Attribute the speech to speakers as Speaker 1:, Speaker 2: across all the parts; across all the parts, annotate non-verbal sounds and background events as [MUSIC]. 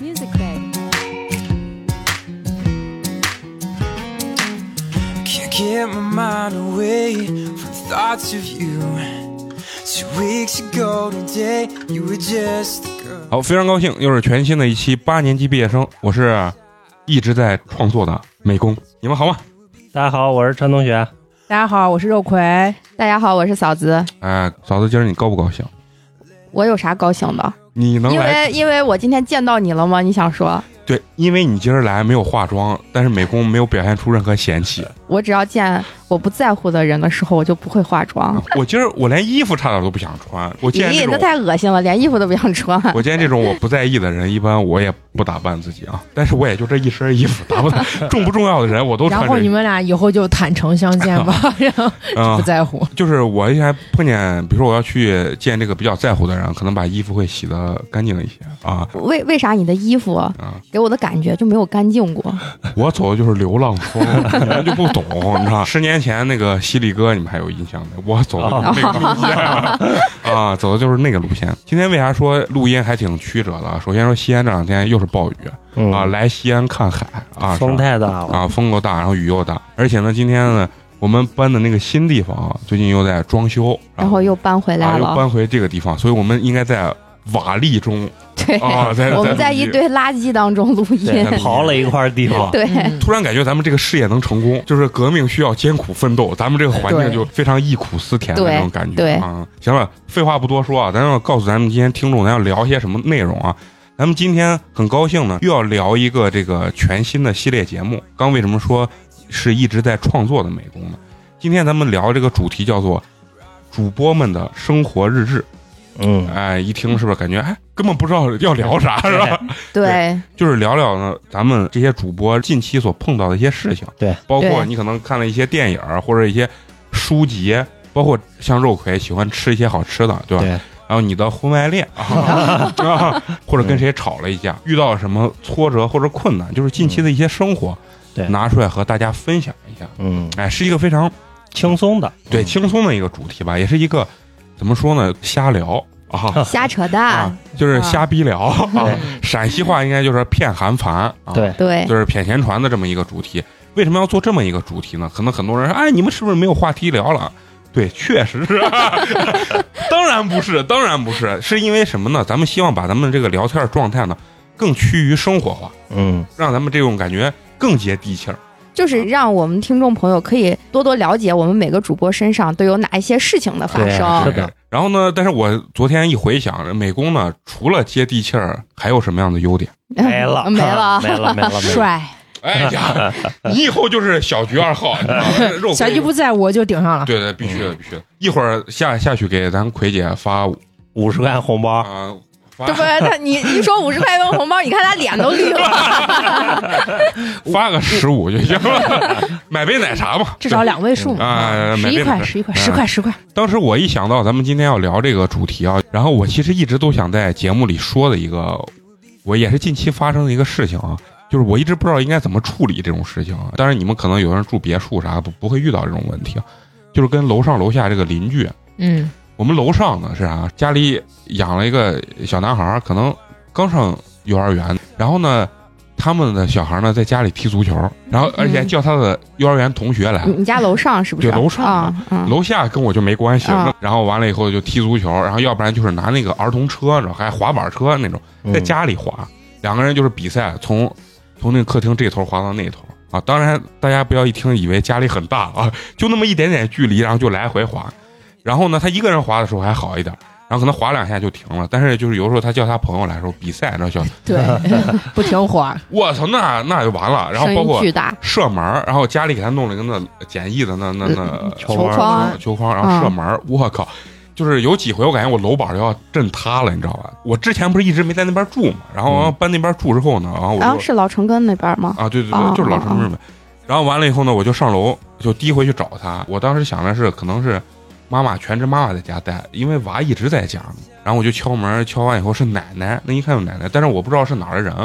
Speaker 1: Music Bay，
Speaker 2: Can't get my mind away from thoughts of you. Two weeks ago today, you were just a girl.
Speaker 3: 好，非常高兴，又是全新的一期八年级毕业生。我是一直在创作的美工，你们好吗？
Speaker 4: 大家好，我是陈同学。
Speaker 5: 大家好，我是肉葵。
Speaker 6: 大家好，我是嫂子。
Speaker 3: 哎，嫂子，今儿你高不高兴？
Speaker 6: 我有啥高兴的？
Speaker 3: 你能
Speaker 6: 因
Speaker 3: 来？
Speaker 6: 为因为我今天见到你了吗？你想说，
Speaker 3: 对，因为你今儿来没有化妆，但是美工没有表现出任何嫌弃。
Speaker 6: 我只要见我不在乎的人的时候，我就不会化妆。
Speaker 3: 我今儿我连衣服差点啊都不想穿。我见
Speaker 6: 咦，
Speaker 3: 这
Speaker 6: 那
Speaker 3: 种，
Speaker 6: 太恶心了，连衣服都不想穿。
Speaker 3: 我见这种我不在意的人，一般我也不打扮自己啊。但是我也就这一身衣服，打扮 [LAUGHS] 重不重要的人我都穿
Speaker 5: 然
Speaker 3: 这。
Speaker 5: 后你们俩以后就坦诚相见
Speaker 3: [LAUGHS]
Speaker 5: 吧，然后
Speaker 3: 啊
Speaker 5: 不在乎。
Speaker 3: 就是我一还碰见，比如说我要去见这个比较在乎的人，可能把衣服会洗的干净一些啊。
Speaker 6: 为为啥你的衣服
Speaker 3: 啊
Speaker 6: 给我的感觉就没有干净过？
Speaker 3: 我走的就是流浪
Speaker 4: [LAUGHS]
Speaker 3: 风，你们就不懂，你知道？十年前那个犀利哥，你们还有印象没？我走的就是那个路线啊
Speaker 4: [LAUGHS]
Speaker 3: 啊，走的就是那个路线。今天为啥说录音还挺曲折的？首先说西安这两天又是暴雨
Speaker 4: 嗯
Speaker 3: 啊，来西安看海啊，是吧
Speaker 4: 风太大了。
Speaker 3: 啊，风够大，然后雨又大，而且呢，今天呢，我们搬的那个新地方啊最近又在装修，
Speaker 6: 然后又搬回
Speaker 3: 啊
Speaker 6: 来
Speaker 3: 又
Speaker 6: 了。
Speaker 3: 搬回这个地方，所以我们应该在瓦砾中
Speaker 6: 对，
Speaker 3: 啊，在
Speaker 6: 哎我们
Speaker 3: 在
Speaker 6: 在一堆垃圾当中录
Speaker 4: 对
Speaker 6: 音。
Speaker 3: 在
Speaker 4: 刨了一块地方，
Speaker 6: 对，
Speaker 5: [LAUGHS] 嗯
Speaker 3: 突然感觉咱们这个事业能成功，就是革命需要艰苦奋斗，咱们这个环境
Speaker 5: 对
Speaker 3: 就非常忆苦思甜的
Speaker 6: 对
Speaker 3: 那种感觉
Speaker 6: 对
Speaker 3: 啊。行了，废话不多说啊，咱要告诉咱们今天听众，咱要聊些什么内容啊？咱们今天很高兴呢，又要聊一个这个全新的系列节目。刚为什么说是一直在创作的美工呢？今天咱们聊这个主题叫做主播们的生活日志。
Speaker 4: 嗯，
Speaker 3: 哎，一听是不是感觉哎根本不知道要聊啥是吧？
Speaker 6: 对，
Speaker 3: [LAUGHS] 就是聊聊呢，咱们这些主播近期所碰到的一些事情，
Speaker 4: 对，
Speaker 3: 包括
Speaker 6: 对
Speaker 3: 你可能看了一些电影儿或者一些书籍，包括像肉葵喜欢吃一些好吃的，对吧？
Speaker 4: 对
Speaker 3: 然后你的婚外恋啊， [LAUGHS] 啊或者跟谁吵了一架，遇到什么挫折或者困难，就是近期的一些生活，
Speaker 4: 嗯对
Speaker 3: 拿出来和大家分享一下。
Speaker 4: 嗯，
Speaker 3: 哎，是一个非常
Speaker 4: 轻松的，
Speaker 3: 对
Speaker 4: 嗯
Speaker 3: 轻松的一个主题吧，也是一个怎么说呢，瞎聊
Speaker 4: [LAUGHS]
Speaker 3: 啊
Speaker 6: 瞎扯
Speaker 3: 啊
Speaker 6: 淡。，
Speaker 3: 就是瞎逼聊 [LAUGHS] 啊
Speaker 4: 对。
Speaker 3: 陕西话应该就是骗韩寒啊。
Speaker 4: 对
Speaker 6: 对，
Speaker 3: 就是骗闲传的这么一个主题。为什么要做这么一个主题呢？可能很多人说，哎，你们是不是没有话题聊了？对，确实是，啊
Speaker 4: [LAUGHS]
Speaker 3: 当然不是，当然不是，是因为什么呢？咱们希望把咱们这个聊天状态呢，更趋于生活化，
Speaker 4: 嗯，
Speaker 3: 让咱们这种感觉更接地气儿。
Speaker 6: 就是
Speaker 3: 嗯
Speaker 6: 让我们听众朋友可以多多了解我们每个主播身上都有哪一些事情的发
Speaker 4: 对啊
Speaker 6: 生
Speaker 4: 是。的
Speaker 3: 哎。然后呢，但是我昨天一回想，美工呢，除了接地气儿，还有什么样的优点？
Speaker 6: [LAUGHS]
Speaker 4: 没了，
Speaker 6: 没
Speaker 4: 了，
Speaker 3: [LAUGHS]
Speaker 6: 了
Speaker 4: [LAUGHS] 没了，没
Speaker 3: 嗯
Speaker 4: 了，没了。
Speaker 5: 帅，
Speaker 3: 哎
Speaker 5: [LAUGHS]
Speaker 3: 呀，你以后就是小菊二号，你知道吗肉
Speaker 5: 小菊不嗯在我就顶上了。
Speaker 3: 对对，必须的，必须的。一会儿下下去给咱葵姐发
Speaker 4: 五十块红包，
Speaker 3: 啊，发
Speaker 6: 这不是他，你一说五十块钱红包，你看他脸都绿
Speaker 3: [LAUGHS]
Speaker 6: 了。
Speaker 3: 发个十五就行
Speaker 5: [LAUGHS]
Speaker 3: 了，买杯奶茶吧，
Speaker 5: 至少两位数
Speaker 3: 啊
Speaker 5: 嘛，十
Speaker 3: 没
Speaker 5: 一
Speaker 3: 没
Speaker 5: 块，
Speaker 3: 没
Speaker 5: 十一块，
Speaker 3: 啊
Speaker 5: 十块，十块。
Speaker 3: 当时我一想到咱们今天要聊这个主题啊，然后我其实一直都想在节目里说的一个，我也是近期发生的一个事情啊，就是我一直不知道应该怎么处理这种事情啊。当然，你们可能有人住别墅啥不不会遇到这种问题啊，就是跟楼上楼下这个邻居，啊
Speaker 5: 嗯，
Speaker 3: 我们楼上呢是啥？家里养了一个小男孩儿，可能刚上幼儿园，然后呢，他们的小孩儿呢在家里踢足球，然后而且叫他的幼儿园同学来，
Speaker 6: 你你家楼上是不是？
Speaker 3: 对楼上
Speaker 6: 啊，嗯
Speaker 3: 楼下跟我就没关系。
Speaker 6: 嗯
Speaker 3: 然后完了以后就踢足球，然后要不然就是拿那个儿童车，然后还滑板车那种，
Speaker 4: 嗯
Speaker 3: 在家里滑，两个人就是比赛，从从那个客厅这头滑到那头。啊，当然，大家不要一听以为家里很大啊，就那么一点点距离，然后就来回滑。然后呢，他一个人滑的时候还好一点，然后可能滑两下就停了。但是就是有时候他叫他朋友来的时候比赛，然后叫
Speaker 5: 对，
Speaker 3: [LAUGHS]
Speaker 5: 不停滑。
Speaker 3: 我操，那那就完了。然后
Speaker 6: 声
Speaker 3: 包
Speaker 6: 音
Speaker 3: 括
Speaker 6: 巨大，
Speaker 3: 射门儿，然后
Speaker 6: 嗯
Speaker 3: 家里给他弄了一个那简易的那那那
Speaker 4: 球
Speaker 6: 球
Speaker 4: 框
Speaker 6: 框
Speaker 3: 呃
Speaker 6: 啊
Speaker 3: 球框，然后射门儿，我靠！就是有几回我感觉我楼板就要震塌了，你知道吧？我之前不是一直没在那边住嘛，然后我要搬那边住之后呢，然后我就、
Speaker 6: 然啊后是老城根那边吗？
Speaker 3: 啊，对对
Speaker 6: 哦
Speaker 3: 对，就是老城日本。然后完了以后呢，我就上楼，就第一回去找他。我当时想的是，可能是妈妈全职妈妈在家待，因为娃一直在家。然后我就敲门，敲完以后是奶奶，那一看就奶奶，但是我不知道是哪儿的人，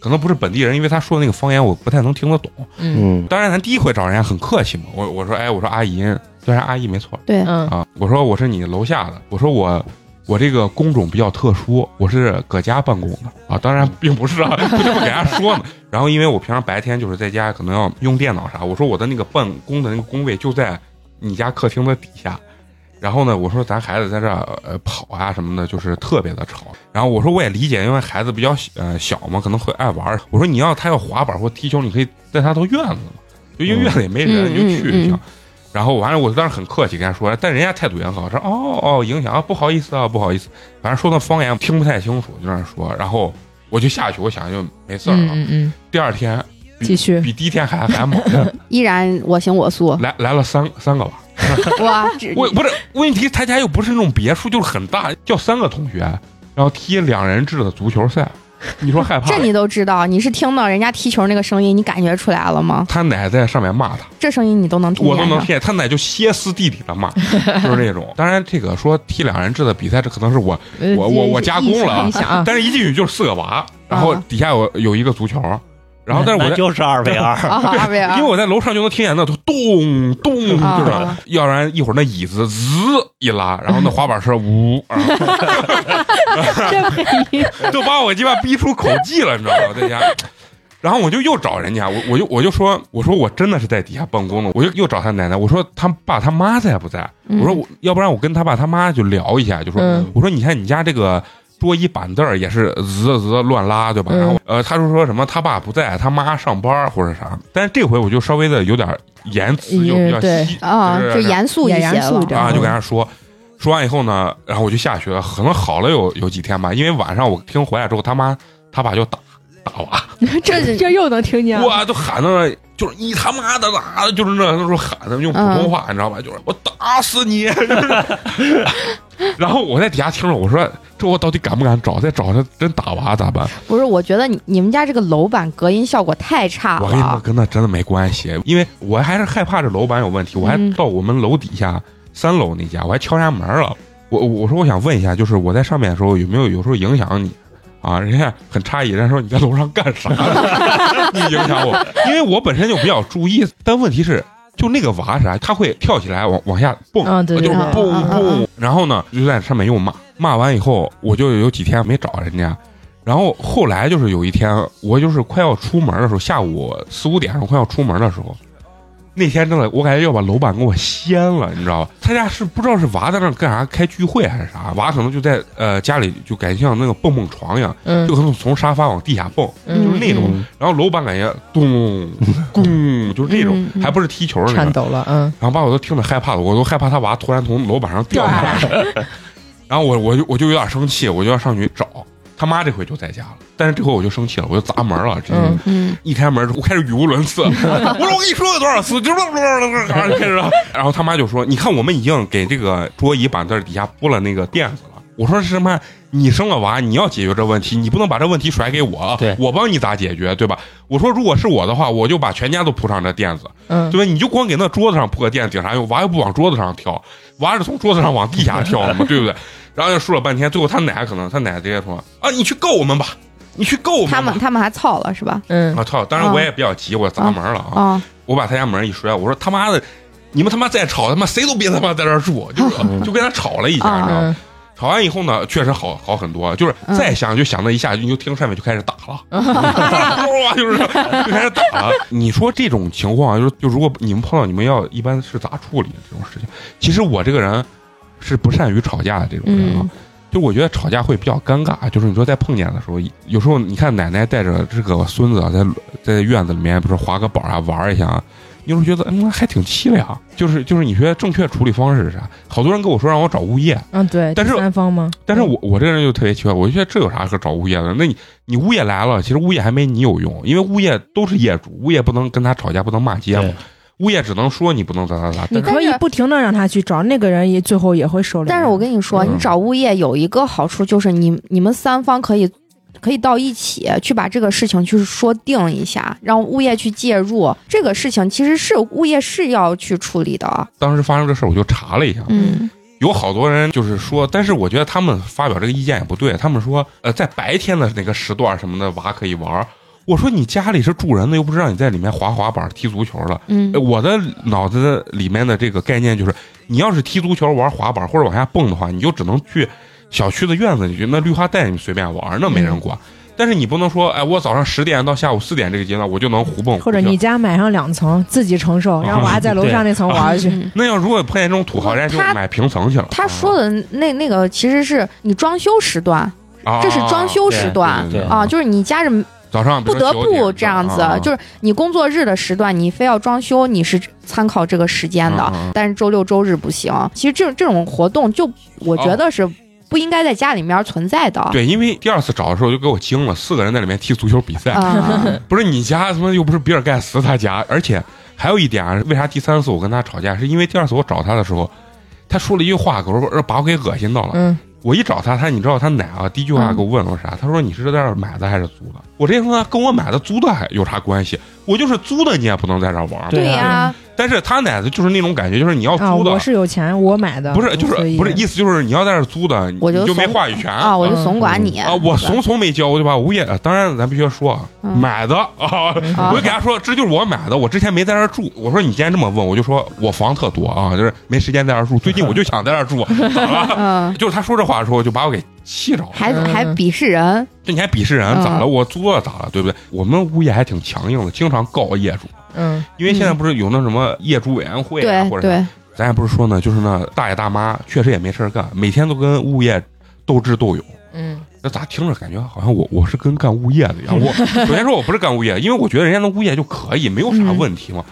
Speaker 3: 可能不是本地人，因为他说的那个方言我不太能听得懂。
Speaker 5: 嗯
Speaker 7: 嗯
Speaker 3: 当然，咱第一回找人家很客气嘛，我我说哎，我说阿姨，虽然阿姨没错
Speaker 6: 对，
Speaker 5: 嗯
Speaker 3: 啊，我说我是你楼下的，我说我。我这个工种比较特殊，我是搁家办公的啊，当然并不是啊，不这么给人家说呢。 [LAUGHS] 然后因为我平常白天就是在家，可能要用电脑啥，我说我的那个办公的那个工位就在你家客厅的底下。然后呢，我说咱孩子在这儿呃跑啊什么的，就是特别的吵。然后我说我也理解，因为孩子比较小呃小嘛，可能会爱玩儿。我说你要他要滑板或踢球，你可以带他到院子嘛，就因为院子也没人，
Speaker 6: 嗯
Speaker 3: 你就去
Speaker 6: 嗯
Speaker 3: 就行。
Speaker 6: 嗯
Speaker 3: 然后完了，我当时很客气跟他说，但人家态度也很好，说哦哦影响啊，不好意思啊，不好意思，反正说的方言听不太清楚，就那儿说。然后我就下去，我想就没事儿了。
Speaker 5: 嗯嗯，
Speaker 3: 第二天比
Speaker 5: 继续
Speaker 3: 比第一天还还猛，。
Speaker 6: 依然我行我
Speaker 3: [LAUGHS]
Speaker 6: 素
Speaker 3: 来来了三三个吧。
Speaker 6: 哇，
Speaker 3: 我不是问题，他家又不是那种别墅，就是很大，叫三个同学，然后踢两人制的足球赛，你说害怕？
Speaker 6: 这你都知道，你是听到人家踢球那个声音，你感觉出来了吗？
Speaker 3: 他奶在上面骂他，
Speaker 6: 这声音你都能听
Speaker 3: 我
Speaker 6: 见
Speaker 3: 都能
Speaker 6: 的
Speaker 3: 听。见，他奶就歇斯底里的骂，就是那种。当然，这个说踢两人制的比赛，这可能是我
Speaker 5: 嗯
Speaker 3: 我我我加工了啊
Speaker 5: 一想
Speaker 3: [LAUGHS]
Speaker 5: 啊，
Speaker 3: 但是一进去就是四个
Speaker 6: 啊
Speaker 3: 娃，然后底下有有一个足球，
Speaker 6: 嗯
Speaker 3: 然后但是我
Speaker 4: 那
Speaker 3: 在。
Speaker 4: 就是二 v 二，
Speaker 6: 啊，二位啊
Speaker 3: 因为，我在楼上就能听见那咚咚，就是
Speaker 6: 啊
Speaker 3: 吧要不然一会儿那椅子滋一拉，然后那滑板车呜，
Speaker 6: [LAUGHS]
Speaker 3: 啊
Speaker 5: 这配
Speaker 3: [LAUGHS]
Speaker 5: 音
Speaker 3: 就把我鸡巴逼出口技了，你知道吗？在家，然后我就又找人家，我我就我就说，我说我真的是在底下办公的，我就又找他奶奶，我说他爸他妈在不在？
Speaker 6: 嗯
Speaker 3: 我说我要不然我跟他爸他妈就聊一下，就说、
Speaker 5: 嗯
Speaker 3: 我说你看你家这个桌椅板凳儿也是滋滋乱拉，对吧？
Speaker 5: 嗯
Speaker 3: 然后呃，他就说什么他爸不在，他妈上班儿或者啥，但是这回我就稍微的有点儿言辞就比较
Speaker 5: 嗯对
Speaker 3: 犀
Speaker 6: 啊，
Speaker 3: 就是
Speaker 6: 就严肃一
Speaker 5: 也
Speaker 6: 些
Speaker 5: 严肃
Speaker 6: 了
Speaker 5: 一。点
Speaker 3: 啊，就跟他说。说完以后呢，然后我就下去了，可能好了有有几天吧，因为晚上我听回来之后，他妈他爸就打打我，
Speaker 5: 这这又能听见了，啊
Speaker 3: 哇，就喊的就是你他妈的打，就是那那时候喊的用普通话，
Speaker 5: 嗯
Speaker 3: 你知道吧？就是我打死你。 [LAUGHS] 然后我在底下听着，我说这我到底敢不敢找？再找他真打娃咋办？
Speaker 6: 不是，我觉得你你们家这个楼板隔音效果太差
Speaker 3: 我跟你说，
Speaker 6: 了。
Speaker 3: 跟那真的没关系，因为我还是害怕这楼板有问题，我还
Speaker 6: 嗯
Speaker 3: 到我们楼底下三楼那家，我还敲人家门了。我我我说我想问一下，就是我在上面的时候有没有有时候影响你啊？人家很诧异，人家说你在楼上干啥？ [LAUGHS] 你影响我，因为我本身就比较注意，但问题是。就那个娃啥，他会跳起来往往下蹦，
Speaker 5: 嗯对对
Speaker 3: 就是
Speaker 6: 对
Speaker 3: 蹦
Speaker 6: 嗯嗯嗯
Speaker 3: 蹦，然后呢就在上面又骂，骂完以后我就有几天没找人家，然后后来就是有一天，我就是快要出门的时候，下午四五点钟快要出门的时候，那天真的我感觉要把楼板给我掀了，你知道吧？他家是不知道是娃在那儿干啥，开聚会还是啥，娃可能就在呃家里就感觉像那个蹦蹦床一样，
Speaker 5: 嗯
Speaker 3: 就可能从沙发往地下蹦，
Speaker 5: 嗯
Speaker 3: 就是那种，
Speaker 7: 嗯
Speaker 3: 然后楼板感觉咚咚，就是那种
Speaker 6: 嗯，嗯
Speaker 3: 还不是踢球的那
Speaker 5: 颤
Speaker 3: 种。
Speaker 5: 抖了，嗯
Speaker 3: 然后把我都听得害怕了，我都害怕他娃突然从楼板上掉下来。 [LAUGHS] 然后我我就我就有点生气，我就要上去找他妈。这回就在家了，但是这回我就生气了，我就砸门了，直接、
Speaker 5: 嗯
Speaker 6: 嗯，
Speaker 3: 一开门我开始语无伦次，我说我跟你说了多少次，就是开始了。然后他妈就说：“你看我们已经给这个桌椅板凳底下铺了那个垫子了。”我说：“是妈，你生了娃，你要解决这问题，你不能把这问题甩给我
Speaker 4: 对，
Speaker 3: 我帮你咋解决，对吧？”我说：“如果是我的话，我就把全家都铺上这垫子。”
Speaker 5: 嗯，
Speaker 3: 对吧？你就光给那桌子上铺个垫，顶啥用？娃又不往桌子上跳，娃是从桌子上往地下跳的嘛，对不对？然后就说了半天，最后他奶可能他奶直接说啊，你去够我们吧，你去够我
Speaker 6: 他
Speaker 3: 们吧
Speaker 6: 们。他们还操了是吧？
Speaker 5: 嗯
Speaker 3: [LAUGHS] 啊操！当然我也比较急，我砸门了啊！
Speaker 6: 啊，
Speaker 3: 我把他家门一摔，我说他妈的，你们他妈再吵，他妈谁都别他妈在这儿住，就是就跟他吵了一下，你知道吗？
Speaker 5: 嗯
Speaker 3: 吵完以后呢，确实好好很多，啊就是再想就想那一下，你就听上面就开始打
Speaker 5: [LAUGHS]
Speaker 3: 了，哇，就是就开始打了。你说这种情况，啊就是就如果你们碰到，你们要一般是咋处理这种事情？其实我这个人是不善于吵架的这种人啊。
Speaker 5: 嗯
Speaker 3: 就我觉得吵架会比较尴尬，就是你说在碰见的时候，有时候你看奶奶带着这个孙子啊，在在院子里面不是滑个板啊玩一下啊，你会觉得嗯还挺凄凉。就是就是你觉得正确处理方式是啥？好多人跟我说让我找物业，
Speaker 5: 嗯对，
Speaker 3: 但是
Speaker 5: 第三方吗？
Speaker 3: 但是
Speaker 7: 嗯
Speaker 3: 我我这个人就特别奇怪，我就觉得这有啥可找物业的？那你你物业来了，其实物业还没你有用，因为物业都是业主，物业不能跟他吵架，不能骂街嘛
Speaker 4: 对。
Speaker 3: 物业只能说你不能咋咋咋，
Speaker 6: 你
Speaker 3: 但
Speaker 6: 但
Speaker 3: 是
Speaker 6: 是
Speaker 7: 可以不停的让他去找那个人也，最后也会收敛。
Speaker 6: 但是我跟你说，
Speaker 3: 嗯
Speaker 6: 你找物业有一个好处就是你你们三方可以可以到一起去把这个事情去说定一下，让物业去介入。这个事情其实是物业是要去处理的。
Speaker 3: 当时发生这事儿，我就查了一下，
Speaker 6: 嗯
Speaker 3: 有好多人就是说，但是我觉得他们发表这个意见也不对。他们说，呃，在白天的那个时段什么的，娃可以玩儿。我说你家里是住人的，又不是让你在里面滑滑板、踢足球的。
Speaker 6: 嗯
Speaker 3: 呃我的脑子里面的这个概念就是，你要是踢足球、玩滑板或者往下蹦的话，你就只能去小区的院子里去，那绿化带你随便玩，那没人管。
Speaker 6: 嗯
Speaker 3: 但是你不能说，哎，我早上十点到下午四点这个阶段，我就能胡蹦胡跳。
Speaker 7: 或者你家买上两层自己承受，让
Speaker 3: 啊
Speaker 7: 娃在楼上那层玩去。
Speaker 6: 嗯
Speaker 3: 那要如果碰见这种土豪，人家
Speaker 6: 他
Speaker 3: 就买平层去了。
Speaker 6: 他说的那那个其实是你装修时段，
Speaker 3: 啊，
Speaker 6: 这是装修
Speaker 4: 对
Speaker 6: 时
Speaker 4: 对
Speaker 6: 段
Speaker 4: 对
Speaker 6: 啊，就是你家是
Speaker 3: 早上比
Speaker 6: 不
Speaker 3: 如说
Speaker 6: 得
Speaker 3: 9
Speaker 6: 不
Speaker 3: 点
Speaker 6: 这样子
Speaker 3: 啊啊，
Speaker 6: 就是你工作日的时段，你非要装修，你是参考这个时间的
Speaker 3: 嗯嗯嗯，
Speaker 6: 但是周六周日不行。其实这种这种活动，就我觉得是不应该在家里面存在的。
Speaker 3: 哦对，因为第二次找的时候就给我惊了，四个人在里面踢足球比赛，
Speaker 6: 啊，
Speaker 3: 不是你家他妈又不是比尔盖茨他家，而且还有一点啊，为啥第三次我跟他吵架，是因为第二次我找他的时候，他说了一句话，给我说把我给恶心到了。
Speaker 7: 嗯，
Speaker 3: 我一找他，他你知道他奶啊，第一句话
Speaker 6: 嗯
Speaker 3: 给我问我啥？他说你是在这儿买的还是租的？我直接说跟我买的租的还有啥关系？我就是租的，你也不能在这儿玩嘛。
Speaker 4: 对
Speaker 6: 呀、
Speaker 3: 但是他奶的就是那种感觉，就是你要
Speaker 7: 啊，
Speaker 3: 哦租的，
Speaker 7: 我是有钱，我买的，
Speaker 3: 不是就是
Speaker 7: 所以
Speaker 3: 不是意思就是你要在这儿租的，
Speaker 6: 我就
Speaker 3: 你就没
Speaker 6: 怂
Speaker 3: 话语权
Speaker 6: 啊，我就
Speaker 7: 嗯
Speaker 6: 怂管你
Speaker 3: 啊，我怂怂没交，我就把物业，呃当然咱必须要说啊，
Speaker 6: 嗯
Speaker 3: 买的啊，
Speaker 6: 啊
Speaker 3: 我就给他说，这就是我买的，我之前没在这儿住。我说你既然这么问，我就说我房特多啊，就是没时间在这儿住，最近我就想在这儿住， [LAUGHS] 咋了？
Speaker 6: 嗯，
Speaker 3: 就是他说这话的时候，就把我给气着了。
Speaker 6: 还
Speaker 7: 嗯
Speaker 6: 还鄙视人，
Speaker 3: 就你还鄙视人
Speaker 6: 嗯
Speaker 3: 咋了？我租了咋了？对不对？我们物业还挺强硬的，经常告业主，
Speaker 7: 嗯，
Speaker 3: 因为现在不是有那什么业主委员会啊，
Speaker 6: 对
Speaker 3: 或者
Speaker 6: 对，
Speaker 3: 咱也不是说呢，就是那大爷大妈确实也没事儿干，每天都跟物业斗智斗勇。
Speaker 7: 嗯，
Speaker 3: 那咋听着感觉好像我我是跟干物业的一样？我首先说我不是干物业，因为我觉得人家那物业就可以，没有啥问题嘛。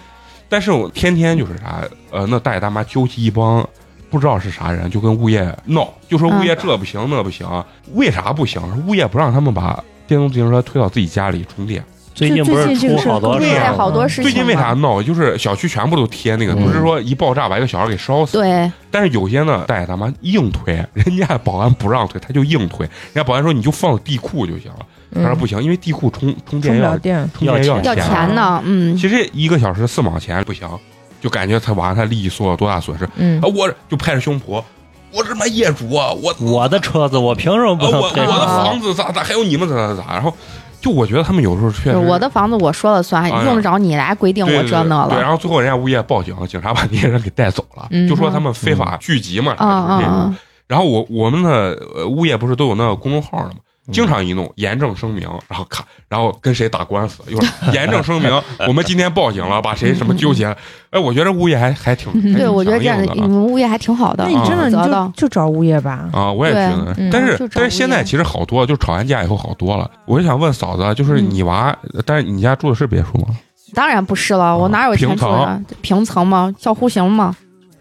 Speaker 3: 但是我天天就是啥，呃，那大爷大妈纠集一帮不知道是啥人，就跟物业闹，就说物业这不行、那不行，为啥不行？物业不让他们把电动自行车推到自己家里充电。
Speaker 4: 最近不是出好多
Speaker 3: 对
Speaker 4: 事
Speaker 3: 呀
Speaker 4: 儿啊
Speaker 6: 好
Speaker 4: 吗，
Speaker 6: 多事情嘛。
Speaker 3: 最近为啥闹？就是小区全部都贴那个，
Speaker 7: 嗯
Speaker 3: 不是说一爆炸把一个小孩给烧死。
Speaker 6: 对，
Speaker 3: 但是有些呢，大爷大妈硬推， [LAUGHS] 人家保安不让推，他就硬推。人家保安说你就放地库就行了。他说不行，因为地库充充
Speaker 7: 嗯充
Speaker 3: 电
Speaker 7: 不
Speaker 3: 要
Speaker 7: 了电，
Speaker 3: 充电
Speaker 4: 要
Speaker 6: 要
Speaker 3: 钱。啊
Speaker 6: 钱呢，嗯，
Speaker 3: 其实一个小时四毛钱不行，就感觉他娃他利益受到多大损失。
Speaker 7: 嗯
Speaker 3: 啊，，我就拍着胸脯，我是他妈业主啊，我
Speaker 4: 我的车子我凭什么
Speaker 3: 啊
Speaker 4: 不能
Speaker 3: 我我
Speaker 4: 推？
Speaker 3: 的房子咋咋，还有你们咋咋咋。然后就我觉得他们有时候确
Speaker 6: 就
Speaker 3: 实
Speaker 6: 是我的房子我说了算，
Speaker 3: 哎呀
Speaker 6: 用得着你来规定
Speaker 3: 对
Speaker 6: 我
Speaker 3: 对
Speaker 6: 这
Speaker 3: 对
Speaker 6: 那
Speaker 3: 对，
Speaker 6: 了。
Speaker 3: 然后最后人家物业报警，警察把那些人给带走了，
Speaker 7: 嗯
Speaker 3: 就说他们非法聚集嘛，
Speaker 6: 嗯
Speaker 3: 就是这种
Speaker 6: 嗯
Speaker 3: 然后我我们的呃物业不是都有那个公众号的吗？经常一弄严正声明，然后咔，然后跟谁打官司，又是 [LAUGHS] 严正声明，我们今天报警了，把谁什么纠结了。哎，我觉得物业还还挺，还
Speaker 6: 嗯，
Speaker 3: 挺
Speaker 6: 对，我觉得这样
Speaker 3: 强
Speaker 6: 的
Speaker 3: 硬的
Speaker 6: 你们物业还挺好的，啊
Speaker 7: 那你真
Speaker 6: 负
Speaker 7: 的你
Speaker 6: 责
Speaker 7: 就
Speaker 6: 的。
Speaker 7: 就找物业吧。
Speaker 3: 啊，我也觉得
Speaker 7: 对嗯，
Speaker 3: 但是
Speaker 6: 就找
Speaker 3: 但是现
Speaker 6: 物
Speaker 3: 在
Speaker 6: 业
Speaker 3: 其实好多了，就吵完架以后好多了。我就想问嫂子，就是
Speaker 6: 嗯
Speaker 3: 你娃，但是你家住的是别墅吗？
Speaker 6: 当然不是了，我哪有钱住啊？平层吗？小户型吗？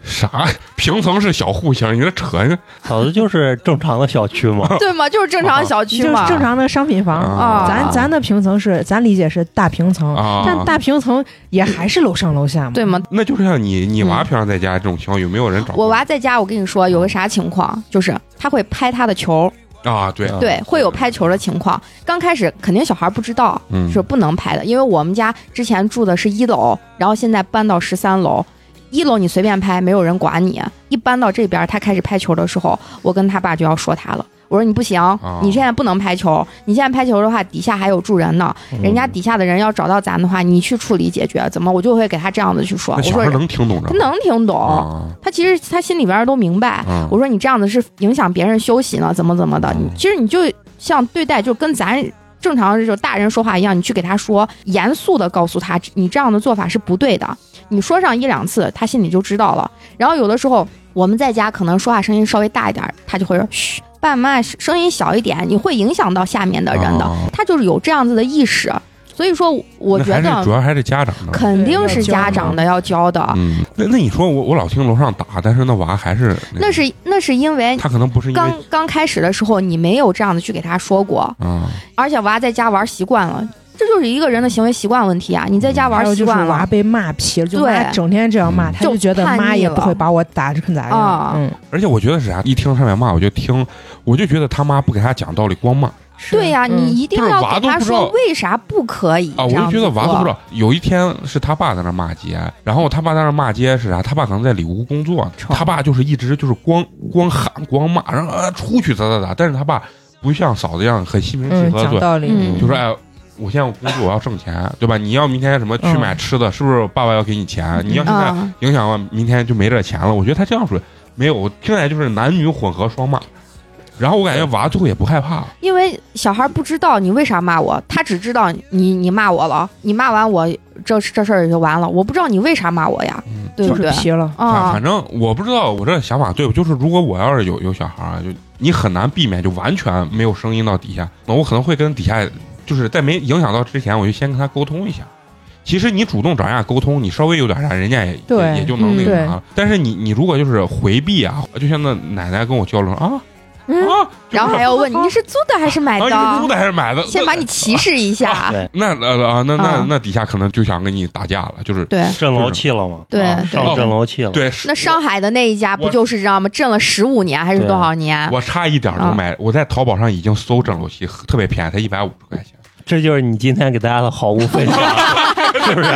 Speaker 3: 啥平层是小户型，你这扯呢
Speaker 4: 嫂子就是正常的小区嘛，
Speaker 6: [LAUGHS] 对吗？就是正常小
Speaker 7: 就
Speaker 6: 区
Speaker 7: 是
Speaker 6: 嘛。
Speaker 7: 正常的商品房，
Speaker 3: 啊
Speaker 7: 咱咱的平层是，咱理解是大平层，
Speaker 3: 啊？
Speaker 7: 但大平层也还是楼上楼下嘛。
Speaker 6: 对吗？
Speaker 3: 那就是像你你娃平常在家这种情况，有没有人找
Speaker 6: 嗯我娃在家，我跟你说有个啥情况，就是他会拍他的球，
Speaker 3: 啊？对，
Speaker 6: 对，会有拍球的情况。刚开始肯定小孩不知道
Speaker 3: 嗯，
Speaker 6: 是不能拍的，因为我们家之前住的是一楼，然后现在搬到十三楼。一楼你随便拍，没有人管你。一搬到这边，他开始拍球的时候，我跟他爸就要说他了。我说你不行，
Speaker 3: 哦
Speaker 6: 你现在不能拍球。你现在拍球的话，底下还有住人呢，
Speaker 3: 哦
Speaker 6: 人家底下的人要找到咱的话，你去处理解决，怎么？我就会给他这样子去说。
Speaker 3: 那
Speaker 6: 我
Speaker 3: 小
Speaker 6: 说
Speaker 3: 孩能听懂着
Speaker 6: 他能听懂，
Speaker 3: 啊？
Speaker 6: 他其实他心里边儿都明白。
Speaker 3: 啊
Speaker 6: 我说你这样子是影响别人休息呢，怎么怎么的？你
Speaker 3: 嗯
Speaker 6: 其实你就像对待就跟咱正常就大人说话一样，你去给他说，严肃的告诉他，你这样的做法是不对的。你说上一两次，他心里就知道了。然后有的时候我们在家可能说话声音稍微大一点儿，他就会说嘘，爸妈声音小一点，你会影响到下面的人的。
Speaker 3: 啊
Speaker 6: 他就是有这样子的意识，所以说我
Speaker 3: 那
Speaker 6: 觉
Speaker 3: 还是主
Speaker 6: 得
Speaker 3: 要还是家长的。
Speaker 6: 肯定是
Speaker 7: 对要教
Speaker 6: 家
Speaker 7: 的
Speaker 6: 长的要教的。
Speaker 3: 嗯，那那你说我我老听楼上打，但是那娃还是个
Speaker 6: 那是那是因为
Speaker 3: 他可能不是因
Speaker 6: 刚
Speaker 3: 为
Speaker 6: 刚开始的时候，你没有这样的去给他说过，
Speaker 3: 啊
Speaker 6: 而且娃在家玩习惯了，这就是一个人的行为习惯问题啊！你在家玩
Speaker 7: 还有
Speaker 6: 习
Speaker 7: 就是
Speaker 6: 惯了
Speaker 7: 娃被骂皮了，就
Speaker 6: 对
Speaker 7: 妈整天这样骂，
Speaker 3: 嗯
Speaker 7: 他就觉得妈也不会把我打成咋
Speaker 6: 啊
Speaker 7: 样。嗯，
Speaker 3: 而且我觉得是啥，一听他俩骂，我就听，我就觉得他妈不给他讲道理，光骂
Speaker 7: 是
Speaker 6: 对呀、
Speaker 7: 嗯
Speaker 6: 你一定
Speaker 3: 就是
Speaker 6: 要
Speaker 3: 娃
Speaker 6: 给
Speaker 3: 都
Speaker 6: 他
Speaker 3: 不知道
Speaker 6: 说为啥不可以
Speaker 3: 啊！我
Speaker 6: 这样
Speaker 3: 就觉
Speaker 6: 子
Speaker 3: 得娃都不知
Speaker 6: 做
Speaker 3: 道。有一天是他爸在那骂街，然后他爸在那骂街是啥？他爸可能在里屋工作，
Speaker 7: 吵
Speaker 3: 他爸就是一直就是光光喊光骂，然后啊出去咋咋咋，但是他爸不像嫂子一样很心平气
Speaker 7: 嗯，
Speaker 3: 和
Speaker 7: 讲
Speaker 3: 地
Speaker 7: 道理，
Speaker 6: 嗯
Speaker 3: 就说哎。我现在我工作，我要挣钱，对吧？你要明天什么去
Speaker 7: 嗯
Speaker 3: 买吃的，是不是爸爸要给你钱？你要现在
Speaker 6: 嗯，
Speaker 3: 影响了明天就没这钱了。我觉得他这样说没有，我听起来就是男女混合双骂。然后我感觉娃最后也不害怕，
Speaker 6: 因为小孩不知道你为啥骂我，他只知道你你骂我了，你骂完我这这事儿也就完了，我不知道你为啥骂我呀，
Speaker 3: 嗯，
Speaker 6: 对
Speaker 7: 就
Speaker 6: 不
Speaker 7: 是
Speaker 6: 对？
Speaker 7: 皮了。
Speaker 3: 反
Speaker 6: 啊、
Speaker 3: 反正我不知道我这想法对不，就是如果我要是有有小孩儿，就你很难避免就完全没有声音到底下，那我可能会跟底下就是在没影响到之前，我就先跟他沟通一下。其实你主动找人家沟通，你稍微有点啥，人家也
Speaker 7: 对
Speaker 3: 也也就能那个
Speaker 7: 嗯
Speaker 3: 啥了。但是你你如果就是回避啊，就像那奶奶跟我交流啊
Speaker 6: 嗯，
Speaker 3: 啊，
Speaker 6: 然后还要
Speaker 3: [LAUGHS]
Speaker 6: 问你是租的还是买
Speaker 3: 啊，
Speaker 6: 的，
Speaker 3: 你是租的还是买的？
Speaker 6: 先
Speaker 3: 那
Speaker 6: 把你歧视一下，
Speaker 3: [LAUGHS]
Speaker 4: 对
Speaker 3: 那呃啊，那那
Speaker 6: 啊
Speaker 3: 那底下可能就想跟你打架了，就是
Speaker 6: [LAUGHS] 对
Speaker 4: 震楼气了嘛？
Speaker 6: 对
Speaker 4: 啊上震楼气了。
Speaker 3: 对，是
Speaker 6: 那上海的那一家
Speaker 3: 我
Speaker 6: 不就是这样吗？震了十五年还是
Speaker 3: 啊
Speaker 6: 多少年？
Speaker 3: 我差一点
Speaker 6: 哦
Speaker 3: 就买，我在淘宝上已经搜蒸馏器，特别便宜，才一百五十块 [LAUGHS] 钱，
Speaker 4: 这就是你今天给大家的好物分
Speaker 3: [LAUGHS]
Speaker 4: 享，是不是？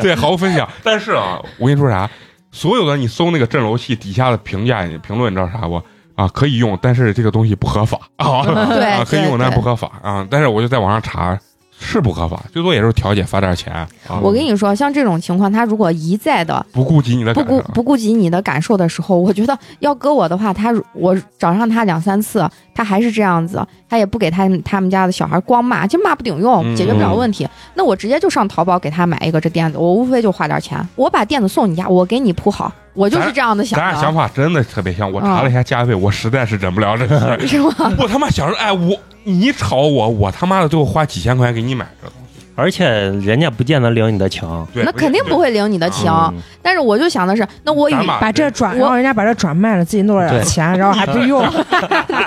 Speaker 3: 对，毫无分享。但是啊，我跟你说啥，所有的你搜那个震楼器底下的评价、评论，你知道啥不？啊，可以用，但是这个东西不合法啊，
Speaker 6: 嗯
Speaker 3: [LAUGHS]
Speaker 6: 对
Speaker 3: 啊，可以用，
Speaker 6: 对
Speaker 3: 但
Speaker 6: 对
Speaker 3: 不合法啊。但是我就在网上查，是不合法，最多也就是调解罚点钱啊。
Speaker 6: 我跟你说，像这种情况，他如果一再的
Speaker 3: 不顾及你的
Speaker 6: 不
Speaker 3: 感啊
Speaker 6: 顾
Speaker 3: 受，
Speaker 6: 不顾及你的感受的时候，我觉得要搁我的话，他如我找上他两三次，他还是这样子，他也不给他他们家的小孩光骂，就骂不顶用，
Speaker 3: 嗯
Speaker 6: 解决不了问题。那我直接就上淘宝给他买一个这垫子，我无非就花点钱，我把垫子送你家，我给你铺好，我就是这样的想哦
Speaker 3: 咱俩
Speaker 6: 的，
Speaker 3: 想法真的特别像。我查了一下价位，我实在是忍不了这个事
Speaker 6: [LAUGHS]
Speaker 3: 儿。
Speaker 6: 是吗？
Speaker 3: 我他妈想着，哎，我你吵我，我他妈的最后花几千块钱给你买这个东西，
Speaker 4: 而且人家不见得领你的情。
Speaker 3: 对，
Speaker 6: 那肯定不会领你的情，
Speaker 4: 嗯
Speaker 6: 但是我就想的是，那我与
Speaker 3: 咱把
Speaker 7: 把这转，
Speaker 6: 我
Speaker 7: 让人家把这转卖了，自己弄了点
Speaker 4: 对
Speaker 7: 钱，然后还不用，
Speaker 6: 那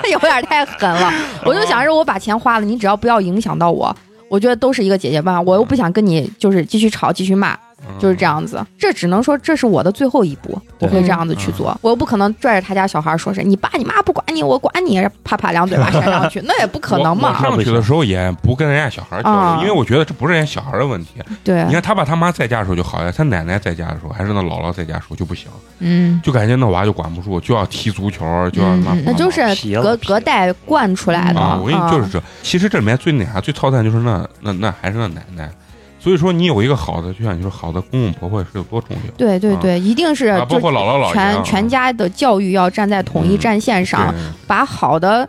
Speaker 3: [LAUGHS]
Speaker 6: [LAUGHS] 有点太狠了。我就想着我把钱花了，你只要不要影响到我，我觉得都是一个解决办法。我又不想跟你就是继续吵、继续骂，
Speaker 3: 嗯
Speaker 6: 就是这。样子。这只能说这是我的最后一步，我
Speaker 4: 对
Speaker 6: 会这样子去
Speaker 3: 嗯
Speaker 6: 做。我又不可能拽着他家小孩说是你爸你妈不管你，我管你，啪啪两嘴巴扇上去，
Speaker 3: [LAUGHS]
Speaker 6: 那也不可能
Speaker 3: 我我
Speaker 6: 嘛。
Speaker 3: 上去的时候也不跟人家小孩交流，
Speaker 6: 啊
Speaker 3: 因为我觉得这不是人家小孩的问题。
Speaker 6: 对
Speaker 3: 你，看他爸他妈在家的时候就好一点，他奶奶在家的时候，还是那姥姥在家的时候就不行，
Speaker 6: 嗯。
Speaker 3: 就感觉那娃就管不住，就要踢足球，就要
Speaker 6: 嗯
Speaker 3: 妈、
Speaker 6: 那就是
Speaker 4: 皮了
Speaker 6: 隔
Speaker 4: 皮了
Speaker 6: 隔代惯出来的。
Speaker 3: 啊！我跟你就是
Speaker 6: 啊
Speaker 3: 这，其实这里面最那啥、最操蛋就是那那那还是那奶奶。所以说，你有一个好的，就像你说好的公公婆婆是有多重要。
Speaker 6: 对对对，一定是
Speaker 3: 啊，包
Speaker 6: 就
Speaker 3: 括姥姥姥爷啊、
Speaker 6: 全全家的教育要站在统一
Speaker 3: 嗯
Speaker 6: 战线上，
Speaker 3: 对
Speaker 6: 把好的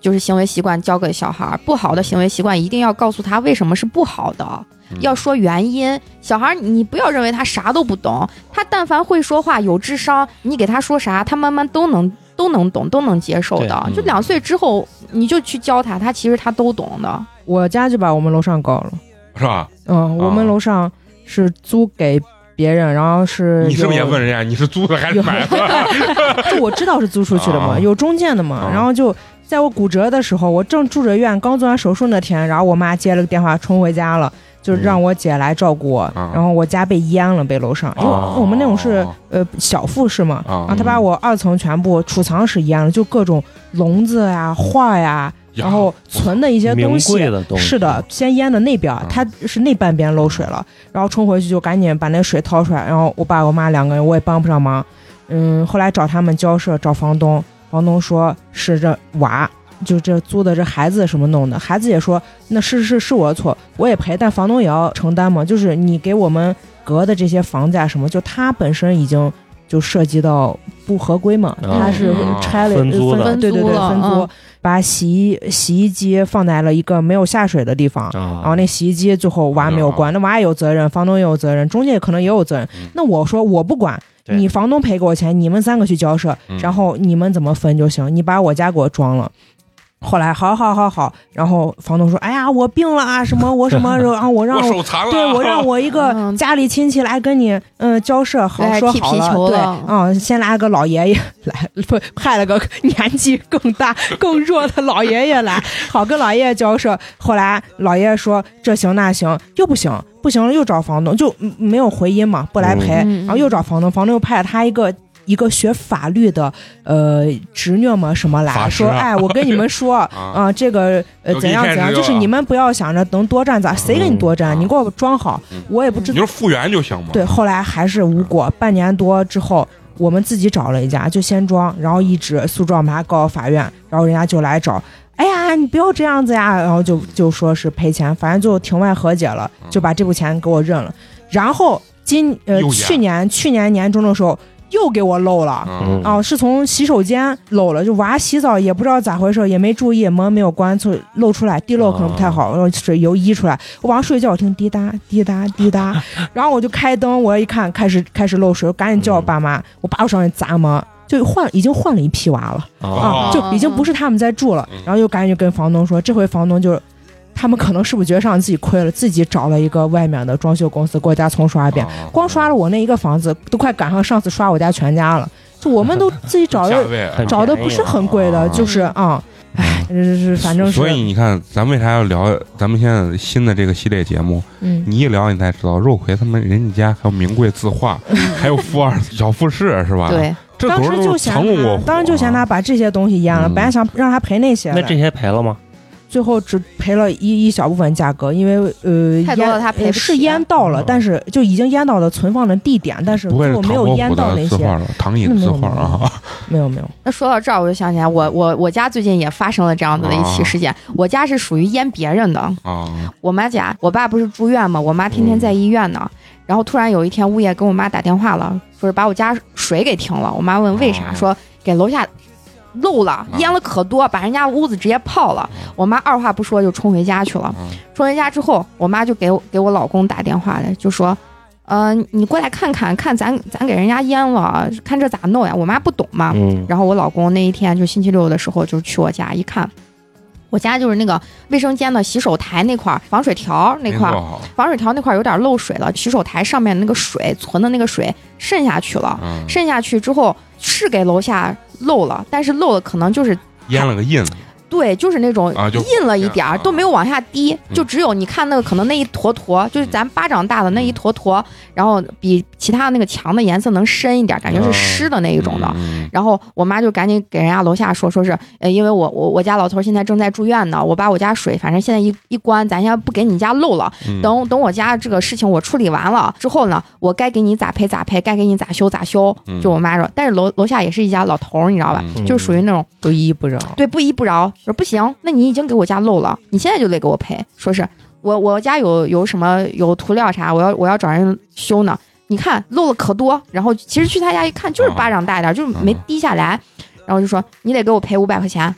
Speaker 6: 就是行为习惯教给小孩儿，不好的行为习惯一定要告诉他为什么是不好的，
Speaker 3: 嗯
Speaker 6: 要说原因。小孩儿你不要认为他啥都不懂，他但凡会说话、有智商，你给他说啥，他慢慢都能都能懂、都能接受的。
Speaker 3: 对
Speaker 6: 就
Speaker 3: 嗯
Speaker 6: 两岁之后你就去教他，他其实他都懂的。
Speaker 7: [LAUGHS] 我家就把我们楼上搞了。
Speaker 3: 是吧？
Speaker 7: 嗯，我们
Speaker 3: 啊
Speaker 7: 楼上是租给别人，然后是
Speaker 3: 你是不是也
Speaker 7: 有
Speaker 3: 问人家你是租的还是买的？
Speaker 7: 就我知道是租出去的嘛，
Speaker 3: 啊
Speaker 7: 有中介的嘛。
Speaker 3: 啊
Speaker 7: 然后就在我骨折的时候，我正住着院，刚做完手术那天，然后我妈接了个电话，冲回家了，
Speaker 3: 嗯
Speaker 7: 就是让我姐来照顾我。
Speaker 3: 啊
Speaker 7: 然后我家被淹了，被楼上，因为
Speaker 3: 哦
Speaker 7: [LAUGHS] 我们那种是呃小复式嘛，
Speaker 3: 啊
Speaker 7: 然后她把我二层全部储藏室淹了，就各种笼子呀、画呀，
Speaker 3: 呀
Speaker 7: 然后存的一些
Speaker 4: 名
Speaker 7: 东西
Speaker 4: 贵。的东西嗯
Speaker 7: 是的，，先淹的那边儿，它是那半边漏水了，然后冲回去就赶紧把那水掏出来，然后我爸我妈两个人我也帮不上忙，嗯，后来找他们交涉，找房东，房东说是这娃。就这租的这孩子什么弄的，孩子也说那是是是我的错，我也赔，但房东也要承担嘛。就是你给我们隔的这些房价什么，就他本身已经就涉及到不合规嘛，
Speaker 4: 嗯
Speaker 7: 他是拆了
Speaker 4: 分租了
Speaker 7: 对
Speaker 6: 啊分
Speaker 7: 对
Speaker 6: 租
Speaker 7: 对，
Speaker 6: 了
Speaker 7: 分租，
Speaker 6: 嗯
Speaker 7: 把洗衣洗衣机放在了一个没有下水的地方，
Speaker 4: 啊
Speaker 7: 然后那洗衣机最后娃没有关，那娃也有责任，房东也有责任，中介可能也有责任
Speaker 3: 嗯。
Speaker 7: 那我说我不管，
Speaker 4: 对
Speaker 7: 你房东赔给我钱，你们三个去交涉，
Speaker 3: 嗯
Speaker 7: 然后你们怎么分就行，你把我家给我装了。后来好好好好，然后房东说：“哎呀，我病了啊，什么我什么，然后我让
Speaker 3: 我
Speaker 7: 我
Speaker 3: 手残了，
Speaker 7: 对我让我
Speaker 3: [LAUGHS]
Speaker 7: 一个
Speaker 6: 嗯
Speaker 7: 家里亲戚来跟你嗯交涉好
Speaker 6: 来
Speaker 7: 说
Speaker 6: 踢
Speaker 7: 好
Speaker 6: 皮球
Speaker 7: 对
Speaker 6: 了，
Speaker 7: 嗯，先来个老爷爷来，不派了个年纪更大更弱的老爷爷来，好跟老爷爷交涉。后来老爷爷说这行那行又不行，不行了又找房东，就嗯没有回音嘛，不来赔，
Speaker 6: 嗯嗯
Speaker 7: 然后又找房东，房东又派了他一个。一个学法律的，呃，侄女嘛什么
Speaker 3: 法
Speaker 7: 来
Speaker 3: 师
Speaker 7: 说，
Speaker 3: 啊
Speaker 7: 哎，我跟你
Speaker 3: [LAUGHS]
Speaker 7: 们说，啊、这个呃
Speaker 3: 有
Speaker 7: 怎
Speaker 3: 一
Speaker 7: 样
Speaker 3: 天
Speaker 7: 怎样，
Speaker 3: 这
Speaker 7: 就
Speaker 3: 个
Speaker 7: 是你们不要想着能多占咋，谁给你多占？
Speaker 3: 嗯
Speaker 7: 你给我装好
Speaker 3: 嗯，
Speaker 7: 我也不知
Speaker 3: 你就复原就行嘛。
Speaker 7: 对，后来还是无果。半年多之后，我们自己找了一家，就先装，然后一直诉状把他告到法院，然后人家就来找，哎呀，你不要这样子呀，然后就就说是赔钱，反正就庭外和解了，就把这部钱给我认了。然后今呃
Speaker 3: 嗯又
Speaker 7: 去
Speaker 3: 演
Speaker 7: 年去年年中的时候又给我漏了。
Speaker 3: 嗯，
Speaker 7: 啊，是从洗手间漏了，就娃洗澡也不知道咋回事，也没注意，门没有关，就漏出来，地漏可能
Speaker 3: 哦
Speaker 7: 不太好，然后水油溢出来。我晚上睡觉，我听滴答滴答滴答，
Speaker 3: [LAUGHS]
Speaker 7: 然后我就开灯，我一看开始开始漏水，我赶紧叫我爸
Speaker 3: 嗯
Speaker 7: 妈，我爸我上去砸门，就换已经换了一批娃了、
Speaker 3: 哦嗯
Speaker 7: 啊，就已经不是他们在住了，然后又赶紧就跟房东说，这回房东就。他们可能是不是觉得上自己亏了，自己找了一个外面的装修公司给我家重刷一遍，
Speaker 3: 啊
Speaker 7: 光刷了我那一个房子，都快赶上上次刷我家全家了。就
Speaker 3: [LAUGHS]
Speaker 7: 我们都自己找
Speaker 3: 价
Speaker 7: 的，
Speaker 3: 位啊
Speaker 4: 很
Speaker 7: 找的不是很贵的，
Speaker 3: 啊
Speaker 7: 就是啊，哎，是是反正是，
Speaker 3: 所以你看，咱为啥要聊咱们现在新的这个系列节目？
Speaker 7: 嗯，
Speaker 3: 你一聊，你才知道肉葵他们人家家还有名贵字
Speaker 7: [LAUGHS]
Speaker 3: 画，还有富二小富士是吧？，
Speaker 6: 对，
Speaker 3: 这
Speaker 7: 当
Speaker 3: 都是
Speaker 7: 时
Speaker 3: 都
Speaker 7: 就是嫌
Speaker 3: 藏龙卧
Speaker 7: 他
Speaker 3: 虎，，
Speaker 7: 当时就嫌他。把这些东西淹了，
Speaker 3: 啊嗯
Speaker 7: 本来想让他赔那些
Speaker 4: 那这
Speaker 7: 的，
Speaker 4: 些赔了吗？
Speaker 7: 最后只赔了一一小部分价格，因为呃，
Speaker 6: 太多
Speaker 7: 淹
Speaker 6: 了他赔不起啊
Speaker 7: 是淹到了
Speaker 4: 嗯，
Speaker 7: 但是就已经淹到了存放的地点，但是
Speaker 3: 不会
Speaker 7: 最
Speaker 3: 是
Speaker 7: 后没
Speaker 3: 唐
Speaker 7: 有
Speaker 3: 伯
Speaker 7: 淹
Speaker 3: 虎
Speaker 7: 到
Speaker 3: 的
Speaker 7: 那
Speaker 3: 字画
Speaker 7: 些，
Speaker 3: 了，唐寅的字画啊，
Speaker 7: 没有没有，
Speaker 6: 那说到这儿，我就想起来，我我我家最近也发生了这样子的一起事件。我家是属于淹别人的，
Speaker 7: 嗯
Speaker 3: 啊，
Speaker 6: 我妈家，我爸不是住院嘛，我妈天天在医院呢。然后突然有一天，物业给我妈打电话了，说是把我家水给停了。我妈问为啥，
Speaker 3: 哦
Speaker 6: 说给楼下漏了，淹了可多，把人家屋子直接泡了。我妈二话不说就冲回家去了。
Speaker 7: 啊
Speaker 3: 嗯
Speaker 6: 冲回家之后，我妈就给我给我老公打电话来，就说：“呃，你过来看看，看咱咱给人家淹了，看这咋弄呀？”我妈不懂嘛，
Speaker 4: 嗯，
Speaker 6: 啊然后我老公那一天就星期六的时候，就是去我家一看，我家就是那个卫生间的洗手台那块儿防水条那块
Speaker 3: 没做
Speaker 6: 儿，
Speaker 3: 好
Speaker 6: 防水条那块儿有点漏水了，洗手台上面那个水存的那个水渗下去了，
Speaker 3: 嗯，
Speaker 6: 渗下去之后是给楼下漏了，但是漏了可能就是
Speaker 3: 淹了个印，
Speaker 6: 对，就是那种
Speaker 3: 啊就
Speaker 6: 印了一点儿，
Speaker 3: 啊
Speaker 6: 都没有往下滴，
Speaker 3: 嗯
Speaker 6: 就只有你看那个可能那一坨坨，就是咱巴掌大的那一坨坨，
Speaker 3: 嗯
Speaker 6: 然后比其他那个墙的颜色能深一点，感觉是
Speaker 4: 啊
Speaker 6: 湿的那一种的。
Speaker 3: 嗯
Speaker 6: 然后我妈就赶紧给人家楼下说，说是，呃，因为我我我家老头现在正在住院呢，我把我家水反正现在一一关，咱先不给你家漏了，
Speaker 3: 嗯
Speaker 6: 等等我家这个事情我处理完了之后呢，我该给你咋赔咋赔，该给你咋修咋修。
Speaker 3: 嗯
Speaker 6: 就我妈说，但是楼楼下也是一家老头儿，你知道吧？
Speaker 4: 嗯
Speaker 6: 就属于那种
Speaker 7: 都依依不饶。
Speaker 6: 对不依不饶，说不行，那你已经给我家漏了，你现在就得给我赔。说是我我家有有什么有涂料啥，我要我要找人修呢。你看漏了可多，然后其实去他家一看
Speaker 4: 啊
Speaker 6: 就是巴掌大一点，就是没滴下来，然后就说你得给我赔五百块钱，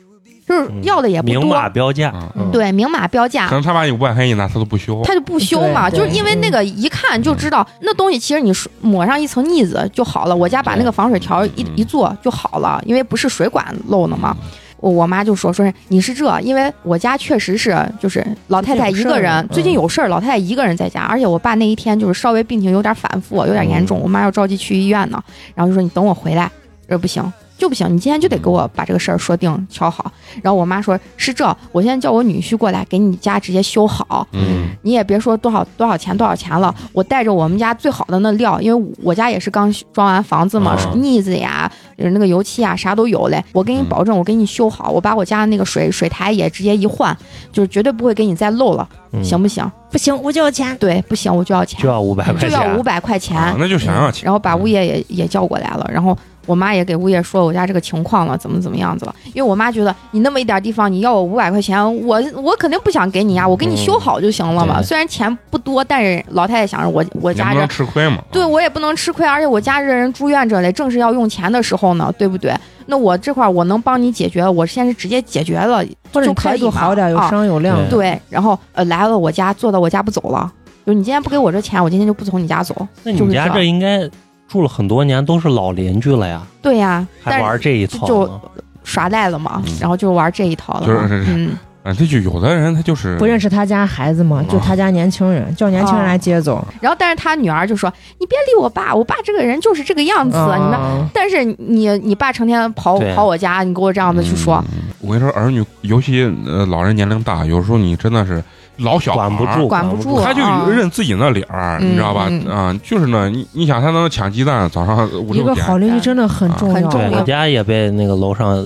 Speaker 6: 就是要的也不
Speaker 4: 嗯明
Speaker 6: 多，
Speaker 4: 码标价，
Speaker 3: 嗯
Speaker 4: 嗯，
Speaker 6: 对，明码标价
Speaker 3: 可。能他把你五百块钱一拿，他都不修，
Speaker 6: 他就不修嘛，
Speaker 7: 对
Speaker 6: 就
Speaker 7: 对嗯
Speaker 6: 是因为那个一看就知道，那东西其实你说抹上一层腻子就好了。我家把那个防水条一
Speaker 3: 嗯
Speaker 6: 一做就好了，因为不是水管漏了
Speaker 7: 嗯
Speaker 6: 嘛。我我妈就说说是你是这，因为我家确实是就是老太太一个人，最
Speaker 7: 最
Speaker 6: 近
Speaker 7: 近
Speaker 6: 有
Speaker 7: 有
Speaker 6: 事儿，老太太一个人在家，而且我爸那一天就是稍微病情有点反复，有点严
Speaker 7: 嗯
Speaker 6: 重，我妈要着急去医院呢，然后就说你等我回来，这不行。就不行，你今天就得给
Speaker 7: 嗯
Speaker 6: 我把这个事儿说定瞧好。然后我妈说：“是这，我现在叫我女婿过来给你家直接修好。”
Speaker 3: 嗯
Speaker 6: 你也别说多少多少钱多少钱了，我带着我们家最好的那料，因为我家也是刚装完房子嘛
Speaker 3: 啊，
Speaker 6: 腻子呀，呃那个油漆呀，啥都有嘞。我给你
Speaker 3: 嗯
Speaker 6: 保证，我给你修好，我把我家那个水水台也直接一换，就是绝对不会给你再漏了，
Speaker 4: 嗯
Speaker 6: 行不行？
Speaker 7: 不行，我就要钱。
Speaker 6: 对，不行我就要钱
Speaker 4: 就，要五百块
Speaker 6: 就要
Speaker 4: 钱
Speaker 6: 五，百块钱。
Speaker 3: 啊，那就想要钱，
Speaker 6: 然后把物业也也叫过来了，然后我妈也给物业说我家这个情况了，怎么怎么样子了。因为我妈觉得你那么一点地方，你要我五百块钱，我我肯定不想给你呀，我给你修好就行了嘛。
Speaker 4: 嗯对
Speaker 6: 虽然钱不多，但是老太太想着我我
Speaker 3: 你不
Speaker 6: 家这
Speaker 3: 能吃亏嘛，
Speaker 6: 对我也不能吃亏，而且我家这人住院这嘞，正是要用钱的时候呢，对不对？那我这块儿我能帮你解决，我现在是直接解决了，
Speaker 7: 或
Speaker 6: 就
Speaker 7: 者你
Speaker 6: 可
Speaker 7: 态
Speaker 6: 以
Speaker 7: 度
Speaker 6: 嘛
Speaker 7: 好点，有
Speaker 6: 啊
Speaker 7: 商有量。
Speaker 4: 对
Speaker 6: 对，然后呃来了我家，坐到我家不走了。就你今天不给我这钱，我今天就不从你家走。
Speaker 4: 那你
Speaker 6: 就是
Speaker 4: 家
Speaker 6: 这
Speaker 4: 这应该住了很多年，都是老邻居了呀，
Speaker 6: 对呀、但
Speaker 4: 还
Speaker 6: 是
Speaker 4: 玩这一
Speaker 6: 就
Speaker 4: 套
Speaker 6: 就
Speaker 4: 呢？
Speaker 6: 耍赖了嘛
Speaker 3: 嗯，
Speaker 6: 然后就玩这一套了嘛。
Speaker 3: 就是
Speaker 6: 嗯，
Speaker 3: 啊，这就有的人他就是
Speaker 7: 不认识他家孩子嘛，就他家年轻人，叫年轻人来接走。
Speaker 6: 然后但是他女儿就说：“你别理我爸，我爸这个人就是这个样子，啊你们。”
Speaker 7: 嗯
Speaker 6: 但是你你爸成天跑
Speaker 4: 对
Speaker 6: 跑我家，你给我这样子去说，
Speaker 3: 嗯我跟你说，儿女尤其呃老人年龄大，有时候你真的是老小孩儿
Speaker 4: 管不住，
Speaker 6: 管不
Speaker 4: 不
Speaker 6: 住
Speaker 3: 他就
Speaker 6: 啊
Speaker 3: 认自己那理儿，
Speaker 6: 嗯
Speaker 3: 你知道吧？啊、
Speaker 6: 嗯
Speaker 3: 就是呢，你你想他能抢鸡蛋，早上五
Speaker 7: 一
Speaker 3: 六
Speaker 7: 个
Speaker 3: 点
Speaker 7: 好邻居真的很重
Speaker 6: 很
Speaker 7: 要，
Speaker 6: 重
Speaker 4: 对，
Speaker 6: 要
Speaker 4: 我家也被那个楼上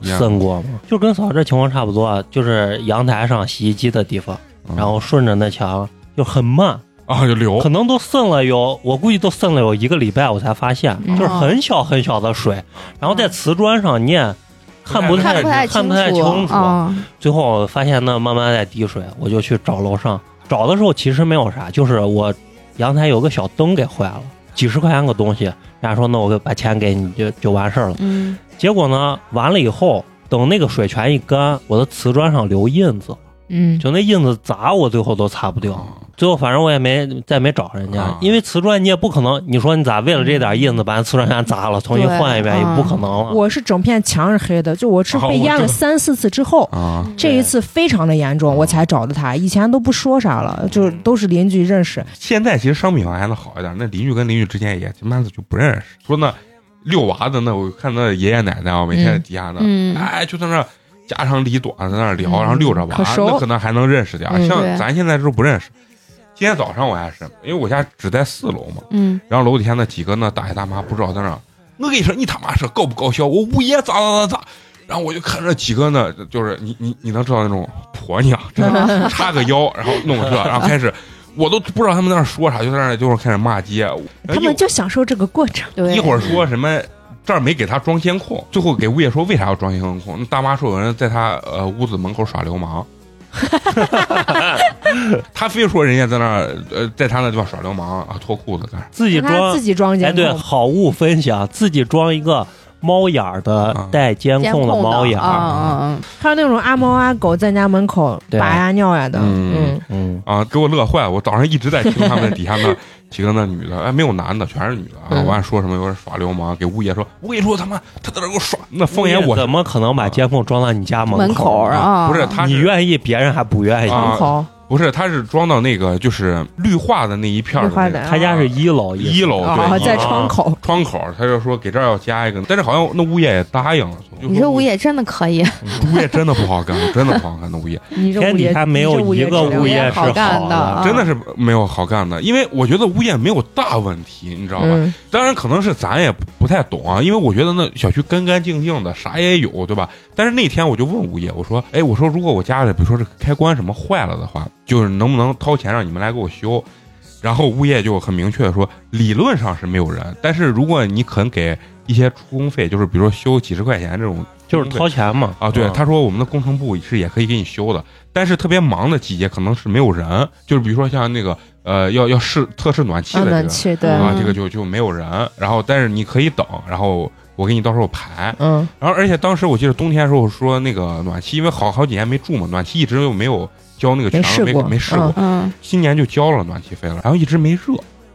Speaker 3: 一样
Speaker 4: 渗过嘛，就跟嫂这情况差不多啊，就是阳台上洗衣机的地方，
Speaker 3: 嗯
Speaker 4: 然后顺着那墙就很慢，
Speaker 3: 啊就流
Speaker 4: 可能都渗了有，我估计都渗了有一个礼拜，我才发现，
Speaker 6: 嗯
Speaker 4: 就是很小很小的水，然后在瓷砖上你也看不
Speaker 6: 看
Speaker 3: 太
Speaker 6: 得
Speaker 4: 太
Speaker 6: 不太
Speaker 4: 嗯看不太
Speaker 6: 清
Speaker 4: 清楚，嗯
Speaker 6: 啊。
Speaker 4: 最后发现那慢慢在滴水，我就去找楼上，找的时候其实没有啥，就是我阳台有个小灯给坏了，几十块钱个东西，人家说那我给把钱给你就就完事儿了，
Speaker 6: 嗯，
Speaker 4: 结果呢完了以后，等那个水全一干，我的瓷砖上留印子，
Speaker 6: 嗯，
Speaker 4: 就那印子砸我最后都擦不掉。最后反正我也没再没找人家，
Speaker 3: 啊
Speaker 4: 因为瓷砖你也不可能，你说你咋为了这点印子把瓷砖全砸了，重新换一遍
Speaker 6: 对
Speaker 4: 也
Speaker 6: 啊
Speaker 4: 不可能了。
Speaker 7: 我是整片墙是黑的，就我是
Speaker 3: 啊
Speaker 7: 被
Speaker 3: 我
Speaker 7: 淹
Speaker 3: 知道
Speaker 7: 了三四次之后，
Speaker 3: 啊，
Speaker 7: 这一次非常的严重，我才找的他。以前都不说啥了，就都是邻居认识。
Speaker 3: 现在其实商品房还能好一点，那邻居跟邻居之间也他妈的就不认识。说那遛娃的那，我看那爷爷奶奶啊，每天在底下呢，
Speaker 6: 嗯嗯
Speaker 3: 哎，就在那儿家长里短在那儿聊，
Speaker 7: 嗯
Speaker 3: 然后遛着娃，
Speaker 7: 可熟
Speaker 3: 那可能还能认识点儿。
Speaker 7: 嗯
Speaker 3: 像
Speaker 6: 对
Speaker 3: 咱现在都不认识。今天早上我还是，因为我家只在四楼嘛，
Speaker 6: 嗯，
Speaker 3: 然后楼底下那几个那大爷大妈不知道在那儿，我跟你说，你他妈是搞不搞笑？我物业咋咋咋咋。然后我就看着几个呢，就是你你你能知道那种婆娘，真的
Speaker 7: [LAUGHS]
Speaker 3: 叉个腰，然后弄个这，然后开始，我都不知道他们在那儿说啥，就在那儿就是开始骂街。然
Speaker 7: 他
Speaker 3: 后
Speaker 7: 们就享受这个过程。
Speaker 6: 对，
Speaker 3: 一一会儿说什么这儿没给他装监控，最后给物业说为啥要装监控？那大妈说有人在他呃屋子门口耍流氓。 [LAUGHS] 他非说人家在那儿，呃，在他那地方耍流氓啊，脱裤子干啥？
Speaker 4: 自己
Speaker 7: 他
Speaker 4: 装
Speaker 7: 自，己装
Speaker 4: 哎，
Speaker 7: 监
Speaker 4: 对，
Speaker 7: 控，
Speaker 4: 好物分享，自己装一个猫眼儿的
Speaker 3: 啊
Speaker 4: 带监
Speaker 6: 监
Speaker 4: 控的猫眼儿，
Speaker 6: 啊，嗯嗯
Speaker 7: 还有那种阿猫阿狗在家门口
Speaker 4: 对
Speaker 7: 把呀尿呀的，
Speaker 3: 嗯
Speaker 7: 嗯，
Speaker 4: 嗯，
Speaker 3: 啊，给我乐坏了！我早上一直在听他们底下那 [LAUGHS] 几个那女的，哎，没有男的，全是女的啊。
Speaker 7: 嗯
Speaker 3: 我还说什么有人耍流氓，给物业说，物业说他妈他在这儿给我耍，那方言我
Speaker 4: 怎么可能把监控装到你家
Speaker 6: 嗯门
Speaker 4: 口
Speaker 6: 口
Speaker 4: 儿？
Speaker 6: 啊，
Speaker 3: 不是他
Speaker 4: 你
Speaker 3: 是
Speaker 7: 哦
Speaker 4: 愿意，别人还不愿意。
Speaker 3: 啊
Speaker 7: 好，
Speaker 3: 不是他是装到那个就是绿化的那一片儿
Speaker 7: 绿化
Speaker 3: 那
Speaker 7: 的
Speaker 3: 个
Speaker 7: 啊
Speaker 4: 他家是一楼，
Speaker 3: 一楼
Speaker 7: 啊，
Speaker 3: 对
Speaker 7: 在
Speaker 3: 一楼
Speaker 7: 窗口，
Speaker 3: 窗口，他就说给这儿要加一个，但是好像那物业也答应了。就
Speaker 6: 嗯你这物业真的可以，
Speaker 3: 物业真的不好干，真的不好
Speaker 6: [LAUGHS]
Speaker 3: 干，那物业
Speaker 6: 啊
Speaker 7: 你这
Speaker 4: 天
Speaker 7: 物业
Speaker 4: 底下没
Speaker 7: 你这
Speaker 4: 有
Speaker 7: 物
Speaker 4: 一
Speaker 7: 业
Speaker 4: 个
Speaker 7: 质量
Speaker 4: 物业是
Speaker 6: 好干的
Speaker 4: 的
Speaker 6: 啊。
Speaker 3: 真的是没有好干的，因为我觉得物业没有大问题，你知道吧？
Speaker 7: 嗯，
Speaker 3: 当然，可能是咱也不不太懂啊，因为我觉得那小区干干净净的，啥也有，对吧？但是那天我就问物业，我说，哎，我说如果我家里比如说这个开关什么坏了的话，就是能不能掏钱让你们来给我修？然后物业就很明确的说，理论上是没有人，但是如果你肯给一些出工费，就是比如说修几十块钱这种，
Speaker 4: 就是掏钱嘛嗯
Speaker 3: 啊，对，他说我们的工程部是也可以给你修的，但是特别忙的季节可能是没有人，就是比如说像那个呃要要试特试暖气
Speaker 7: 啊，
Speaker 3: 的这
Speaker 7: 暖
Speaker 3: 个，
Speaker 7: 气对，
Speaker 3: 啊，
Speaker 6: 嗯
Speaker 3: 这个就就没有人。然后但是你可以等，然后我给你到时候排。
Speaker 7: 嗯，
Speaker 3: 然后而且当时我记得冬天的时候说那个暖气，因为好好几年没住嘛，暖气一直就没有交那个钱
Speaker 7: 没，试
Speaker 3: 没
Speaker 7: 过
Speaker 3: 没试过。
Speaker 6: 嗯，哎
Speaker 3: 今年就交了暖气费了，然后一直没热。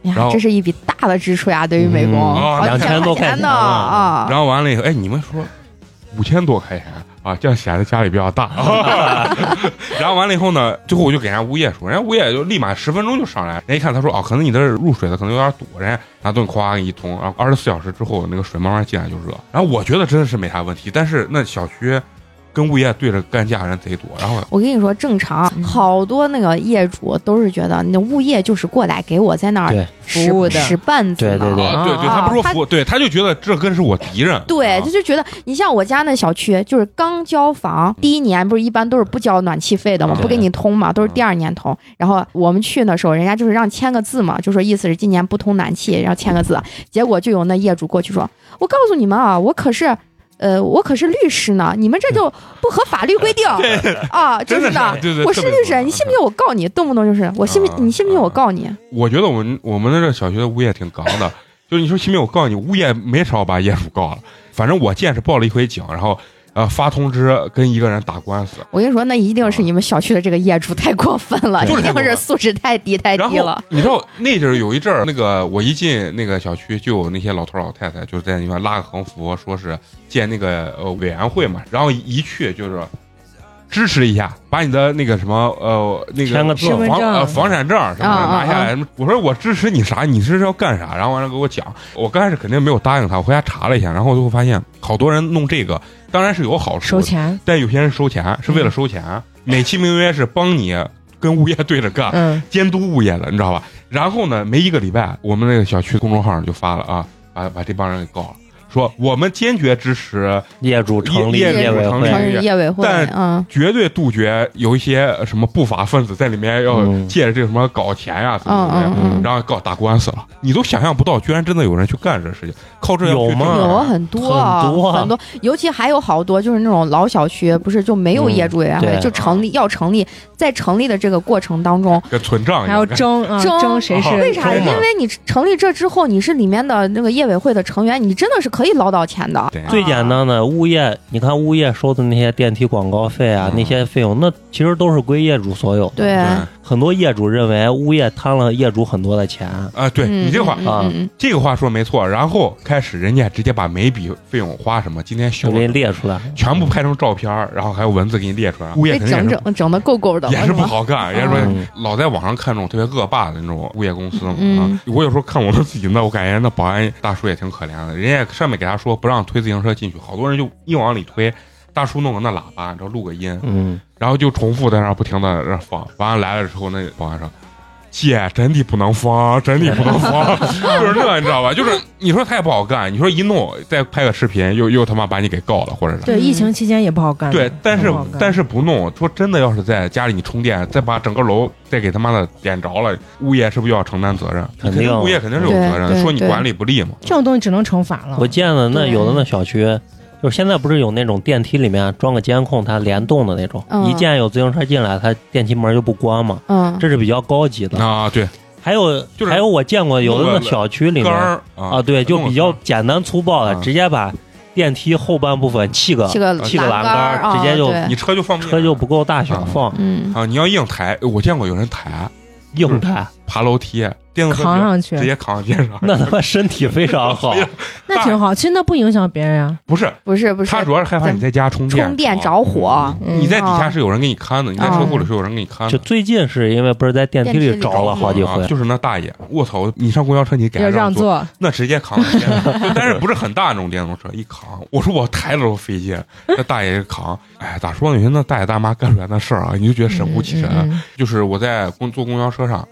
Speaker 3: 然
Speaker 6: 呀
Speaker 3: 后，
Speaker 6: 这是一笔大的支出呀，对于美工，
Speaker 4: 嗯
Speaker 3: 啊
Speaker 6: 好几
Speaker 4: 2000多块钱
Speaker 6: 呢
Speaker 4: 呢
Speaker 6: 啊，
Speaker 3: 然后完了以后，哎，你们说五千多块钱啊，这样显得家里比较大。然后完了以后呢，最后我就给人家物业说，人家物业就立马十分钟就上来，人家一看他说哦，可能你这入水的可能有点堵，人家拿盾夸给你一通，然后二十四小时之后那个水慢慢进来就热。然后我觉得真的是没啥问题，但是那小区跟物业对着干架人贼多，然后
Speaker 6: 我跟你说，正常
Speaker 7: 嗯
Speaker 6: 好多那个业主都是觉得，那物业就是过来给我在那儿
Speaker 4: 对
Speaker 6: 使
Speaker 7: 服务的
Speaker 6: 使绊子呢。
Speaker 4: 对对对
Speaker 3: 啊，对对，
Speaker 6: 啊
Speaker 3: 他不说
Speaker 6: 他
Speaker 3: 服，对他就觉得这跟是我敌人，
Speaker 6: 对，
Speaker 3: 啊
Speaker 6: 他就觉得你像我家那小区，就是刚交房
Speaker 3: 嗯
Speaker 6: 第一年，不是一般都是不交暖气费的嘛，
Speaker 4: 对
Speaker 6: 不给你通嘛，
Speaker 3: 嗯
Speaker 6: 都是第二年通。然后我们去的时候，人家就是让签个字嘛，就说意思是今年不通暖气，然后签个字。结果就有那业主过去说：“我告诉你们啊，我可是。”呃，我可是律师呢，你们这就不合法律
Speaker 3: [LAUGHS]
Speaker 6: 规定啊！真
Speaker 3: 真的
Speaker 6: 的
Speaker 3: 是对对，
Speaker 6: 我是
Speaker 3: 特别
Speaker 6: 律师，
Speaker 3: 多
Speaker 6: 你信不信我告你？动不动就是我信不
Speaker 3: 啊，
Speaker 6: 你信不信我告你？
Speaker 3: 我觉得我们我们的这小学的物业挺刚的， [LAUGHS] 就是你说起码我告诉你，物业没少把业主告了。反正我见是报了一回警，然后呃发通知跟一个人打官司，
Speaker 6: 我跟你说，那一定是你们小区的这个业主太过分了，
Speaker 3: 就是
Speaker 6: 一
Speaker 3: 太过分
Speaker 6: 定是素质太低太
Speaker 3: 然
Speaker 6: 低
Speaker 3: 后
Speaker 6: 了。
Speaker 3: 你知道那阵儿有一阵儿，那个我一进那个小区，就有那些老头儿老太太就是在那边拉个横幅，说是建那个呃委员会嘛，然后一去就是支持一下，把你的那个什么呃那
Speaker 4: 签
Speaker 3: 个
Speaker 4: 个字身
Speaker 7: 份
Speaker 3: 房
Speaker 7: 证
Speaker 3: 呃房产证什么的
Speaker 6: 啊啊
Speaker 3: 拿下来。我说我支持你啥？你是要干啥？然后完了给我讲，我刚开始肯定没有答应他，我回家查了一下，然后最后发现好多人弄这个，当然是有好处
Speaker 7: 收，钱，
Speaker 3: 但有些人收钱是为了收钱，美其名曰是帮你跟物业对着干。
Speaker 7: 嗯，
Speaker 3: 监督物业了，你知道吧？然后呢，没一个礼拜，我们那个小区公众号上就发了啊，把把这帮人给告了，说我们坚决支持，
Speaker 4: 业主成立
Speaker 3: 业
Speaker 6: 业
Speaker 4: 业
Speaker 3: 主
Speaker 4: 委
Speaker 3: 成
Speaker 4: 会
Speaker 3: 立，
Speaker 6: 成立业委会，
Speaker 3: 但
Speaker 6: 嗯，
Speaker 3: 绝对杜绝有一些呃什么不法分子在里面要
Speaker 4: 嗯
Speaker 3: 借着这个什么搞钱呀、怎么
Speaker 6: 嗯
Speaker 3: 怎么样，
Speaker 6: 嗯嗯
Speaker 3: 然后告打官司了。你都想象不到，居然真的有人去干这事情，靠这要
Speaker 4: 有
Speaker 3: 去
Speaker 4: 吗
Speaker 3: 挣钱
Speaker 6: 有很多啊
Speaker 4: 很多啊
Speaker 6: 很多，尤其还有好多就是那种老小区，不是就没有
Speaker 4: 嗯
Speaker 6: 业主委员会，
Speaker 4: 对
Speaker 6: 就成立要成立，在成立的这个过程当中，
Speaker 3: 跟存账一
Speaker 7: 还要
Speaker 3: 样。
Speaker 7: 争啊
Speaker 6: 争
Speaker 7: 争谁是
Speaker 6: 为啥？
Speaker 3: 对
Speaker 6: 因
Speaker 3: 嘛
Speaker 6: 为你成立这之后，你是里面的那个业委会的成员，你真的是可以捞到钱的。
Speaker 3: 对
Speaker 4: 最简单
Speaker 6: 啊
Speaker 4: 的物业，你看物业收的那些电梯广告费啊，
Speaker 3: 嗯
Speaker 4: 那些费用，那其实都是归业主所有。
Speaker 6: 对，啊
Speaker 3: 对
Speaker 4: 很多业主认为物业贪了业主很多的钱，
Speaker 3: 啊，对
Speaker 6: 嗯
Speaker 3: 你这话
Speaker 6: 嗯
Speaker 4: 啊
Speaker 6: 嗯嗯
Speaker 3: 这个话说没错。然后开始人家直接把每笔费用花什么，今天修
Speaker 4: 就
Speaker 3: 了
Speaker 4: 给你列出来。
Speaker 3: 全部拍成照片儿，然后还有文字给你列出来，物业
Speaker 6: 被
Speaker 3: 肯定也
Speaker 6: 整
Speaker 3: 是
Speaker 6: 整整的够够的了，
Speaker 3: 也是
Speaker 6: 是
Speaker 3: 不
Speaker 6: 吗？啊
Speaker 3: 好干，人家
Speaker 4: 嗯
Speaker 3: 说老在网上看那种特别恶霸的那种物业公司嘛。
Speaker 6: 嗯
Speaker 3: 啊我有时候看我们自己那，我感觉那保安大叔也挺可怜的，人家上面给他说不让推自行车进去，好多人就硬往里推。大叔弄个那喇叭，你知道录个音，
Speaker 4: 嗯，
Speaker 3: 然后就重复在那儿不停的那放。完了来了之后，那保安说：“姐，真的不能放，真的不能
Speaker 6: [LAUGHS]
Speaker 3: 放。”就是这，你知道吧？就是你说他也不好干，你说一弄再拍个视频，又又他妈把你给告了，或者啥。
Speaker 7: 对，疫情期间也不好干。
Speaker 3: 对，但是
Speaker 7: 不好干
Speaker 3: 但是不弄，说真的，要是在家里你充电，再把整个楼再给他妈的点着了，物业是不是又要承担责任？
Speaker 4: 肯定
Speaker 3: 物业肯定是有
Speaker 6: 对
Speaker 3: 责任的，
Speaker 6: 对
Speaker 3: 说你
Speaker 6: 对
Speaker 3: 管理不力嘛。
Speaker 7: 这种东西只能惩罚了。
Speaker 4: 我见了那
Speaker 6: 啊对
Speaker 4: 有的那小区，就是现在不是有那种电梯里面装个监控，它联动的那种，
Speaker 6: 嗯
Speaker 4: 一见有自行车进来，它电梯门就不关嘛，
Speaker 6: 嗯，
Speaker 4: 这是比较高级的。
Speaker 3: 啊，对，
Speaker 4: 还有
Speaker 3: 就是
Speaker 4: 还有，我见过有的
Speaker 3: 弄
Speaker 4: 那
Speaker 3: 个
Speaker 4: 小区里
Speaker 3: 杆
Speaker 4: 面
Speaker 3: 儿
Speaker 4: 啊，对，就比较简单粗暴的
Speaker 3: 啊，
Speaker 4: 直接把电梯后半部分砌个
Speaker 6: 砌个
Speaker 4: 砌个
Speaker 6: 栏
Speaker 4: 栏
Speaker 6: 杆
Speaker 4: 杆
Speaker 6: 儿
Speaker 4: 儿，直接就
Speaker 6: 啊对
Speaker 3: 你车就放进来
Speaker 4: 车就不够大小放，
Speaker 6: 嗯，
Speaker 3: 啊，你要硬抬，我见过有人抬
Speaker 4: 硬抬，
Speaker 3: 爬楼梯，电动车
Speaker 7: 扛上去
Speaker 3: 直，接扛上肩上，
Speaker 4: [LAUGHS] 那他妈身体非常好
Speaker 3: 哎。呀
Speaker 7: 那挺好。其实那不影响别人呀。
Speaker 3: 不是，
Speaker 6: 不是不是
Speaker 3: 他，主要是害怕你在家充啊
Speaker 6: 充电着火，
Speaker 7: 嗯
Speaker 3: 你在底下是有人给你看的，你在车库里是有人给你看
Speaker 4: 就
Speaker 3: 的。
Speaker 4: 最近是因为不是在电梯里着了好几
Speaker 3: 啊
Speaker 4: 回，
Speaker 3: 就是那大爷，我操！你上公交车你给他
Speaker 7: 要让座，
Speaker 3: 那直接扛上肩，
Speaker 7: [LAUGHS]
Speaker 3: 但是不是很大那种电动车，一扛， [LAUGHS] 我说我抬着都费劲，那大爷扛，哎，咋说呢？有些那大爷大妈干出来那事儿啊，你就觉得神乎其神。
Speaker 7: 嗯嗯嗯
Speaker 3: 就是我在公坐公交车上，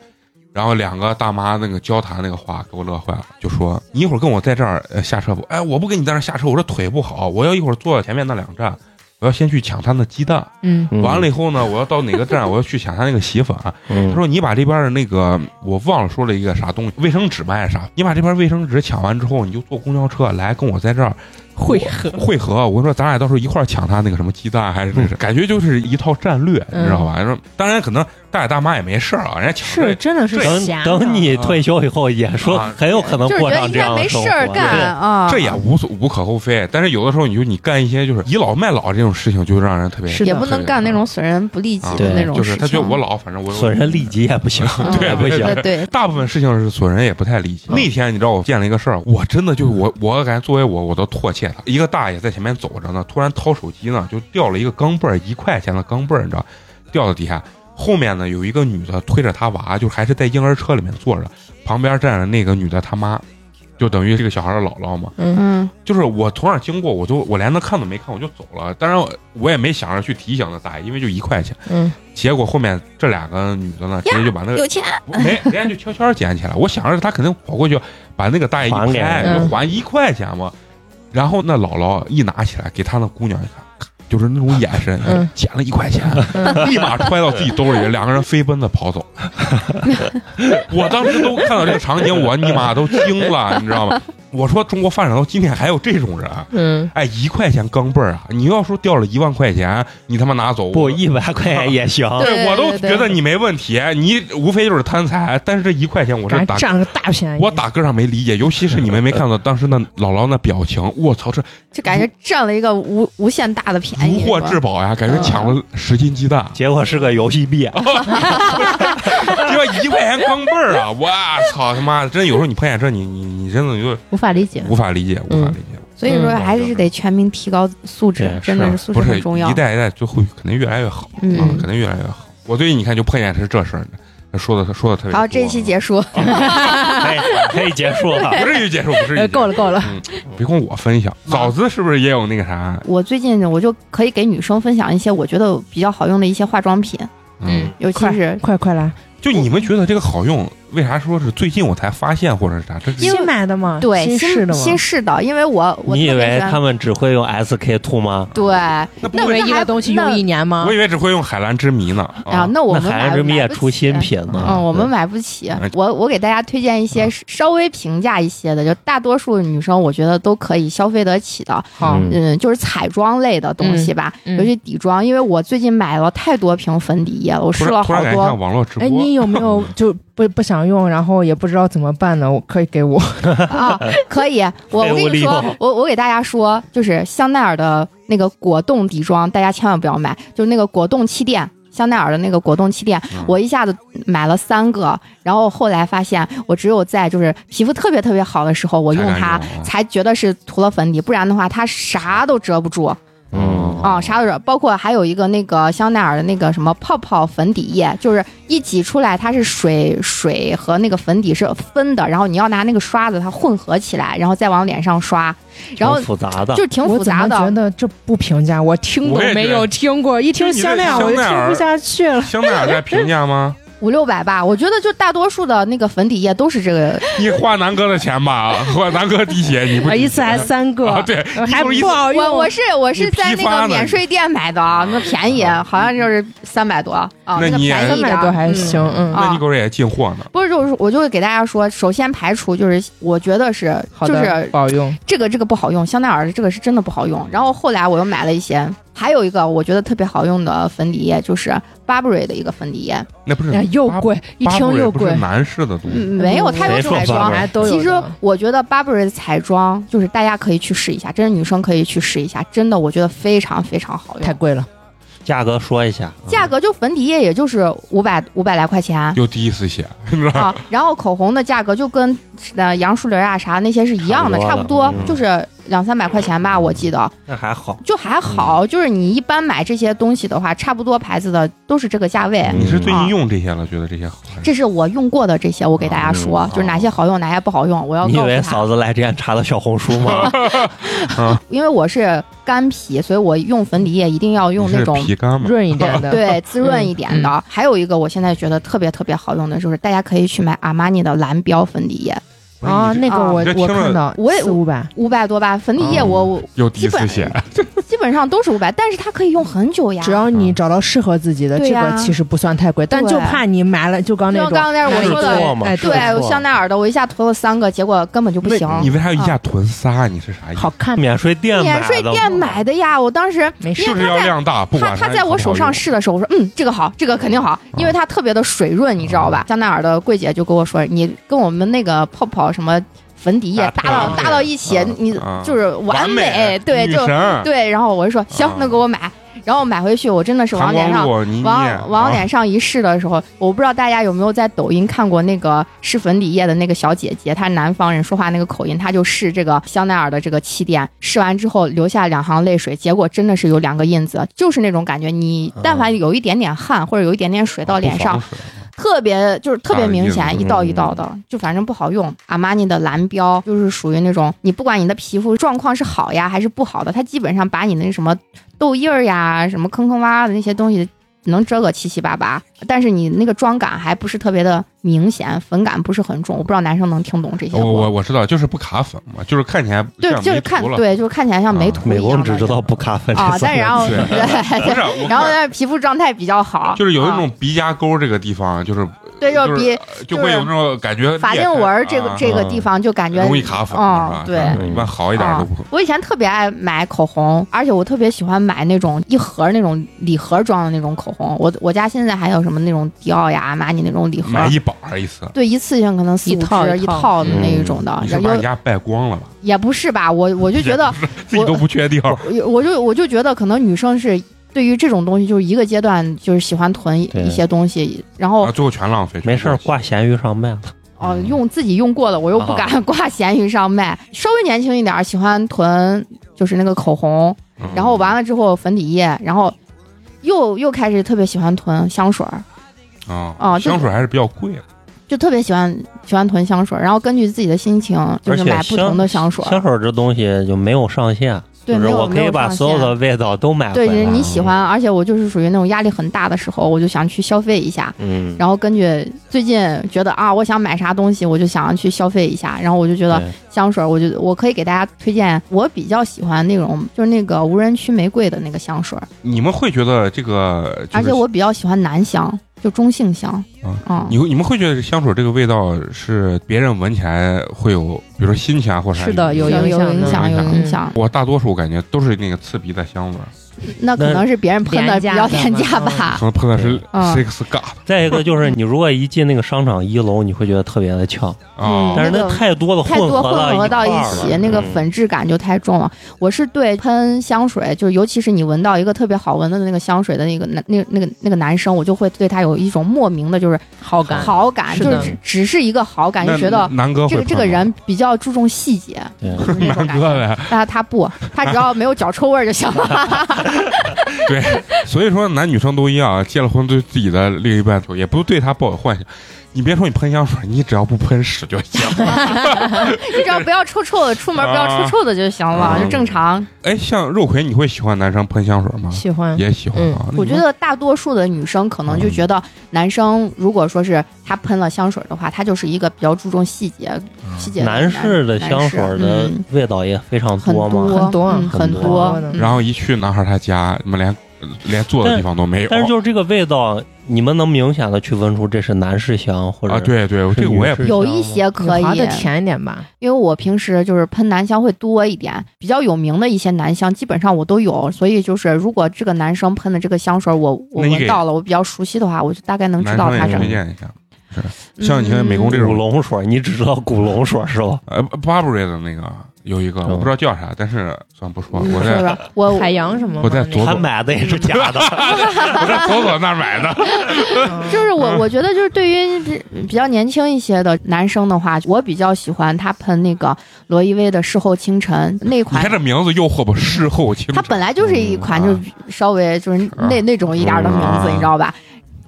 Speaker 3: 然后两个大妈那个交谈那个话给我乐坏了，就说你一会儿跟我在这儿呃下车不？哎，我不跟你在这儿下车，我这腿不好，我要一会儿坐前面那两站。我要先去抢他那鸡蛋，
Speaker 6: 嗯
Speaker 4: 嗯
Speaker 3: 完了以后呢，我要到哪个站，我要去抢他那个洗粉。啊
Speaker 4: 嗯
Speaker 3: 他说：“你把这边的那个，我忘了说了一个啥东西，卫生纸卖啥？你把这边卫生纸抢完之后，你就坐公交车来跟我在这儿
Speaker 7: 会合。
Speaker 3: 汇合。我跟你说，咱俩到时候一块儿抢他那个什么鸡蛋，还是
Speaker 4: 嗯
Speaker 3: 那个，感觉就是一套战略，你
Speaker 7: 嗯
Speaker 3: 知道吧？说当然可能大爷大妈也没事儿啊，人家抢
Speaker 7: 是，
Speaker 3: 着
Speaker 7: 真的是
Speaker 4: 等
Speaker 7: 闲的
Speaker 4: 等你退休以后，也说
Speaker 3: 啊
Speaker 4: 很有可嗯能
Speaker 6: 就是觉
Speaker 4: 过
Speaker 6: 得
Speaker 4: 上
Speaker 6: 应
Speaker 4: 这
Speaker 6: 该
Speaker 4: 样
Speaker 6: 没
Speaker 4: 的生
Speaker 6: 事
Speaker 4: 活
Speaker 6: 儿。
Speaker 4: 对
Speaker 6: 干啊，
Speaker 3: 这也无所无可厚非。但是有的时候你就你干一些就是倚老卖老这种事情，就让人特别
Speaker 7: 是的
Speaker 6: 也不能干那种损人不利己
Speaker 3: 啊
Speaker 6: 的那
Speaker 4: 对
Speaker 6: 种
Speaker 3: 就
Speaker 6: 事
Speaker 3: 是
Speaker 6: 情。
Speaker 3: 他觉得我老，反正我
Speaker 4: 损人利己也不行，
Speaker 6: 嗯，
Speaker 3: [LAUGHS] 对不
Speaker 4: 行
Speaker 6: 对对，
Speaker 3: 大部分事情是损人也不太理解。
Speaker 4: 嗯
Speaker 3: 那天你知道我见了一个事儿，我真的就是我，我感觉作为我，我都唾弃他。一个大爷在前面走着呢，突然掏手机呢，就掉了一个钢镚儿，一块钱的钢镚儿，你知道，掉到底下。后面呢有一个女的推着她娃，就还是在婴儿车里面坐着，旁边站着那个女的她妈，就等于这个小孩的姥姥嘛。
Speaker 6: 嗯
Speaker 3: 就是我从那儿经过，我就我连他看都没看，我就走了。当然我我也没想着去提醒那大爷，因为就一块钱。
Speaker 7: 嗯，
Speaker 3: 结果后面这两个女的呢，直接就把那个
Speaker 6: 有钱，
Speaker 3: 不 [LAUGHS] 没，人家就悄悄捡起来。我想着他肯定跑过去把那个大爷一
Speaker 4: 还给
Speaker 3: 拍，
Speaker 7: 人
Speaker 3: 就还一块钱嘛。然后那姥姥一拿起来给他那姑娘一看，咔就是那种眼神
Speaker 7: 嗯，
Speaker 3: 捡了一块钱，立马揣到自己兜里，两个人飞奔的跑走。 [LAUGHS] 我当时都看到这个场景，我尼玛都惊了，你知道吗？我说中国发展到今天还有这种人，
Speaker 7: 嗯，
Speaker 3: 哎，一块钱钢镚儿啊！你要说掉了一万块钱，你他妈拿走
Speaker 4: 不
Speaker 3: 我
Speaker 4: 一百块钱也行。
Speaker 6: 对
Speaker 3: 对我都
Speaker 6: 对对
Speaker 3: 觉得你没问题，哎你无非就是贪财，但是这一块钱我是
Speaker 7: 敢
Speaker 3: 打
Speaker 7: 占个大便宜，
Speaker 3: 我打歌上没理解，尤其是你们没看到当时那姥姥那表情，我操，这
Speaker 6: 就感觉占了一个无无限大的便
Speaker 3: 如
Speaker 6: 宜。
Speaker 3: 获至宝呀，感觉抢了十斤鸡蛋，
Speaker 4: 结果是个游
Speaker 6: [LAUGHS]
Speaker 4: 戏币，
Speaker 3: 结果一块钱钢镚儿啊！我操他妈，真有时候你碰见这，你你你真的就
Speaker 8: 无法理解。
Speaker 3: 无法理解，无法理解，
Speaker 6: 所以说还是得全民提高素质，
Speaker 4: 嗯
Speaker 6: 真的
Speaker 3: 是
Speaker 6: 素质
Speaker 3: 不
Speaker 6: 很
Speaker 3: 是
Speaker 6: 重要
Speaker 3: 一。代一代最后肯定越来越好
Speaker 6: 嗯
Speaker 3: 啊，肯定越来越好。我最近你看就碰见是这事儿，说的说的特别多。
Speaker 6: 好，这一期结束。
Speaker 4: 可以哎可以结束了。
Speaker 3: [LAUGHS] 不至于结束，不至于结
Speaker 8: 呃，
Speaker 3: 束。
Speaker 8: 够了够了，
Speaker 3: 嗯，别跟我分享，枣子是不是也有那个啥？
Speaker 6: 我最近我就可以给女生分享一些我觉得比较好用的一些化妆品，
Speaker 3: 嗯，
Speaker 6: 尤其是
Speaker 7: 快啊快来，
Speaker 3: 就你们觉得这个好用，为啥说是最近我才发现或者是啥？这是
Speaker 6: 因为
Speaker 7: 新买的嘛，
Speaker 6: 对
Speaker 7: 新试的嘛，
Speaker 6: 新式的，因为我我
Speaker 4: 你以
Speaker 6: 特别
Speaker 4: 为
Speaker 6: 喜欢
Speaker 4: 他们只会用 SK two 吗？
Speaker 6: 对啊，
Speaker 3: 那不
Speaker 6: 那
Speaker 8: 不
Speaker 3: 会
Speaker 8: 为一
Speaker 6: 还
Speaker 8: 个东西用一年吗
Speaker 3: 我？以为只会用海蓝之谜呢。啊，
Speaker 6: 那我
Speaker 4: 那
Speaker 6: 们
Speaker 4: 海
Speaker 6: 买
Speaker 4: 岸之谜
Speaker 6: 买
Speaker 4: 也
Speaker 6: 不
Speaker 4: 出
Speaker 6: 起
Speaker 4: 新品呢。
Speaker 6: 嗯，我们买不起
Speaker 3: 哎。
Speaker 6: 我我给大家推荐一
Speaker 3: 嗯
Speaker 6: 些稍微平价一些的，就大多数女生我觉得都可以消费得起的。
Speaker 7: 好
Speaker 4: 嗯
Speaker 6: 嗯，就是彩妆类的东西吧，
Speaker 8: 嗯嗯
Speaker 6: 尤其底妆，因为我最近买了太多瓶粉底液了，我试
Speaker 3: 突
Speaker 6: 了
Speaker 3: 然突
Speaker 6: 好
Speaker 3: 然感觉像
Speaker 6: 多。
Speaker 3: 网络直播
Speaker 7: 哎，，你有
Speaker 3: [LAUGHS]
Speaker 7: 没有就不不想用，然后也不知道怎么办呢？我可以给我，
Speaker 6: 啊，可
Speaker 3: [LAUGHS]
Speaker 6: 以，我我
Speaker 4: 废物
Speaker 6: 跟你
Speaker 4: 利
Speaker 6: 说
Speaker 4: 用，
Speaker 6: 我我给大家说，就是香奈儿的那个果冻底妆，大家千万不要买，就是那个果冻气垫。香奈儿的那个果冻气垫，
Speaker 3: 嗯
Speaker 6: 我一下子买了三个，然后后来发现，我只有在就是皮肤特别特别好的时候，我用它
Speaker 3: 才敢用啊
Speaker 4: 嗯
Speaker 6: 才觉得是涂了粉底，不然的话它啥都遮不住
Speaker 4: 哦
Speaker 3: 嗯
Speaker 6: 啊、啥都遮。包括还有一个那个香奈儿的那个什么泡泡粉底液，就是一挤出来它是水水和那个粉底是分的，然后你要拿那个刷子它混合起来，然后再往脸上刷，然后
Speaker 4: 挺复杂的
Speaker 6: 就，是挺
Speaker 7: 我
Speaker 6: 复
Speaker 7: 怎
Speaker 6: 杂
Speaker 7: 么
Speaker 6: 的
Speaker 7: 觉。得这不平价？我听都
Speaker 3: 我也觉得
Speaker 7: 没有听过，一听香奈儿我就听不下去了。
Speaker 3: 香奈儿在评价吗？
Speaker 6: 五六百吧，我觉得就大多数的那个粉底液都是这个，
Speaker 3: 你花南哥的钱吧， [LAUGHS] 花南哥地铁你不
Speaker 7: 啊，一次还三个，
Speaker 3: 啊？对，
Speaker 7: 还
Speaker 3: 一
Speaker 7: 不好用。
Speaker 6: 我我是我是
Speaker 3: 你批发
Speaker 6: 在那个
Speaker 3: 呢
Speaker 6: 免税店买的啊，那便宜，
Speaker 4: 哦
Speaker 6: 好像就是三百多啊，
Speaker 3: 那
Speaker 6: 个
Speaker 3: 你也
Speaker 6: 便宜
Speaker 7: 三
Speaker 6: 一
Speaker 7: 百
Speaker 6: 点儿
Speaker 7: 多还
Speaker 6: 嗯
Speaker 7: 行，嗯，
Speaker 3: 那你狗日也进货呢。
Speaker 6: 不是，就是我就会给大家说，首先排除就是，我觉得是
Speaker 7: 好
Speaker 6: 就
Speaker 7: 的，
Speaker 6: 是
Speaker 7: 不好用。
Speaker 6: 这个这个不好用，香奈儿的这个是真的不好用。然后后来我又买了一些，还有一个我觉得特别好用的粉底液，就是 Burberry 的一个粉底液，
Speaker 3: 那不是
Speaker 7: 哎，又贵，一
Speaker 3: 巴
Speaker 7: 听
Speaker 3: 布瑞
Speaker 7: 又
Speaker 3: 不是
Speaker 7: 贵，
Speaker 3: 男士的东西，
Speaker 6: 嗯没有它啊有
Speaker 4: 谁说
Speaker 6: 彩妆
Speaker 4: Burberry？。
Speaker 7: 哎都有的。
Speaker 6: 其实我觉得 Burberry 的彩妆就是大家可以去试一下，真是女生可以去试一下，真的我觉得非常非常好
Speaker 7: 太
Speaker 6: 用。
Speaker 7: 贵了，
Speaker 4: 价格说一下，
Speaker 6: 价格就粉底液也就是五百五百来块钱
Speaker 3: 又第一次写，你知道吧？
Speaker 6: [LAUGHS]
Speaker 4: [LAUGHS]
Speaker 6: 啊，然后口红的价格就跟呃杨树林啊啥那些是一样的，差
Speaker 4: 差
Speaker 6: 不
Speaker 4: 不
Speaker 6: 多
Speaker 4: 多的嗯
Speaker 6: 就是两三百块钱吧，我记得。
Speaker 4: 嗯那还好。
Speaker 6: 就还
Speaker 4: 嗯
Speaker 6: 好，就是你一般买这些东西的话，差不多牌子的都是这个价位。
Speaker 4: 嗯
Speaker 3: 你是最近用这些了，觉得这些好看？
Speaker 6: 这是我用过的这些，我给大家说，
Speaker 3: 嗯
Speaker 6: 就是哪些好用，哪些不好用，我要
Speaker 4: 你以
Speaker 6: 哦告
Speaker 4: 为
Speaker 6: 诉他
Speaker 4: 嫂。子来之前查的小红书吗？
Speaker 6: 因为我是干皮，所以我用粉底液一定要用
Speaker 3: 你
Speaker 6: 那
Speaker 3: 是
Speaker 6: 种
Speaker 3: 皮干吗？
Speaker 7: 润一点
Speaker 3: [LAUGHS]
Speaker 6: 嗯
Speaker 7: 的。，嗯
Speaker 6: 对滋润一点的。还有一个我现在觉得特别特别好用的，就是大家可以去买阿玛尼的蓝标粉底液，
Speaker 3: 不是
Speaker 7: 啊，
Speaker 3: 你
Speaker 7: 那个
Speaker 6: 啊
Speaker 7: 我
Speaker 3: 你这
Speaker 7: 我
Speaker 3: 听着
Speaker 7: 看到，
Speaker 6: 我也
Speaker 7: 四五百，
Speaker 6: 五百多吧。粉底液
Speaker 4: 哦
Speaker 3: 嗯
Speaker 6: 我、我
Speaker 3: 又第一次
Speaker 6: 基
Speaker 3: 写
Speaker 6: 本，啊基本上都是五百，但是它可以用很久呀。
Speaker 7: 只要
Speaker 3: 嗯
Speaker 7: 你找到适合自己的，
Speaker 6: 对
Speaker 7: 这
Speaker 6: 呀
Speaker 7: 个其实不算太贵，但
Speaker 6: 对
Speaker 7: 就怕你买了就刚那
Speaker 6: 就
Speaker 7: 种，
Speaker 6: 刚才我
Speaker 7: 买了
Speaker 6: 说
Speaker 7: 就
Speaker 6: 的，
Speaker 4: 嘛
Speaker 7: 哎，
Speaker 4: 是
Speaker 6: 对
Speaker 4: 没错
Speaker 6: 香奈儿的，我一下囤了三个，结果根本就不行。
Speaker 3: 那你为啥一下囤仨？你是啥意思
Speaker 7: 好？看，
Speaker 4: 免税店买
Speaker 6: 免
Speaker 4: 的
Speaker 6: 税店
Speaker 4: 嘛
Speaker 6: 买的呀，我当时
Speaker 7: 没事
Speaker 6: 因
Speaker 3: 就
Speaker 6: 为
Speaker 3: 是
Speaker 6: 它
Speaker 3: 要
Speaker 6: 在
Speaker 3: 量大，不
Speaker 6: 它
Speaker 3: 管
Speaker 6: 它
Speaker 3: 啥
Speaker 6: 在我手上试的时候，我说嗯，这个好，这个肯定
Speaker 3: 啊
Speaker 6: 好，因为它特别的水润，你知道吧？香奈儿的柜姐就跟我说，你跟我们那个泡泡什么粉底液搭
Speaker 4: 搭配
Speaker 6: 到
Speaker 4: 啊
Speaker 6: 搭到一起
Speaker 3: 啊，
Speaker 6: 你
Speaker 3: 啊
Speaker 6: 就是
Speaker 3: 完
Speaker 6: 美，对，
Speaker 3: 女
Speaker 6: 就
Speaker 3: 神
Speaker 6: 对。然后我就说行
Speaker 3: 啊，
Speaker 6: 那给我买。然后买回去，我真的是往
Speaker 3: 韩
Speaker 6: 脸上
Speaker 3: 光。路，你啊
Speaker 6: 往往脸上一试的时候，我不知道大家有没有在抖音看过那个试粉底液的那个小姐姐，她是南方人，说话那个口音，她就试这个香奈儿的这个气垫，试完之后流下两行泪水，结果真的是有两个印子，就是那种感觉，你但凡有一点点汗或者有一点点水
Speaker 3: 啊
Speaker 6: 到脸上，，特别就是特别明
Speaker 3: 大的嗯
Speaker 6: 显，
Speaker 3: 印
Speaker 6: 一
Speaker 3: 子
Speaker 6: 道一道的，就反正不好用。阿玛尼的蓝标就是属于那种，你不管你的皮肤状况是好呀还是不好的，它基本上把你那什么痘印儿呀、什么坑坑洼洼的那些东西能遮个七七八八，但是你那个妆感还不是特别的明显，粉感不是很重。我不知道男生能听懂这些
Speaker 3: 我
Speaker 6: 不？
Speaker 3: 哦我我知道，就是不卡粉嘛，就是看起来
Speaker 6: 对，
Speaker 3: 像
Speaker 6: 就是
Speaker 3: 没涂
Speaker 6: 看
Speaker 3: 了
Speaker 6: 对，就是看起来像没
Speaker 3: 啊
Speaker 6: 涂
Speaker 4: 美
Speaker 6: 一
Speaker 4: 工
Speaker 6: 样
Speaker 4: 只
Speaker 6: 的
Speaker 4: 知道不卡粉这
Speaker 6: 啊，但
Speaker 4: 三个
Speaker 6: 然后
Speaker 3: 对
Speaker 6: 对，
Speaker 3: 不是，我
Speaker 6: 然后但是皮肤状态比较好，
Speaker 3: 就是有一
Speaker 6: 啊
Speaker 3: 种鼻夹沟这个地方，就是
Speaker 6: 对，就
Speaker 3: 就是
Speaker 6: 比
Speaker 3: 就会有那种感觉裂开。
Speaker 6: 法令纹儿这个
Speaker 3: 啊
Speaker 6: 这个地方就感觉
Speaker 3: 容易卡粉，
Speaker 6: 嗯，
Speaker 3: 是
Speaker 6: 对。
Speaker 3: 吧一般好一点都不
Speaker 6: 啊。我以前特别爱买口红，而且我特别喜欢买那种一盒那种礼盒装的那种口红。我我家现在还有什么那种迪奥呀、阿玛尼那种礼盒，
Speaker 3: 买一板儿一次，
Speaker 6: 对，一次性可能四
Speaker 1: 一
Speaker 6: 五
Speaker 1: 套
Speaker 6: 支
Speaker 1: 一
Speaker 6: 一
Speaker 1: 套
Speaker 6: 套的那一
Speaker 4: 嗯
Speaker 6: 种的
Speaker 3: 你，是
Speaker 6: 然
Speaker 3: 把
Speaker 6: 后
Speaker 3: 人家败光了吧？
Speaker 6: 也不是吧，我我就
Speaker 3: [LAUGHS]
Speaker 6: 觉得，
Speaker 3: 自己都不
Speaker 6: [LAUGHS]
Speaker 3: 确定，
Speaker 6: 我我就我就觉得可能女生是。对于这种东西，就是一个阶段就是喜欢囤
Speaker 4: 对
Speaker 6: 一些东西，然
Speaker 3: 然后
Speaker 6: 后
Speaker 3: 啊最后全浪费。
Speaker 4: 哦没事儿挂闲鱼上卖了。
Speaker 3: 啊
Speaker 6: 哦、用自己用过的，我又不
Speaker 4: 啊
Speaker 6: 敢 [LAUGHS] 挂闲鱼上卖。稍微年轻一点儿，喜欢囤就是那个口红，
Speaker 3: 嗯，
Speaker 6: 然后完了之后粉底液，然后又又开始特别喜欢囤香水儿，
Speaker 3: 啊
Speaker 6: 哦，就
Speaker 3: 香水还是比较贵的，
Speaker 6: 就特别喜欢喜欢囤香水儿，然后根据自己的心情就
Speaker 4: 而
Speaker 6: 是
Speaker 4: 且
Speaker 6: 买不同的香水儿，
Speaker 4: 香水这东西就没有上限，
Speaker 6: 对，
Speaker 4: 就
Speaker 6: 没
Speaker 4: 是
Speaker 6: 有
Speaker 4: 我可以把所有。
Speaker 6: 没
Speaker 4: 的啊
Speaker 6: 上限
Speaker 4: 味道都买回
Speaker 6: 对，就是
Speaker 4: 来。
Speaker 6: 你喜欢，而且我就是属于那种压力很大的时候，我就想去消费一下。
Speaker 4: 嗯，
Speaker 6: 然后根据最近觉得啊，我想买啥东西，我就想要去消费一下。然后我就觉得
Speaker 4: 对
Speaker 6: 香水儿，我就我可以给大家推荐，我比较喜欢那种就是那个无人区玫瑰的那个香水儿，
Speaker 3: 你们会觉得这个，就是
Speaker 6: 而且我比较喜欢男香，就中性香。
Speaker 3: 啊
Speaker 6: 嗯，
Speaker 3: 你会你们会觉得香水这个味道是别人闻起来会有，比如说心情啊或者啥
Speaker 1: 是的有
Speaker 3: 影
Speaker 6: 有
Speaker 3: 响
Speaker 1: 影响的
Speaker 6: 影响，有
Speaker 3: 嗯
Speaker 6: 影响。
Speaker 3: 我大多数感觉都是那个刺鼻的香味儿，
Speaker 6: 那可能是别人喷的比较廉价吧
Speaker 3: [LAUGHS] 可。能喷的是
Speaker 6: 嗯
Speaker 3: Six God
Speaker 4: 再一个就是，你如果一进那个商场一楼，你会觉得特别的呛，
Speaker 3: 啊
Speaker 6: 嗯
Speaker 4: 但是那
Speaker 6: 那个
Speaker 4: 太多的
Speaker 6: 太多
Speaker 4: 合
Speaker 6: 混合到
Speaker 4: 一
Speaker 6: 一
Speaker 4: 块儿
Speaker 6: 起，
Speaker 4: 了
Speaker 6: 那个
Speaker 4: 嗯
Speaker 6: 粉质感就太重了。我是对喷香水，就尤其是你闻到一个特别好闻的那个香水的那个男、那个、那个、那个男生，我就会对他有一种莫名的，就是
Speaker 1: 好感，
Speaker 6: 好感，
Speaker 1: 是
Speaker 6: 就
Speaker 1: 的
Speaker 6: 是只只是一个好感，就
Speaker 3: 那
Speaker 6: 觉得
Speaker 3: 南哥
Speaker 6: 这
Speaker 3: 会
Speaker 6: 个这个
Speaker 3: 喷吗
Speaker 6: 人比较注重细节，
Speaker 4: 对
Speaker 6: 就是
Speaker 3: [LAUGHS]
Speaker 6: 那种
Speaker 3: 南
Speaker 6: 感
Speaker 3: 哥
Speaker 6: 觉。
Speaker 3: 呗，
Speaker 6: 但他他不，他只要没有脚臭味儿就行了。
Speaker 3: 对，所以说男女生都一样，结了婚对自己的另一半也不对他抱有幻想。你别说你喷香水，你只要不喷屎就行。
Speaker 6: 你只要不要臭臭的，出门不要臭臭的就行了，
Speaker 3: 啊
Speaker 6: 就正常。
Speaker 3: 哎，像肉葵，你会喜欢男生喷香水吗？
Speaker 7: 喜欢
Speaker 3: 也喜欢啊。那
Speaker 6: 嗯我
Speaker 3: 你嗯
Speaker 6: 觉得大多数的女生可能就觉得，男生如果说是他喷了香水的话，他就是一个比较注重细节、
Speaker 3: 嗯
Speaker 6: 细节的
Speaker 4: 男士的
Speaker 6: 男
Speaker 4: 香水的
Speaker 6: 嗯
Speaker 4: 味道也非常
Speaker 6: 很
Speaker 4: 多嘛，
Speaker 6: 很
Speaker 7: 很多
Speaker 6: 嗯
Speaker 4: 很多
Speaker 6: 多。嗯
Speaker 3: 然后一去男孩他家，你们连连坐的地方都没有。
Speaker 4: 但是就是这个味道，你们能明显的区分出这是男士香或者
Speaker 3: 啊，对对，这个我也
Speaker 4: 是女士
Speaker 6: 有
Speaker 4: 香
Speaker 6: 一
Speaker 4: 吗
Speaker 6: 些可以
Speaker 7: 女孩，的甜一点吧，
Speaker 6: 因为我平时就是喷男香会多一点，比较有名的一些男香基本上我都有，所以就是如果这个男生喷的这个香水我我
Speaker 3: 那你给
Speaker 6: 闻到了，我比较熟悉的话，我就大概能知
Speaker 3: 男
Speaker 6: 道
Speaker 3: 生
Speaker 6: 他
Speaker 3: 也
Speaker 6: 是
Speaker 3: 推荐一下。是像你看
Speaker 6: 嗯
Speaker 3: 美工这
Speaker 4: 古
Speaker 3: 种
Speaker 4: 龙水，你只知道古龙水是
Speaker 3: [LAUGHS]
Speaker 4: 吧？
Speaker 3: 呃，Burberry 的那个有一个，我不知道叫啥，但是算不说，我
Speaker 6: 嗯是
Speaker 3: 在
Speaker 6: 吧？我
Speaker 7: 海洋什么吗？
Speaker 3: 我在
Speaker 7: 那个
Speaker 3: 左
Speaker 4: 他买的也是假的，
Speaker 3: 我在左左那儿买
Speaker 6: [LAUGHS]
Speaker 3: 的。
Speaker 7: 啊
Speaker 6: 就是
Speaker 3: 嗯
Speaker 6: 我，我觉得就是对于比较年轻一些的男生的话，我比较喜欢他喷那个罗意威的事后清晨那
Speaker 3: 你看
Speaker 6: 款。
Speaker 3: 这名字诱惑吧，事后清
Speaker 6: 它
Speaker 3: 晨。
Speaker 6: 本来就是一款
Speaker 3: 嗯
Speaker 6: 就
Speaker 3: 啊
Speaker 6: 稍微就是那、那种一点儿的名字，
Speaker 3: 嗯
Speaker 6: 你知道吧？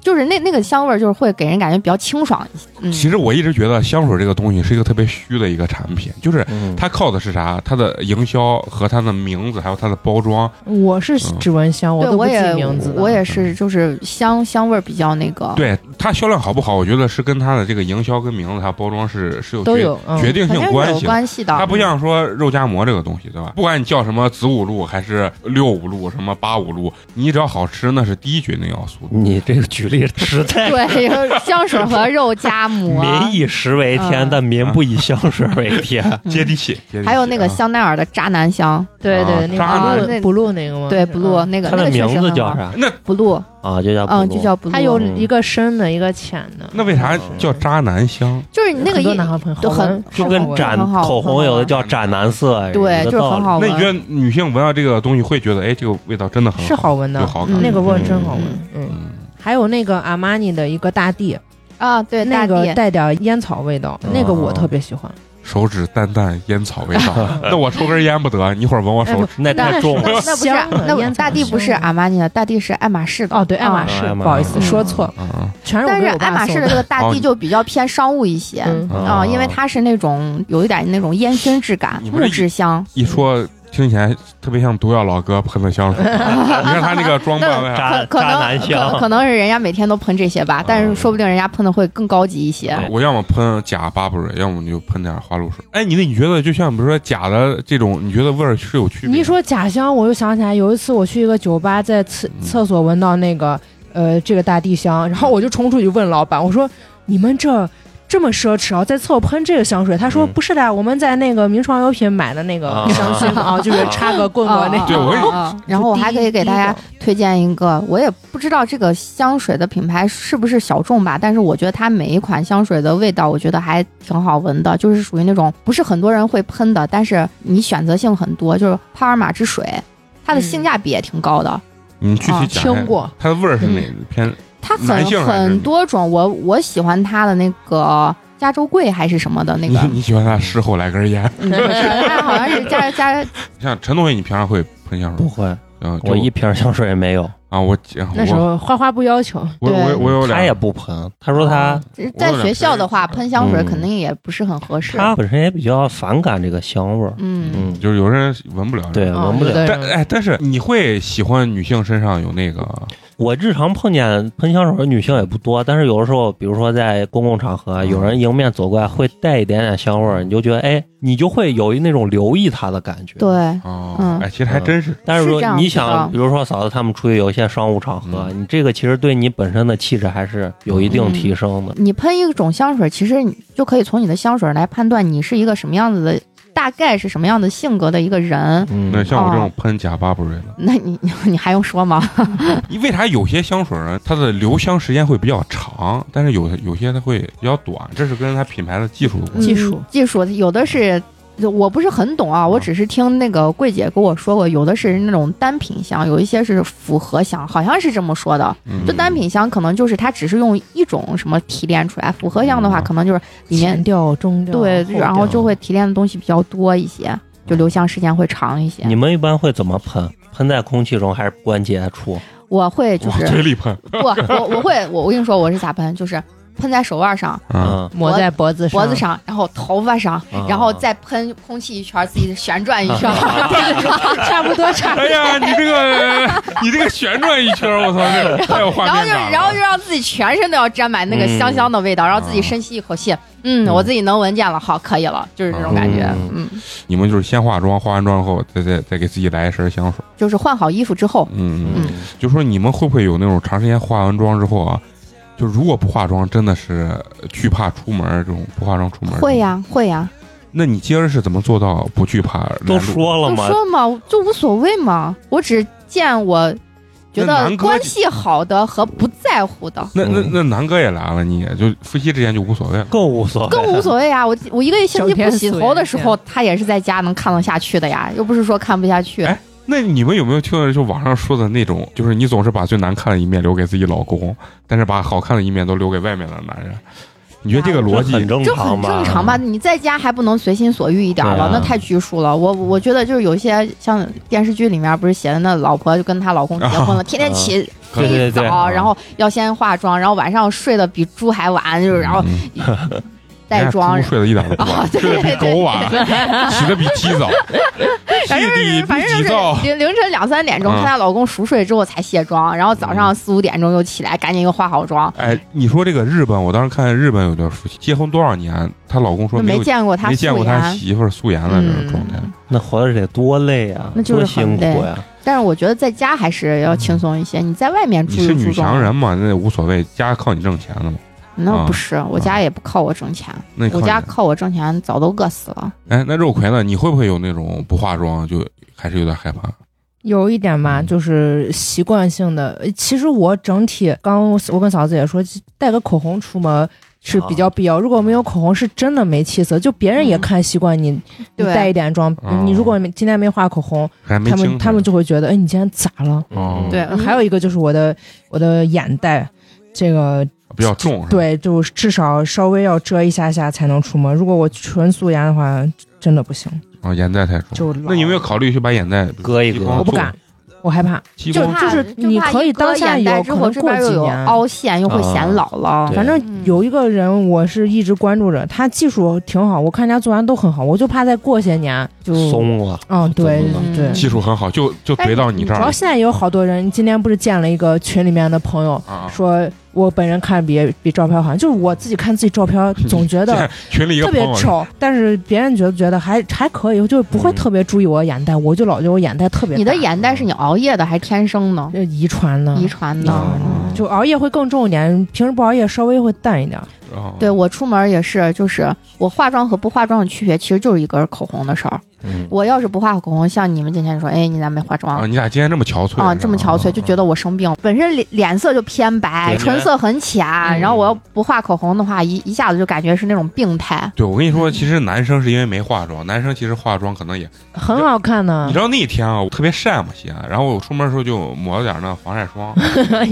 Speaker 6: 就是那那个香味儿，就是会给人感觉比较清爽一些。嗯，
Speaker 3: 其实我一直觉得香水这个东西是一个特别虚的一个产品，就是它靠的是啥？它的营销和它的名字，还有它的包装。
Speaker 7: 我是
Speaker 3: 嗯
Speaker 7: 指纹香，
Speaker 6: 对
Speaker 7: 都不
Speaker 6: 我
Speaker 7: 记
Speaker 6: 也
Speaker 7: 名字的，
Speaker 6: 我也是，就是香香味儿比较那个。
Speaker 3: 对它销量好不好，我觉得是跟它的这个营销跟名字还有包装是是有
Speaker 7: 都
Speaker 3: 决
Speaker 7: 有啊嗯
Speaker 3: 决定
Speaker 6: 肯
Speaker 3: 性
Speaker 6: 定是
Speaker 3: 关
Speaker 6: 有
Speaker 3: 系的。
Speaker 6: 关系的，
Speaker 3: 它不像说肉夹馍这个东西，
Speaker 7: 嗯
Speaker 3: 对吧？不管你叫什么子午路还是六五路，什么八五路，你只要好吃，那是第一决定要素。
Speaker 4: 你这个举例
Speaker 6: [LAUGHS]
Speaker 4: 实在
Speaker 6: 对，
Speaker 3: [LAUGHS]
Speaker 6: 就是香水和肉夹馍，
Speaker 4: [LAUGHS] 民以食为天，
Speaker 6: 嗯
Speaker 4: 但民不以香水为天。
Speaker 7: 嗯
Speaker 3: 接地气，接地气
Speaker 6: 还有那个
Speaker 3: 啊
Speaker 6: 香奈儿的渣男香，
Speaker 7: 对
Speaker 3: 啊
Speaker 7: 对，那
Speaker 3: 渣
Speaker 6: 男
Speaker 7: 个 blue blue 那个吗？
Speaker 6: 对，blue [LAUGHS]
Speaker 7: 嗯
Speaker 6: 那个
Speaker 4: 它
Speaker 6: 那
Speaker 4: 的
Speaker 6: 个确
Speaker 4: 名
Speaker 6: 实
Speaker 4: 字
Speaker 6: 很
Speaker 4: 叫
Speaker 6: 好
Speaker 4: 啥
Speaker 6: ，blue，
Speaker 4: 啊？就叫
Speaker 6: 嗯，
Speaker 4: 布
Speaker 6: 就
Speaker 4: 鲁
Speaker 6: 叫 blue。
Speaker 7: 它有
Speaker 4: 嗯
Speaker 7: 一个深的，一个浅的。
Speaker 3: 那为啥叫渣男香？
Speaker 6: 就是那个
Speaker 7: 很多
Speaker 6: 一
Speaker 7: 男孩朋友
Speaker 6: 都
Speaker 7: 好
Speaker 6: 很
Speaker 7: 闻
Speaker 4: 就跟
Speaker 7: 好
Speaker 4: 斩
Speaker 6: 很好
Speaker 4: 口红
Speaker 6: 很好
Speaker 4: 有的
Speaker 6: 玩
Speaker 4: 叫斩男色，啊
Speaker 6: 对，就是很好
Speaker 3: 那
Speaker 6: 闻。
Speaker 3: 你觉得女性闻到这个东西会觉得，哎，这个味道真的很
Speaker 7: 是好闻
Speaker 3: 有
Speaker 7: 的，
Speaker 3: 好感。
Speaker 7: 那个味儿真
Speaker 4: 嗯
Speaker 7: 好闻。嗯，
Speaker 3: 嗯
Speaker 7: 还有那个阿玛尼的一个大地，
Speaker 6: 啊？对，
Speaker 7: 那
Speaker 6: 大
Speaker 7: 个
Speaker 6: 地
Speaker 7: 带点烟草味道，那个我特别喜欢。
Speaker 3: 手指淡淡烟草味道， [LAUGHS] 那我抽根烟不得？你一会儿闻我手指，
Speaker 4: 那太重
Speaker 6: 那
Speaker 4: 了。
Speaker 6: 那不是
Speaker 7: 哎
Speaker 6: 啊
Speaker 7: 香的
Speaker 6: 那
Speaker 7: 烟
Speaker 6: 不
Speaker 7: 草
Speaker 6: 大地
Speaker 7: 香
Speaker 6: 不是啊
Speaker 7: 的
Speaker 6: 阿玛尼的，大地是爱马仕的
Speaker 7: 哦，对，爱马
Speaker 6: 啊
Speaker 7: 仕
Speaker 4: 爱，马
Speaker 7: 不好意
Speaker 4: 仕
Speaker 7: 思说错，
Speaker 3: 嗯嗯
Speaker 7: 全是我
Speaker 6: 但是
Speaker 7: 给我
Speaker 6: 爱
Speaker 7: 爸
Speaker 6: 马仕
Speaker 7: 送
Speaker 6: 的这个大
Speaker 3: 哦
Speaker 6: 地
Speaker 3: 你
Speaker 6: 就比较偏商务一些
Speaker 7: 嗯
Speaker 3: 嗯
Speaker 6: 啊，因为它是那种有一点那种烟熏质感、
Speaker 3: 你不是
Speaker 6: 木
Speaker 3: 一
Speaker 6: 质香。
Speaker 3: 一说听起来特别像毒药老哥喷的香水。你看他那个装扮外
Speaker 4: 渣
Speaker 6: 可
Speaker 4: 渣
Speaker 6: 能
Speaker 4: 男
Speaker 6: 可可
Speaker 4: 香，
Speaker 6: 能是人家每天都喷这些吧，但是
Speaker 3: 嗯
Speaker 6: 说不定人家喷的会更高级一些。
Speaker 3: 我要么喷假巴布瑞，要么就喷点花露水。哎，你那你觉得就像比如说假的这种，你觉得味儿是有区别？
Speaker 7: 你一说假香，我又想起来有一次我去一个酒吧，在厕
Speaker 3: 嗯
Speaker 7: 厕所闻到那个呃这个大地香，然后我就冲出去问老板，我说你们这这么奢侈啊，在厕所喷这个香水？他说
Speaker 4: 嗯
Speaker 7: 不是的，我们在那个名创优品买的那个
Speaker 4: 啊
Speaker 7: 香薰啊，就是插个棍
Speaker 6: 啊
Speaker 7: 棍那
Speaker 3: 哦
Speaker 6: 啊
Speaker 7: 个。
Speaker 3: 对我跟你
Speaker 6: 啊然后我还可以给大家推荐一个，我也不知道这个香水的品牌是不是小众吧，但是我觉得它每一款香水的味道，我觉得还挺好闻的，就是属于那种不是很多人会喷的，但是你选择性很多，就是帕尔玛之水，它的性价比也挺高的。
Speaker 3: 你具体
Speaker 6: 啊
Speaker 3: 讲一下，
Speaker 7: 过，
Speaker 3: 它的味儿是哪偏？
Speaker 6: 它
Speaker 3: 男性
Speaker 6: 很
Speaker 3: 还是女
Speaker 6: 很多种，我我喜欢它的那个加州桂还是什么的
Speaker 3: [LAUGHS]
Speaker 6: 那
Speaker 3: 你
Speaker 6: 个，
Speaker 3: 你喜欢它事后来根烟？
Speaker 6: 嗯它好像是加加
Speaker 3: 你像陈同学，你平常会喷香水
Speaker 4: 不
Speaker 3: 吗？
Speaker 4: 会，
Speaker 3: 嗯，就
Speaker 4: 我一瓶香水也没有，
Speaker 3: 啊，我
Speaker 7: 那时
Speaker 3: 我
Speaker 7: 候花花不要求，
Speaker 3: 我我我有
Speaker 4: 他也
Speaker 3: 两，
Speaker 4: 不喷。他说
Speaker 6: 哦
Speaker 4: 他
Speaker 6: 在学校的话，喷香水
Speaker 4: 嗯
Speaker 6: 肯定也不是很合适。
Speaker 4: 他本身也比较反感这个香味儿，
Speaker 6: 嗯，哦
Speaker 4: 嗯，
Speaker 3: 就是有人闻嗯不了。
Speaker 4: 对，
Speaker 7: 啊
Speaker 4: 闻不
Speaker 7: 有的
Speaker 4: 了。
Speaker 3: 但
Speaker 7: 人
Speaker 3: 哎，但是你会喜欢女性身上有那个
Speaker 4: 我日常碰见喷香水的女性也不多，但是有的时候，比如说在公共场合，啊有
Speaker 6: 嗯
Speaker 4: 人迎面走过来，会带一点点香味儿，你就觉得哎，你就会有一那种留意他的感觉。
Speaker 6: 对，
Speaker 3: 哦
Speaker 6: 嗯，
Speaker 3: 哎，其实还真是
Speaker 4: 但是
Speaker 6: 是
Speaker 4: 说
Speaker 6: 这样
Speaker 4: 你
Speaker 6: 子的嗯
Speaker 4: 想，比如说嫂子他们出去有一些商务场合，你这个其实对你本身的气质还是有一定提升的。
Speaker 6: 你喷一种香水，其实你就可以从你的香水来判断你是一个什么样子的，大概是什么样的性格的一个人。
Speaker 4: 嗯，
Speaker 3: 那像我这种喷假巴布瑞的，
Speaker 6: 那你 [LAUGHS] 你还用说吗？
Speaker 3: 你为啥有些香水呢？它的留香时间会比较长，但是有有些它会比较短，这是跟它品牌的技术有关。
Speaker 7: 技术
Speaker 6: 嗯技术有的是。就我不是很懂啊，我只是听那个柜姐跟我说过，有的是那种单品香，有一些是复合香，好像是这么说的。
Speaker 3: 嗯
Speaker 6: 就单品香可能就是它只是用一种什么提炼出来，复合香的话
Speaker 3: 嗯
Speaker 6: 可能就是里面
Speaker 7: 前调、中调，
Speaker 6: 对，
Speaker 7: 啊调
Speaker 6: 然后就会提炼的东西比较多一些，就留香时间会长一些
Speaker 4: 你。们一般会怎么喷？喷在空气中还是关节处？
Speaker 6: 我会就
Speaker 3: 往
Speaker 4: 哦
Speaker 6: 是
Speaker 3: 嘴里喷，
Speaker 6: 不，我我会我我跟你说我是咋喷，就是喷在手腕上、
Speaker 3: 嗯，
Speaker 4: 嗯，
Speaker 7: 抹在脖子上，
Speaker 6: 脖子
Speaker 3: 啊
Speaker 6: 上，然后头发上，
Speaker 4: 啊
Speaker 6: 然后再喷空气一圈，自己旋转一圈，
Speaker 3: 啊
Speaker 6: [LAUGHS]
Speaker 7: 差不多差不
Speaker 3: 哎呀，你这个你这个旋转一圈儿，我操，这太有 [LAUGHS] 画
Speaker 6: 然后
Speaker 3: 面
Speaker 6: 就
Speaker 3: 感了。
Speaker 6: 然后就让自己全身都要沾满那个
Speaker 4: 嗯
Speaker 6: 香香的味道，然后自己深吸一口气，嗯，我自己能闻见了，好，可以了，就是这种感觉，
Speaker 4: 嗯
Speaker 6: 嗯，
Speaker 3: 你们就是先化妆，化完妆后再再再给自己来一身香水。
Speaker 6: 就是换好衣服之后，
Speaker 3: 嗯嗯，
Speaker 6: 嗯
Speaker 3: 就说你们会不会有那种长时间化完妆之后啊？就如果不化妆，真的是惧怕出门儿这种不化妆出门。
Speaker 6: 会。呀会呀，
Speaker 3: 那你今儿是怎么做到不惧怕拦路？
Speaker 4: 都说了
Speaker 6: 就
Speaker 4: 嘛，
Speaker 6: 说嘛，就无所谓嘛。我只见我觉
Speaker 3: 那
Speaker 6: 得
Speaker 3: 南哥
Speaker 6: 关
Speaker 3: 就
Speaker 6: 系好的和不在乎的，
Speaker 3: 那那
Speaker 4: 嗯
Speaker 3: 那南哥也来了，你也就夫妻之间就无所谓了。
Speaker 4: 更无所谓，
Speaker 6: 更无所谓啊。我我一个星期
Speaker 7: 整
Speaker 6: 不
Speaker 7: 天
Speaker 6: 洗头的时候，他也是在家能看得下去的呀，又不是说看不下去。
Speaker 3: 哎那你们有没有听到就网上说的那种，就是你总是把最难看的一面留给自己老公，但是把好看的一面都留给外面的男人？你觉得这个逻
Speaker 4: 这
Speaker 3: 辑
Speaker 4: 很正
Speaker 6: 这
Speaker 4: 常
Speaker 6: 很
Speaker 4: 吧？
Speaker 6: 正常吧？你在家还不能随心所欲一点
Speaker 4: 对
Speaker 6: 了，
Speaker 4: 啊
Speaker 6: 那太拘束了。我我觉得就是有一些像电视剧里面不是写的那老婆就跟她老公结
Speaker 3: [LAUGHS]
Speaker 6: 婚了，天天起
Speaker 3: 啊对
Speaker 6: 一
Speaker 4: 对对
Speaker 6: 早，然后要先化妆，然后晚上睡得比猪还晚，就是然后
Speaker 3: 嗯
Speaker 6: 带
Speaker 3: 人家
Speaker 6: 妆
Speaker 3: 猪睡得一点都不晚，
Speaker 6: [LAUGHS] 啊对
Speaker 3: 睡得比狗晚， [LAUGHS] 起得比鸡早，
Speaker 6: [LAUGHS] 反正
Speaker 3: 起
Speaker 6: 是
Speaker 3: 得
Speaker 6: 反
Speaker 3: 比
Speaker 6: 正
Speaker 3: 鸡
Speaker 6: 就是
Speaker 3: 早。
Speaker 6: 凌凌晨两三点钟，
Speaker 3: 嗯
Speaker 6: 看她老公熟睡之后才卸妆，然后早上四五点钟又起来，赶紧又化好妆。
Speaker 3: 哎，你说这个日本，我当时看日本有对夫妻结婚多少年，她老公说没
Speaker 6: 没
Speaker 3: 有
Speaker 6: 见过她
Speaker 3: 没
Speaker 6: 素
Speaker 3: 见过他
Speaker 6: 颜，
Speaker 3: 媳妇儿素颜的这种状态。
Speaker 6: 嗯
Speaker 4: 那活着得多累啊，
Speaker 6: 那就是
Speaker 4: 多
Speaker 6: 很
Speaker 4: 辛苦
Speaker 6: 累
Speaker 4: 呀、
Speaker 6: 但是我觉得在家还是要轻松一些。你在外面
Speaker 3: 嗯
Speaker 6: 住
Speaker 3: 你是
Speaker 6: 就
Speaker 3: 女
Speaker 6: 注重
Speaker 3: 强，人嘛，那无所谓，家靠你挣钱的嘛。
Speaker 6: 那不是，我家也不靠我挣钱，
Speaker 3: 啊那你靠
Speaker 6: 我
Speaker 3: 你啊
Speaker 6: 家靠我挣钱早都饿死了。
Speaker 3: 哎，那肉葵呢？你会不会有那种不化妆就还是有点害怕？
Speaker 7: 有一点
Speaker 3: 嗯
Speaker 7: 吧，就是习惯性的。呃其实我整体，刚我跟嫂子也说，带个口红出门是比较必要。如果没有口红，是真的没气色。就别人也看习惯你，你
Speaker 6: 对
Speaker 7: 带一点妆。
Speaker 3: 嗯哦
Speaker 7: 你如果没今天没画口红，
Speaker 3: 还没
Speaker 7: 他
Speaker 3: 精
Speaker 7: 们
Speaker 3: 神
Speaker 7: 他们就会觉得，哎，你今天咋了？
Speaker 3: 哦
Speaker 7: 对，
Speaker 6: 嗯
Speaker 7: 还有一个就是我的我的眼袋，这个
Speaker 3: 比较重，是吧，
Speaker 7: 对，就是至少稍微要遮一下下才能出门。如果我纯素颜的话，真的不行，
Speaker 3: 啊，眼袋太重。
Speaker 7: 就老
Speaker 3: 那你有没有考虑去把眼袋
Speaker 4: 割一
Speaker 3: 激
Speaker 4: 割
Speaker 3: 光
Speaker 7: 我不
Speaker 3: 做
Speaker 7: 敢，我害怕。
Speaker 3: 激
Speaker 7: 就
Speaker 3: 光
Speaker 7: 怕就是你可以当下有
Speaker 6: 但之后这边又有
Speaker 7: 可能过几年
Speaker 6: 凹陷，又会
Speaker 3: 啊
Speaker 6: 显老了。
Speaker 4: 对
Speaker 7: 啊反正
Speaker 6: 嗯
Speaker 7: 有一个人，我是一直关注着，他技术挺好，我看人家做完都很好，我就怕再过些年就，
Speaker 4: 松了，
Speaker 7: 嗯，对
Speaker 4: 松
Speaker 6: 了
Speaker 7: 对。
Speaker 3: 技术很好，就就怼到你这
Speaker 7: 主要
Speaker 3: 儿
Speaker 7: 现在也有好多人，今天不是见了一个群里面的朋友，
Speaker 3: 啊。
Speaker 7: 说我本人看比比照片好像，就是我自己看自己照片，总觉得
Speaker 3: 现在群 [LAUGHS] 里一个
Speaker 7: 特
Speaker 3: 朋
Speaker 7: 别
Speaker 3: 友
Speaker 7: 丑，但是别人觉得觉得还还可以，就是不会
Speaker 4: 嗯
Speaker 7: 特别注意我的眼袋，我就老觉得我眼袋特别大。呃
Speaker 6: 你的眼袋是你熬夜的，还是天生的？
Speaker 7: 这遗传呢？嗯
Speaker 6: 遗传
Speaker 3: 嗯
Speaker 6: 的。
Speaker 7: 啊就熬夜会更重一点，平时不熬夜稍微会淡一点。
Speaker 3: 啊，
Speaker 6: 对我出门也是，就是我化妆和不化妆的区别，其实就是一根口红的事儿。
Speaker 4: 嗯，
Speaker 6: 我要是不画口红，像你们今天说，哎，你咋没化妆
Speaker 3: 啊，？你俩今天这么憔悴
Speaker 6: 啊，这么憔悴，就觉
Speaker 3: 得
Speaker 6: 得我生病了，本身脸脸色就偏白，
Speaker 4: 对
Speaker 6: 唇色很浅，
Speaker 3: 嗯
Speaker 6: 然后我要不画口红的话，一一下子就感觉是那种病态，
Speaker 3: 对我跟你说，其实男生是因为没化妆，男生其实化妆可能也，
Speaker 7: 很好看呢
Speaker 3: 你知。道那天啊，我特别晒嘛西安，然后我出门的时候就抹了点那防晒霜，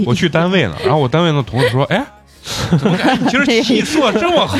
Speaker 3: 我去单位呢，然后我单位的同事说，哎。怎么感觉今儿气色这么好？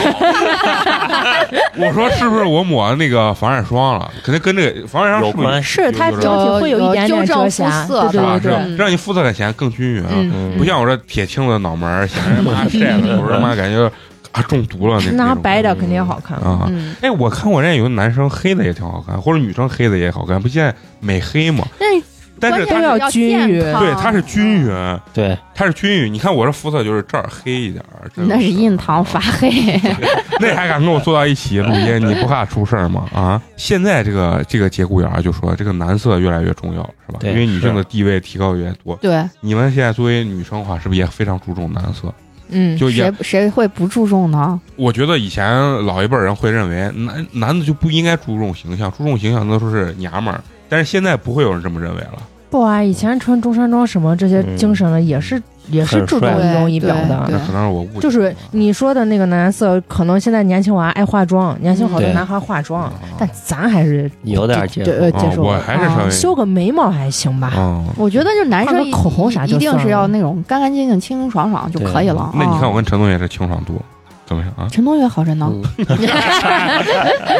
Speaker 3: [LAUGHS] 我说是不是我抹那个防晒霜了？可能跟这个防晒霜
Speaker 4: 有
Speaker 3: 是不是
Speaker 4: 关系，
Speaker 5: 是它
Speaker 3: 有
Speaker 5: 整
Speaker 3: 点
Speaker 5: 体会一点点遮
Speaker 6: 有
Speaker 5: 瑕，
Speaker 6: 纠正肤色
Speaker 5: 对
Speaker 3: 是吧？
Speaker 5: 对
Speaker 3: 是吧
Speaker 5: 对
Speaker 6: 嗯
Speaker 3: 让你肤色显更均匀啊。
Speaker 5: 嗯
Speaker 4: 嗯
Speaker 3: 不像我这铁青的脑门儿，显着妈晒的，我说妈感觉啊中毒了那
Speaker 7: 那
Speaker 3: 那种
Speaker 7: 白
Speaker 3: 感觉
Speaker 7: 的肯定好看。
Speaker 3: 啊。
Speaker 6: 嗯，
Speaker 3: 哎，我看我这有的男生黑的也挺好看，或者女生黑的也好看，不现在美黑嘛？
Speaker 6: 但是
Speaker 3: 但是它
Speaker 6: 关键
Speaker 7: 是
Speaker 6: 要
Speaker 7: 要均匀
Speaker 6: 健康嗯
Speaker 3: 对它是均，匀，
Speaker 4: 对，
Speaker 3: 它是均匀。你看我这肤色就是这儿黑一点儿，这儿
Speaker 6: 那是印堂发
Speaker 3: 嗯
Speaker 6: 黑，
Speaker 3: 啊 [LAUGHS] 那还敢跟我坐到一起录音？你不怕出事儿吗？啊！现在这个这个节骨眼儿就说这个男色越来越重要，是吧？
Speaker 4: 对
Speaker 3: 因为女性的地位提高越多，
Speaker 6: [LAUGHS] 对，
Speaker 3: 你们现在作为女生的话，是不是也非常注重男色？
Speaker 7: 嗯，
Speaker 3: 就也
Speaker 6: 谁谁会不注重呢？
Speaker 3: 我觉得以前老一辈儿人会认为男男的就不应该注重形象，注重形象那都是娘们儿，但是现在不会有人这么认为了。
Speaker 7: 不啊，以前穿中山装什么这些
Speaker 4: 嗯
Speaker 7: 精神的也是也是
Speaker 4: 很
Speaker 7: 注重
Speaker 4: 帅
Speaker 7: 仪容仪表
Speaker 6: 对
Speaker 3: 那
Speaker 7: 的。
Speaker 3: 可能是我误解了，
Speaker 7: 就是你说的那个男色，可能现在年轻娃爱化妆，年轻好多
Speaker 4: 对
Speaker 7: 男孩化妆，
Speaker 3: 啊
Speaker 7: 但咱还是
Speaker 4: 有点接
Speaker 7: 就
Speaker 4: 受
Speaker 7: 呃接受
Speaker 3: 我
Speaker 7: 了
Speaker 3: 还是
Speaker 7: 啊
Speaker 3: 稍微
Speaker 7: 修个眉毛还行吧。
Speaker 3: 嗯，
Speaker 6: 我觉得就男生
Speaker 7: 画个口红啥
Speaker 6: 一
Speaker 7: 就算了
Speaker 6: 定是要那种干干净净、清清爽爽就可以了。
Speaker 3: 那你看
Speaker 6: 啊？
Speaker 3: 我跟陈同学这清爽度怎么样啊
Speaker 6: 陈同学好着
Speaker 4: 嗯
Speaker 6: 呢，
Speaker 3: 嗯你
Speaker 4: 哎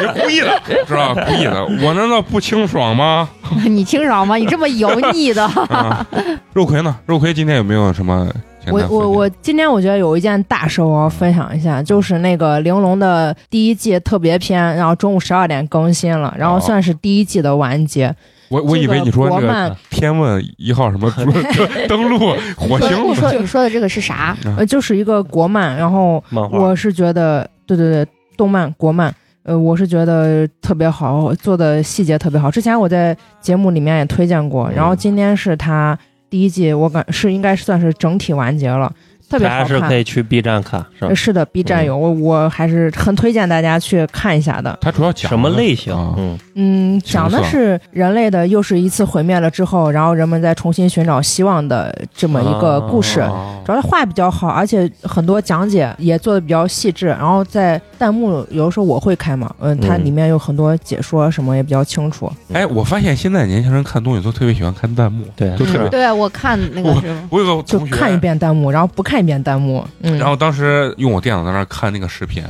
Speaker 3: [LAUGHS] 是故意的，知道吧故意的。我难道不清爽吗？
Speaker 6: [LAUGHS] 你清爽吗？你这么油腻
Speaker 3: [LAUGHS]
Speaker 6: 的，
Speaker 3: 啊，肉葵呢？肉葵今天有没有什么简
Speaker 7: 我
Speaker 3: 单分享？
Speaker 7: 我我今天我觉得有一件大事我要分享一下，就是那个《玲珑》的第一季特别篇，然后中午十二点更新了，
Speaker 3: 哦
Speaker 7: 然后算是第一季的完结。
Speaker 3: 我我以为你说那
Speaker 7: 这个国
Speaker 3: 个
Speaker 7: 漫
Speaker 3: 天问一号
Speaker 4: [LAUGHS]
Speaker 3: 什么 [LAUGHS] 登
Speaker 7: [LAUGHS]
Speaker 3: 陆火星
Speaker 6: 你说你说的这个是啥？
Speaker 3: 嗯
Speaker 7: 呃，就是一个国漫，然后
Speaker 4: 漫画，
Speaker 7: 我是觉得，对对对，动漫国漫，呃，我是觉得特别好，做的细节特别好。之前我在节目里面也推荐
Speaker 4: 嗯
Speaker 7: 过，然后今天是它第一季，我感是应该算是整体完结了，特别
Speaker 4: 大
Speaker 7: 好
Speaker 4: 家
Speaker 7: 看
Speaker 4: 是。可以嗯去 B 站看，是吧
Speaker 7: 呃？是的，B 站有、我，我还是很推荐大家去看一下的。
Speaker 3: 它主要讲
Speaker 4: 什么
Speaker 3: 的
Speaker 4: 类型
Speaker 3: 啊？
Speaker 4: 嗯，
Speaker 7: 嗯，讲的
Speaker 3: 情色
Speaker 7: 是人类的又是一次毁灭了之后，然后人们再重新寻找希望的这么一
Speaker 4: 哦
Speaker 7: 个故事。
Speaker 3: 啊
Speaker 7: 主要是画比较好，而且很多讲解也做的比较细致，然后在弹幕有的时候我会开嘛，嗯，它
Speaker 4: 嗯
Speaker 7: 里面有很多解说什么也比较清楚。
Speaker 3: 哎，我发现现在年轻人看东西都特别喜欢看弹幕，
Speaker 4: 对
Speaker 3: 就特
Speaker 4: 是
Speaker 3: 别。
Speaker 6: 对我看那个是
Speaker 3: 我有个
Speaker 7: 就
Speaker 3: 同学，
Speaker 7: 看一遍弹幕，然后不看一遍弹幕，嗯，
Speaker 3: 然后当时用我电脑在那儿看那个视频，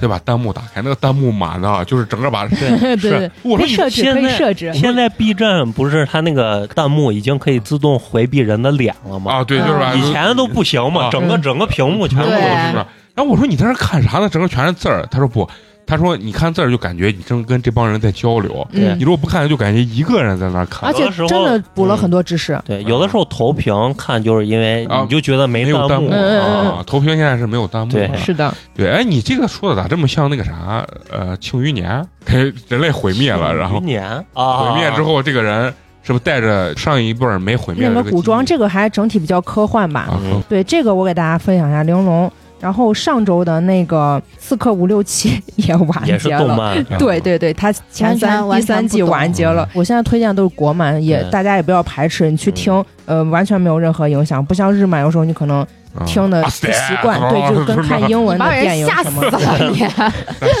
Speaker 3: 就把弹幕打开，那个弹幕满的，就是整个把
Speaker 4: 对。
Speaker 7: 对 [LAUGHS] 对
Speaker 3: 是，我
Speaker 7: 可
Speaker 3: 说
Speaker 7: 以设置
Speaker 4: 现
Speaker 7: 可以
Speaker 4: 在
Speaker 7: 设置，
Speaker 4: 现在 B 站不是它那个弹幕已经可以自动回避人的脸了吗？
Speaker 3: 啊，对，就是吧，
Speaker 4: 以前都不行
Speaker 3: 啊
Speaker 4: 嘛，整个
Speaker 7: 嗯
Speaker 4: 整个屏幕全
Speaker 3: 全
Speaker 4: 部
Speaker 3: 部
Speaker 4: 都
Speaker 3: 都
Speaker 4: 是
Speaker 3: 是这样。然后我说你在那儿看啥呢？整个全是字儿。他说不，他说你看字儿就感觉你正跟这帮人在交流，
Speaker 7: 嗯
Speaker 3: 你，如果不看就感觉一个人在那儿
Speaker 7: 而
Speaker 3: 看。
Speaker 7: 且真的补了很多知
Speaker 3: 嗯
Speaker 7: 识，
Speaker 4: 对，有的时候投屏看就是因为
Speaker 3: 啊
Speaker 4: 你就觉得没
Speaker 3: 没有弹
Speaker 4: 幕
Speaker 3: 幕
Speaker 7: 嗯嗯嗯
Speaker 3: 啊，投屏现在是没有弹幕
Speaker 4: 对
Speaker 3: 的。
Speaker 7: 是的，
Speaker 3: 对，哎，你这个说的咋这么像那个啥？呃，庆余年，感觉人类毁灭了，然后
Speaker 4: 一嗯年啊，
Speaker 3: 毁灭之后，这个人是不是带着上一辈儿没毁灭的
Speaker 7: 那个
Speaker 3: 这个
Speaker 7: 古装
Speaker 3: 记忆
Speaker 7: 这个还整体比较科幻吧，
Speaker 3: 啊？
Speaker 4: 嗯
Speaker 7: 对这个我给大家分享一下《玲珑》，然后上周的那个《刺客伍六七》也完结了，
Speaker 4: 也是动
Speaker 3: [LAUGHS]
Speaker 4: 漫，
Speaker 3: 啊
Speaker 7: 对对对，它前
Speaker 6: 完
Speaker 7: 三
Speaker 6: 全
Speaker 7: 第三季完结
Speaker 3: 完全
Speaker 7: 了。我现在推荐都是国漫，也
Speaker 4: 对
Speaker 7: 大家也不要排斥，
Speaker 3: 嗯
Speaker 7: 你去听，呃，完全没有任何影响。不像日漫，有时候你可能
Speaker 3: 啊
Speaker 7: 听的
Speaker 3: 啊
Speaker 7: 不习惯，对，
Speaker 3: [LAUGHS]
Speaker 7: 就是跟看英文
Speaker 6: 把
Speaker 7: 的电
Speaker 6: 人
Speaker 7: 影
Speaker 6: 吓
Speaker 7: 什
Speaker 6: 死
Speaker 7: 么的。
Speaker 6: 了你。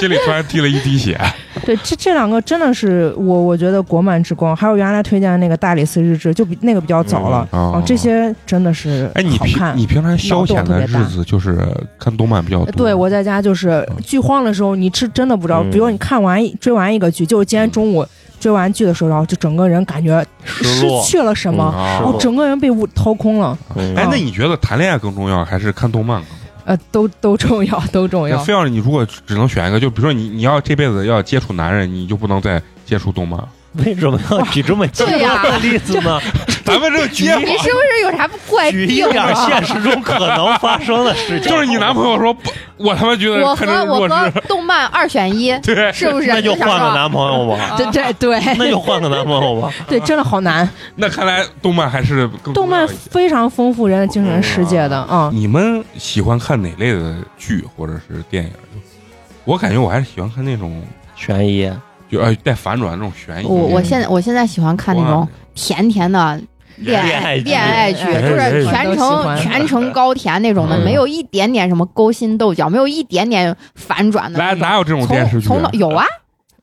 Speaker 3: 心里突然滴了一滴血。
Speaker 7: 对，这这两个真的是我我觉得国漫之光，还有原来推荐的那个《大理寺日志》，就比那个比较早了。
Speaker 3: 嗯哦
Speaker 7: 哦，这些真的是
Speaker 3: 哎，你
Speaker 7: 好
Speaker 3: 平
Speaker 7: 看。
Speaker 3: 你平常消遣的
Speaker 7: 脑洞特别大呃
Speaker 3: 日子就是看动漫比较多。嗯
Speaker 7: 对，我在家就是剧荒的时候，你是真的不知道。
Speaker 4: 嗯
Speaker 7: 比如你看完一追完一个剧，就是今天中
Speaker 3: 嗯
Speaker 7: 午追完剧的时候，然后就整个人感觉
Speaker 4: 失
Speaker 7: 失
Speaker 4: 落。
Speaker 7: 去了什么，哦
Speaker 3: 啊
Speaker 4: 嗯
Speaker 7: 我整个人被物掏空了，
Speaker 4: 嗯
Speaker 3: 哎，那你觉得谈恋爱更重要还是看动漫更重要？
Speaker 7: 呃，都 [LAUGHS] 都重要，都重
Speaker 3: 那
Speaker 7: 要。
Speaker 3: 非要你如果只能选一个，就比如说你你要这辈子要接触男人，你就不能再接触动漫。
Speaker 4: 为什么要举这么极端的例子呢？
Speaker 3: [LAUGHS] 咱们这个街坊
Speaker 6: 你是不是有啥怪
Speaker 4: 举一
Speaker 6: 病
Speaker 4: 点
Speaker 6: 啊？
Speaker 4: 现实中可能发生的事
Speaker 3: [LAUGHS]
Speaker 4: 情，
Speaker 3: 就是你男朋友说不，我他妈觉得
Speaker 6: 我
Speaker 3: 看
Speaker 6: 和
Speaker 3: 着
Speaker 6: 我
Speaker 3: 弱
Speaker 6: 和
Speaker 3: 智，
Speaker 6: 动漫二选一，
Speaker 3: [LAUGHS] 对，
Speaker 6: 是不是？
Speaker 4: 那就换个男朋友吧，
Speaker 6: 啊
Speaker 7: 对对对
Speaker 4: [LAUGHS] 那就换个男朋友吧。
Speaker 3: [LAUGHS]
Speaker 7: 对，真的好难。
Speaker 3: 那看来动漫还是更
Speaker 7: 动
Speaker 3: 重要
Speaker 7: 漫
Speaker 3: 一些嗯
Speaker 7: 非常丰富人的精神世界的啊，
Speaker 3: 你们喜欢看哪类的剧或者是电影？我感觉我还是喜欢看那种
Speaker 4: 悬疑，
Speaker 3: 就哎带反转那种悬疑。
Speaker 6: 我我现在我现在喜欢看那种甜甜的恋爱
Speaker 4: 恋
Speaker 6: 恋
Speaker 4: 爱
Speaker 6: 爱
Speaker 4: 剧
Speaker 6: 剧，
Speaker 3: 哎
Speaker 6: 就是全
Speaker 7: 我都喜
Speaker 6: 程
Speaker 7: 欢
Speaker 6: 全程高甜那种的，
Speaker 3: 嗯
Speaker 6: 没有一点点什么勾心斗角，没有一点点反转的
Speaker 3: 来
Speaker 6: 那种。
Speaker 3: 哪有这种电视
Speaker 6: 从
Speaker 3: 剧？
Speaker 6: 从头有啊，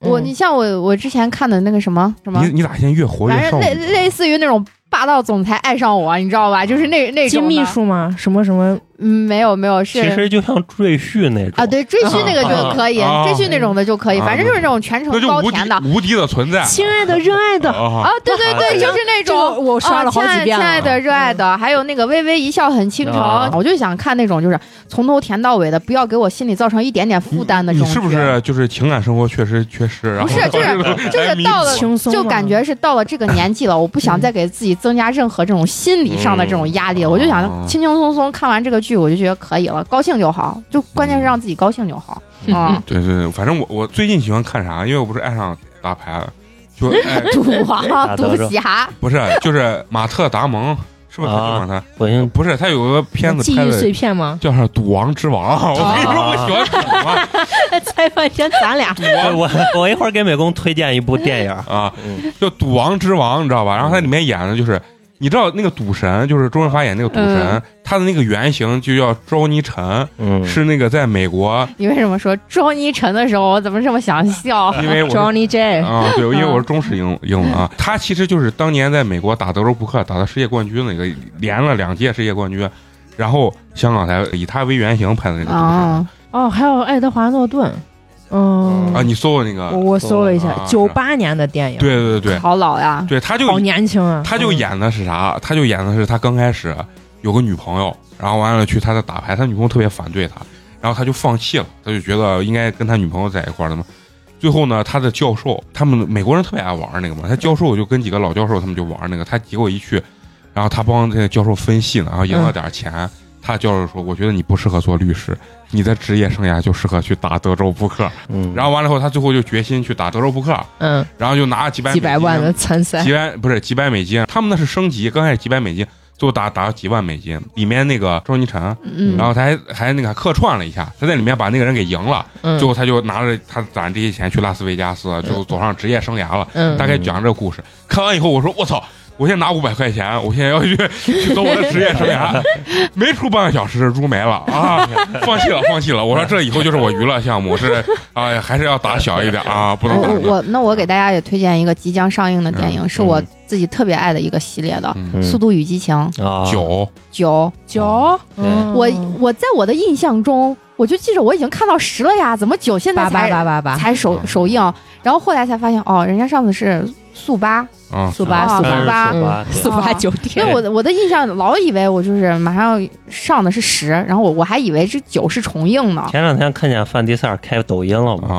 Speaker 7: 嗯
Speaker 6: 我你像我我之前看的那个什么什么
Speaker 3: 你，你咋现在越活
Speaker 6: 反
Speaker 3: 越少
Speaker 6: 正
Speaker 3: 女
Speaker 6: 类类似于那种霸道总裁爱上我，你知道
Speaker 3: 啊
Speaker 6: 吧？就是那那
Speaker 7: 金
Speaker 6: 种的
Speaker 7: 秘，书嘛，什么什么，
Speaker 6: 嗯，没有没有
Speaker 4: 其
Speaker 6: 是。
Speaker 4: 实就像赘婿那种
Speaker 6: 啊，，对，追剧那个
Speaker 4: 啊
Speaker 6: 就可以，
Speaker 3: 啊
Speaker 6: 追剧那种的就可以，
Speaker 3: 啊
Speaker 6: 反正就是那种全程
Speaker 3: 那就
Speaker 6: 高
Speaker 3: 无敌
Speaker 6: 甜的
Speaker 3: 无敌的存在
Speaker 7: 亲爱的，热
Speaker 3: [LAUGHS]
Speaker 7: 爱的，
Speaker 3: 啊
Speaker 6: [LAUGHS] 啊！对对对，就是那
Speaker 7: 这
Speaker 6: 种
Speaker 7: 个我刷了好几
Speaker 6: 哦亲爱
Speaker 7: 遍了。嗯
Speaker 6: 亲爱的，热爱的，还有那个微微一笑很倾城
Speaker 4: 啊，
Speaker 6: 我就想看那种就是从头甜到尾的，不要给我心里造成一点点负担的这
Speaker 3: 你
Speaker 6: 种剧。
Speaker 3: 是不是就是情感生活确实缺失？然后
Speaker 6: 不是就是就是到了
Speaker 7: 轻松嘛啊
Speaker 6: 就感觉是到了这个年 [LAUGHS] 纪了，我不想再给自己增加任何这种心理上的这种压力了，
Speaker 3: 嗯
Speaker 6: 我就想
Speaker 3: 哦
Speaker 6: 轻轻松松看完这个剧，我就觉得可以了，高兴就好，就关键是让自己高兴就好。 [LAUGHS] 啊，
Speaker 3: [LAUGHS] 对对，对反正我我最近喜欢看啥？因为我不是爱上打牌了，就哎
Speaker 6: 赌王、
Speaker 4: 得
Speaker 6: 赌
Speaker 4: 着
Speaker 6: 啊侠，
Speaker 3: 不是就是马特达蒙，是不是他叫马特？[LAUGHS]
Speaker 4: 我先
Speaker 3: 不是，他有个片子
Speaker 7: 记
Speaker 3: 拍
Speaker 7: 忆
Speaker 3: 的
Speaker 7: 碎片
Speaker 6: [LAUGHS]
Speaker 7: 吗？
Speaker 3: 叫啥《赌王之王》， [LAUGHS] 我跟你说，我喜欢赌王。
Speaker 7: 才发现咱俩
Speaker 4: 我我我一会儿给美工推荐一部电
Speaker 3: [LAUGHS]
Speaker 4: 影，
Speaker 3: 啊
Speaker 4: 嗯，
Speaker 3: 就赌王之王，你知道吧？然后它里面演的就是，你知道那个赌神，就是周润发演那个赌神
Speaker 6: 嗯，
Speaker 3: 他的那个原型就叫周尼臣，
Speaker 4: 嗯
Speaker 3: 是那个在美
Speaker 7: [LAUGHS]
Speaker 3: 国，
Speaker 6: 你为什么说庄一晨的时候，我怎么这么想笑？
Speaker 3: [LAUGHS] 因为我是
Speaker 7: Johnny J，
Speaker 3: 啊，对，因为我是中式
Speaker 7: [LAUGHS]
Speaker 3: 英英文啊，他其实就是当年在美国打德州扑克打到世界冠军那个，连了两届世界冠军，然后香港台以他为原型拍的那个赌神
Speaker 6: 啊，
Speaker 7: 哦，还有爱德华诺顿，嗯
Speaker 3: 啊，你搜搜那
Speaker 7: 我
Speaker 3: 个，
Speaker 7: 我搜了一下
Speaker 3: 啊，
Speaker 7: 九八年的电影，
Speaker 3: 对对对
Speaker 6: 好老呀！
Speaker 3: 对，他就
Speaker 7: 好年轻啊！
Speaker 3: 他就演的是啥？他就演的是他刚开始有个女朋友，然后完了去他的打牌，他女朋友特别反对他，然后他就放弃了，他就觉得应该跟他女朋友在一块儿的嘛。最后呢，他的教授，他们美国人特别爱玩那个嘛，他教授就跟几个老教授他们就玩那个，他结果一去，然后他帮这个教授分析呢，然后赢
Speaker 7: 嗯
Speaker 3: 了点钱。他教授说：“我觉得你不适合做律师，你的职业生涯就适合去打德州扑克。”
Speaker 4: 嗯，
Speaker 3: 然后完了以后，他最后就决心去打德州扑克，
Speaker 7: 嗯，
Speaker 3: 然后就拿几百
Speaker 7: 几百
Speaker 3: 美金
Speaker 7: 万的参赛
Speaker 3: 几万不是几百美金，他们那是升级，刚开始几百美金，最后打打到几万美金。里面那个周尼晨，
Speaker 6: 嗯
Speaker 3: 然，后他还还那个客串了一下，他在里面把那个人给赢了，
Speaker 7: 嗯
Speaker 3: 最后他就拿着他攒这些钱去拉斯维加斯，最后走上职业生涯了。
Speaker 7: 嗯
Speaker 3: 大概讲这个故事，看完以后我说我操。我先拿五百块钱，我现在要去去走我的职业生涯，没出半个小时，猪没了啊！放弃了，放弃了。我说这以后就是我娱乐项目，是啊、还是要打小一点啊，不
Speaker 6: 我
Speaker 3: 能打
Speaker 6: 哎我
Speaker 3: 这。
Speaker 6: 我那我给大家也推荐一个即将上映的电影，是我自己特别爱的一个系列的
Speaker 3: 嗯
Speaker 6: 《速度与激情》
Speaker 4: 啊，
Speaker 3: 酒，
Speaker 6: 九。
Speaker 7: 九，
Speaker 4: 对
Speaker 7: 嗯
Speaker 6: 我我在我的印象中，我就记着我已经看到十了呀，怎么九现在
Speaker 7: 八八
Speaker 6: 才
Speaker 7: 八八八，
Speaker 6: 才
Speaker 3: 嗯
Speaker 6: 首首映？然后后来才发现，哦，人家上次是速八，
Speaker 3: 啊，
Speaker 7: 速八
Speaker 6: 啊
Speaker 7: 速
Speaker 4: 三十
Speaker 7: 八
Speaker 6: 速八
Speaker 4: 四八
Speaker 7: 嗯速八九
Speaker 6: 因
Speaker 7: 天
Speaker 6: 为我的我的印象老以为我就是马上要上的是十，然后我我还以为这九是重映呢。
Speaker 4: 前两天看见范迪塞尔开抖音了嘛，
Speaker 3: 啊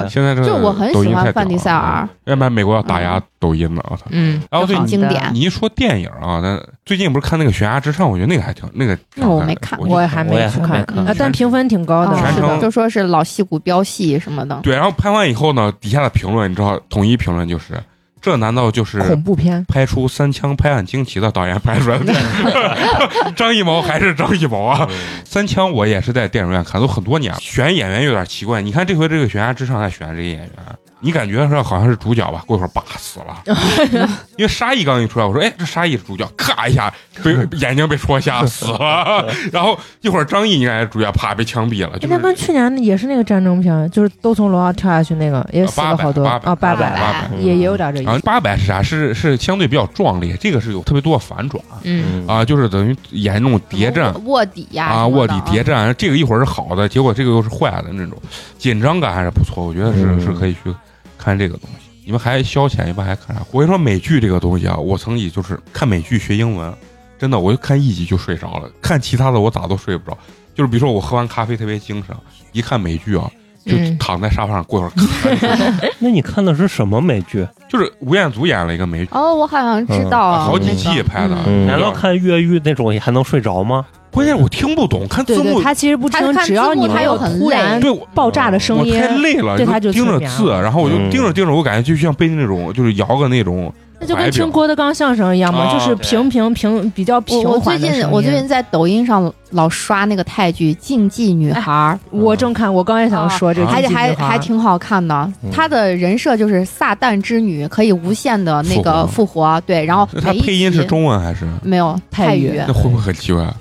Speaker 6: 啊！
Speaker 3: 现在这
Speaker 6: 就我很
Speaker 3: 抖音
Speaker 6: 喜欢
Speaker 3: 太屌
Speaker 6: 范迪塞尔
Speaker 3: 了，要不然美国要打压抖音了，我操！
Speaker 7: 嗯，
Speaker 3: 然后对
Speaker 6: 就很
Speaker 3: 你
Speaker 6: 经典。
Speaker 3: 你一说电影啊，那最近不是看那个《悬崖之上》，我觉得那个还挺那个挺好的。
Speaker 6: 那我没看
Speaker 3: 觉得
Speaker 7: 我也还
Speaker 4: 我
Speaker 7: 没
Speaker 4: 也
Speaker 7: 去
Speaker 4: 还没
Speaker 7: 看，
Speaker 4: 看
Speaker 7: 啊，但评分挺高的，
Speaker 3: 全
Speaker 6: 是
Speaker 3: 程
Speaker 6: 的，就说是老戏骨飙戏什么的。
Speaker 3: 对，然后拍完以后呢，底下的评论你知道，统一评论就是：这难道就是
Speaker 7: 恐怖片，
Speaker 3: 拍出《三枪拍案惊奇》的导演拍出来的电影？ [LAUGHS] 张艺谋还是张艺谋啊！三枪我也是在电影院看，都很多年了。选演员有点奇怪，你看这回这个《悬崖之上》还选这个演员，啊你感觉说好像是主角吧？过一会儿叭死
Speaker 7: [LAUGHS]
Speaker 3: 了，因为沙溢刚一出来，我说哎，这沙溢是主角，咔一下被眼睛被戳瞎死了。然后一会儿张译，你感觉主角啪被枪毙了，就
Speaker 7: 哎那
Speaker 3: 是
Speaker 7: 跟去年也是那个战争片，就是都从楼上跳下去那个，也死了好多
Speaker 3: 八百八
Speaker 7: 啊，八
Speaker 3: 百
Speaker 7: 百
Speaker 3: 八
Speaker 6: 百
Speaker 3: 百嗯
Speaker 7: 也也有点这意
Speaker 3: 然后
Speaker 7: 思，
Speaker 3: 八百是啥？是是相对比较壮烈，这个是有特别多的反转
Speaker 7: 嗯，
Speaker 3: 啊，就是等于演那种谍战。
Speaker 6: 卧卧底呀
Speaker 3: 啊，
Speaker 6: 什么
Speaker 3: 卧
Speaker 6: 的嗯
Speaker 3: 底谍战，这个一会儿是好的，结果这个又是坏的那种，紧张感还是不错，我觉得是、
Speaker 4: 嗯
Speaker 3: 是可以去看这个东西。你们还消遣一般还看啥？我跟你说，美剧这个东西啊，我曾经就是看美剧学英文，真的，我就看一集就睡着了，看其他的我咋都睡不着。就是比如说我喝完咖啡特别精神，一看美剧啊，就
Speaker 6: 嗯
Speaker 3: 躺在沙发上，过一会儿咔，
Speaker 4: 那你看的是什么美剧？
Speaker 3: 就是吴彦祖演了一个美剧，
Speaker 6: 哦，我好像知道、
Speaker 3: 啊好几
Speaker 6: 那
Speaker 3: 季
Speaker 6: 个
Speaker 3: 拍的，
Speaker 6: 嗯
Speaker 4: 难道看越狱那种你还能睡着吗？
Speaker 3: 关键是我听不懂，看字
Speaker 7: 对对，
Speaker 3: 幕
Speaker 7: 他其实不
Speaker 6: 他
Speaker 7: 听
Speaker 6: 看，
Speaker 7: 只
Speaker 6: 字
Speaker 7: 要
Speaker 6: 幕
Speaker 7: 你
Speaker 6: 他
Speaker 7: 没
Speaker 6: 又
Speaker 7: 有
Speaker 6: 很
Speaker 7: 突
Speaker 6: 累
Speaker 7: 然
Speaker 3: 对我
Speaker 7: 爆炸的声
Speaker 3: 我
Speaker 7: 音
Speaker 3: 太，累了，
Speaker 7: 对
Speaker 3: 你
Speaker 7: 他就
Speaker 3: 盯着
Speaker 7: 催眠
Speaker 3: 字，
Speaker 7: 了
Speaker 3: 然后我就
Speaker 4: 嗯
Speaker 3: 盯着盯着，我感觉就像被那种就是摇个那种
Speaker 7: 那就跟
Speaker 3: 怀
Speaker 7: 听
Speaker 3: 表
Speaker 7: 郭德纲相声一样嘛，
Speaker 3: 啊
Speaker 7: 就是平平平比较平
Speaker 6: 我我最
Speaker 7: 缓的声
Speaker 6: 近
Speaker 7: 音
Speaker 6: 我最近在抖音上老刷那个泰剧《竞技女孩》
Speaker 7: 我正看，我刚也想说这个，
Speaker 3: 啊
Speaker 6: 哦还
Speaker 7: 经济
Speaker 6: 还
Speaker 7: 哎女孩
Speaker 6: 还挺好看的
Speaker 4: 嗯。
Speaker 6: 她的人设就是撒旦之女，可以无限的那
Speaker 3: 复
Speaker 6: 个
Speaker 3: 活
Speaker 6: 复活。对，然后
Speaker 3: [LAUGHS] 那他
Speaker 6: 每一
Speaker 3: 配音
Speaker 6: 集
Speaker 3: 是中文还是？
Speaker 6: 没有
Speaker 7: 泰
Speaker 6: 泰
Speaker 7: 语
Speaker 6: 语
Speaker 3: 那，会不会很奇怪？啊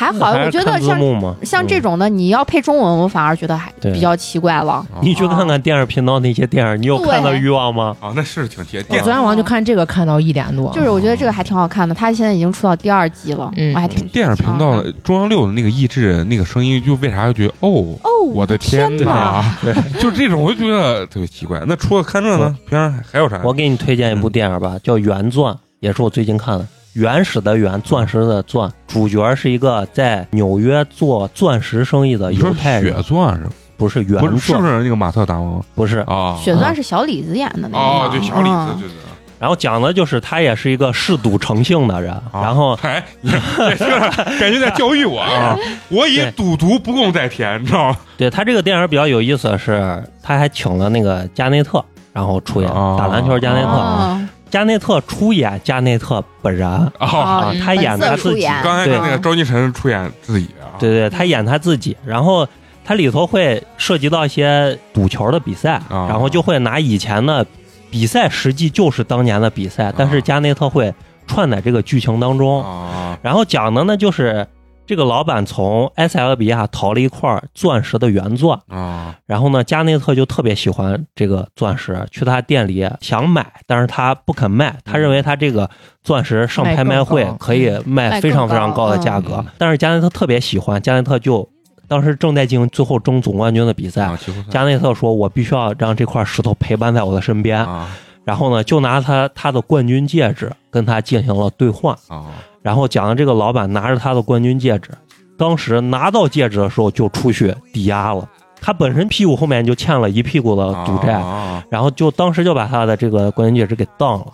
Speaker 6: 还好。我
Speaker 4: 还是
Speaker 6: 觉
Speaker 4: 看
Speaker 6: 得
Speaker 4: 字
Speaker 6: 像
Speaker 4: 幕吗？
Speaker 6: 像
Speaker 4: 嗯
Speaker 6: 这种的，你要配中文，我反而觉得还
Speaker 4: 对
Speaker 6: 比较奇怪了。
Speaker 3: 哦
Speaker 4: 你去看看电视频道那些电影，你有看到欲望吗？
Speaker 3: 啊，那是挺贴
Speaker 7: 我
Speaker 3: 电
Speaker 7: 昨天晚上就看这个，看到一点多， [LAUGHS]
Speaker 6: 就是我觉得这个还挺好看的，它现在已经出到第二季了，
Speaker 7: 嗯
Speaker 6: 我还挺
Speaker 3: 电影频道中央六的那个译制那个声音，就为啥就觉得哦，
Speaker 6: 哦，
Speaker 3: 我的天呐，
Speaker 7: [LAUGHS]
Speaker 3: 就这种我就觉得特别奇怪。那除了看这呢，平常还有啥？
Speaker 4: 我给你推荐一部电影
Speaker 6: 嗯
Speaker 4: 吧，叫《原钻》，也是我最近看的。原始的原，钻石的钻，主角是一个在纽约做钻石生意的
Speaker 3: 你说
Speaker 4: 犹太
Speaker 3: 血
Speaker 4: 人，
Speaker 3: 钻是吧
Speaker 4: 不是原
Speaker 3: 不是是不
Speaker 4: 钻，
Speaker 3: 是那个马特达蒙
Speaker 4: 不是。
Speaker 3: 啊？
Speaker 6: 血钻是小李子演的那个嘛，
Speaker 3: 哦，对，小李
Speaker 6: 嗯
Speaker 3: 子对对。
Speaker 4: 然后讲的就是他也是一个嗜赌成性的人，
Speaker 3: 啊
Speaker 4: 然后
Speaker 3: [LAUGHS] 哎，你这就是感觉在教育我啊！我以
Speaker 4: [LAUGHS] 对
Speaker 3: 赌毒不共戴天，你知道吗？
Speaker 4: 对他这个电影比较有意思的是，他还请了那个加内特，然后出演、
Speaker 3: 哦
Speaker 4: 打篮球加内特，
Speaker 6: 哦
Speaker 4: 加内特出演加内特本人，
Speaker 3: 啊，
Speaker 4: 啊他演
Speaker 6: 本色
Speaker 4: 他自
Speaker 6: 出
Speaker 4: 己
Speaker 6: 演，
Speaker 3: 刚才看那个
Speaker 6: 嗯
Speaker 3: 周星驰出演自己啊，
Speaker 4: 哦对对，他演他自己，然后他里头会涉及到一些赌球的比赛，
Speaker 3: 啊
Speaker 4: 然后就会拿以前的比赛，实际就是当年的比赛，但是加内特会串在这个剧情当中，
Speaker 3: 啊，
Speaker 4: 然后讲的呢就是。这个老板从埃塞俄比亚淘了一块钻石的原钻，
Speaker 3: 啊
Speaker 4: 然后呢，加内特就特别喜欢这个钻石，去他店里想买，但是他不肯卖，他认为他这个钻石上拍卖会
Speaker 7: 卖更高
Speaker 4: 可以卖非常非常高的价
Speaker 3: 卖
Speaker 4: 格
Speaker 3: 更高，
Speaker 4: 但是加内特特别喜欢，加内特就当时正在进行最后争总冠军的比赛
Speaker 3: 啊，，季后赛
Speaker 4: 加内特说：“我必须要让这块石头陪伴在我的身边。
Speaker 3: 啊”
Speaker 4: 然后呢，就拿他他的冠军戒指跟他进行了兑换，
Speaker 3: 啊
Speaker 4: 然后讲的这个老板拿着他的冠军戒指，当时拿到戒指的时候就出去抵押了，他本身屁股后面就欠了一屁股的哦赌债，
Speaker 3: 啊
Speaker 4: 然后就当时就把他的这个冠军戒指给当了。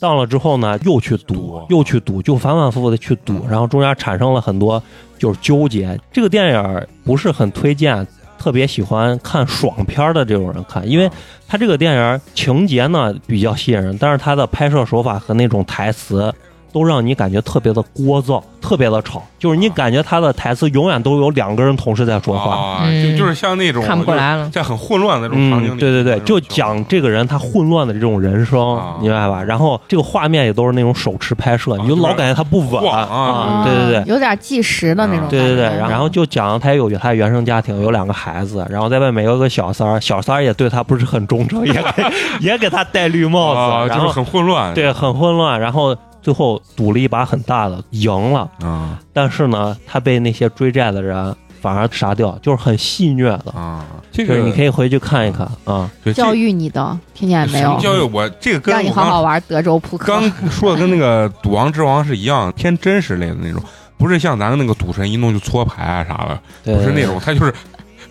Speaker 4: 当了之后呢，又去赌
Speaker 3: 赌，啊
Speaker 4: 又去赌，就反反复复的去赌，然后中间产生了很多就是纠结。这个电影不是很推荐，特别喜欢看爽片儿的这种人看，因为他这个电影情节呢比较吸引人，但是他的拍摄手法和那种台词都让你感觉特别的聒噪，特别的吵，就是你
Speaker 3: 啊
Speaker 4: 感觉他的台词永远都有两个人同时在说话。
Speaker 3: 啊，
Speaker 7: 嗯
Speaker 3: 就就是像那种
Speaker 7: 看不过，来了
Speaker 3: 就。是在很混乱的那种场景
Speaker 4: 嗯，
Speaker 3: 里，
Speaker 4: 对对对，就讲这
Speaker 3: 个
Speaker 4: 个人他混乱的这种人生，
Speaker 3: 啊
Speaker 4: 明白吧？然后这个画面也都是那种手持拍摄，你就
Speaker 3: 就是
Speaker 4: 老感觉他不稳
Speaker 3: 晃啊
Speaker 4: 对对对。
Speaker 6: 嗯有点计时的那种
Speaker 3: 嗯
Speaker 6: 感觉，
Speaker 4: 对对对，
Speaker 3: 嗯
Speaker 4: 然后就讲他有他原生家庭，有两个孩子，然后在外面有个小三儿，小三儿也对他不是很忠诚，也给 [LAUGHS] 也给他戴绿帽
Speaker 3: 啊，
Speaker 4: 子，
Speaker 3: 就
Speaker 4: 然
Speaker 3: 是
Speaker 4: 后
Speaker 3: 很混乱，
Speaker 4: 对很混乱，然后最后赌了一把很大的，赢了，
Speaker 3: 啊
Speaker 4: 但是呢，他被那些追债的人反而杀掉，就是很戏谑的，
Speaker 3: 啊，这
Speaker 4: 就
Speaker 3: 个嗯
Speaker 4: 是你可以回去看一看啊，
Speaker 3: 对这
Speaker 6: 教育你的，听见没
Speaker 3: 什么
Speaker 6: 有？
Speaker 3: 教育我这个跟
Speaker 6: 让你
Speaker 3: 我
Speaker 6: 好
Speaker 3: 刚
Speaker 6: 好玩德州扑克。
Speaker 3: 刚说的跟那个《赌王之王》是一样，偏真实类的那种，不是像咱们那个赌神一弄就搓牌啊啥的，
Speaker 4: 对
Speaker 3: 不是那种，他就是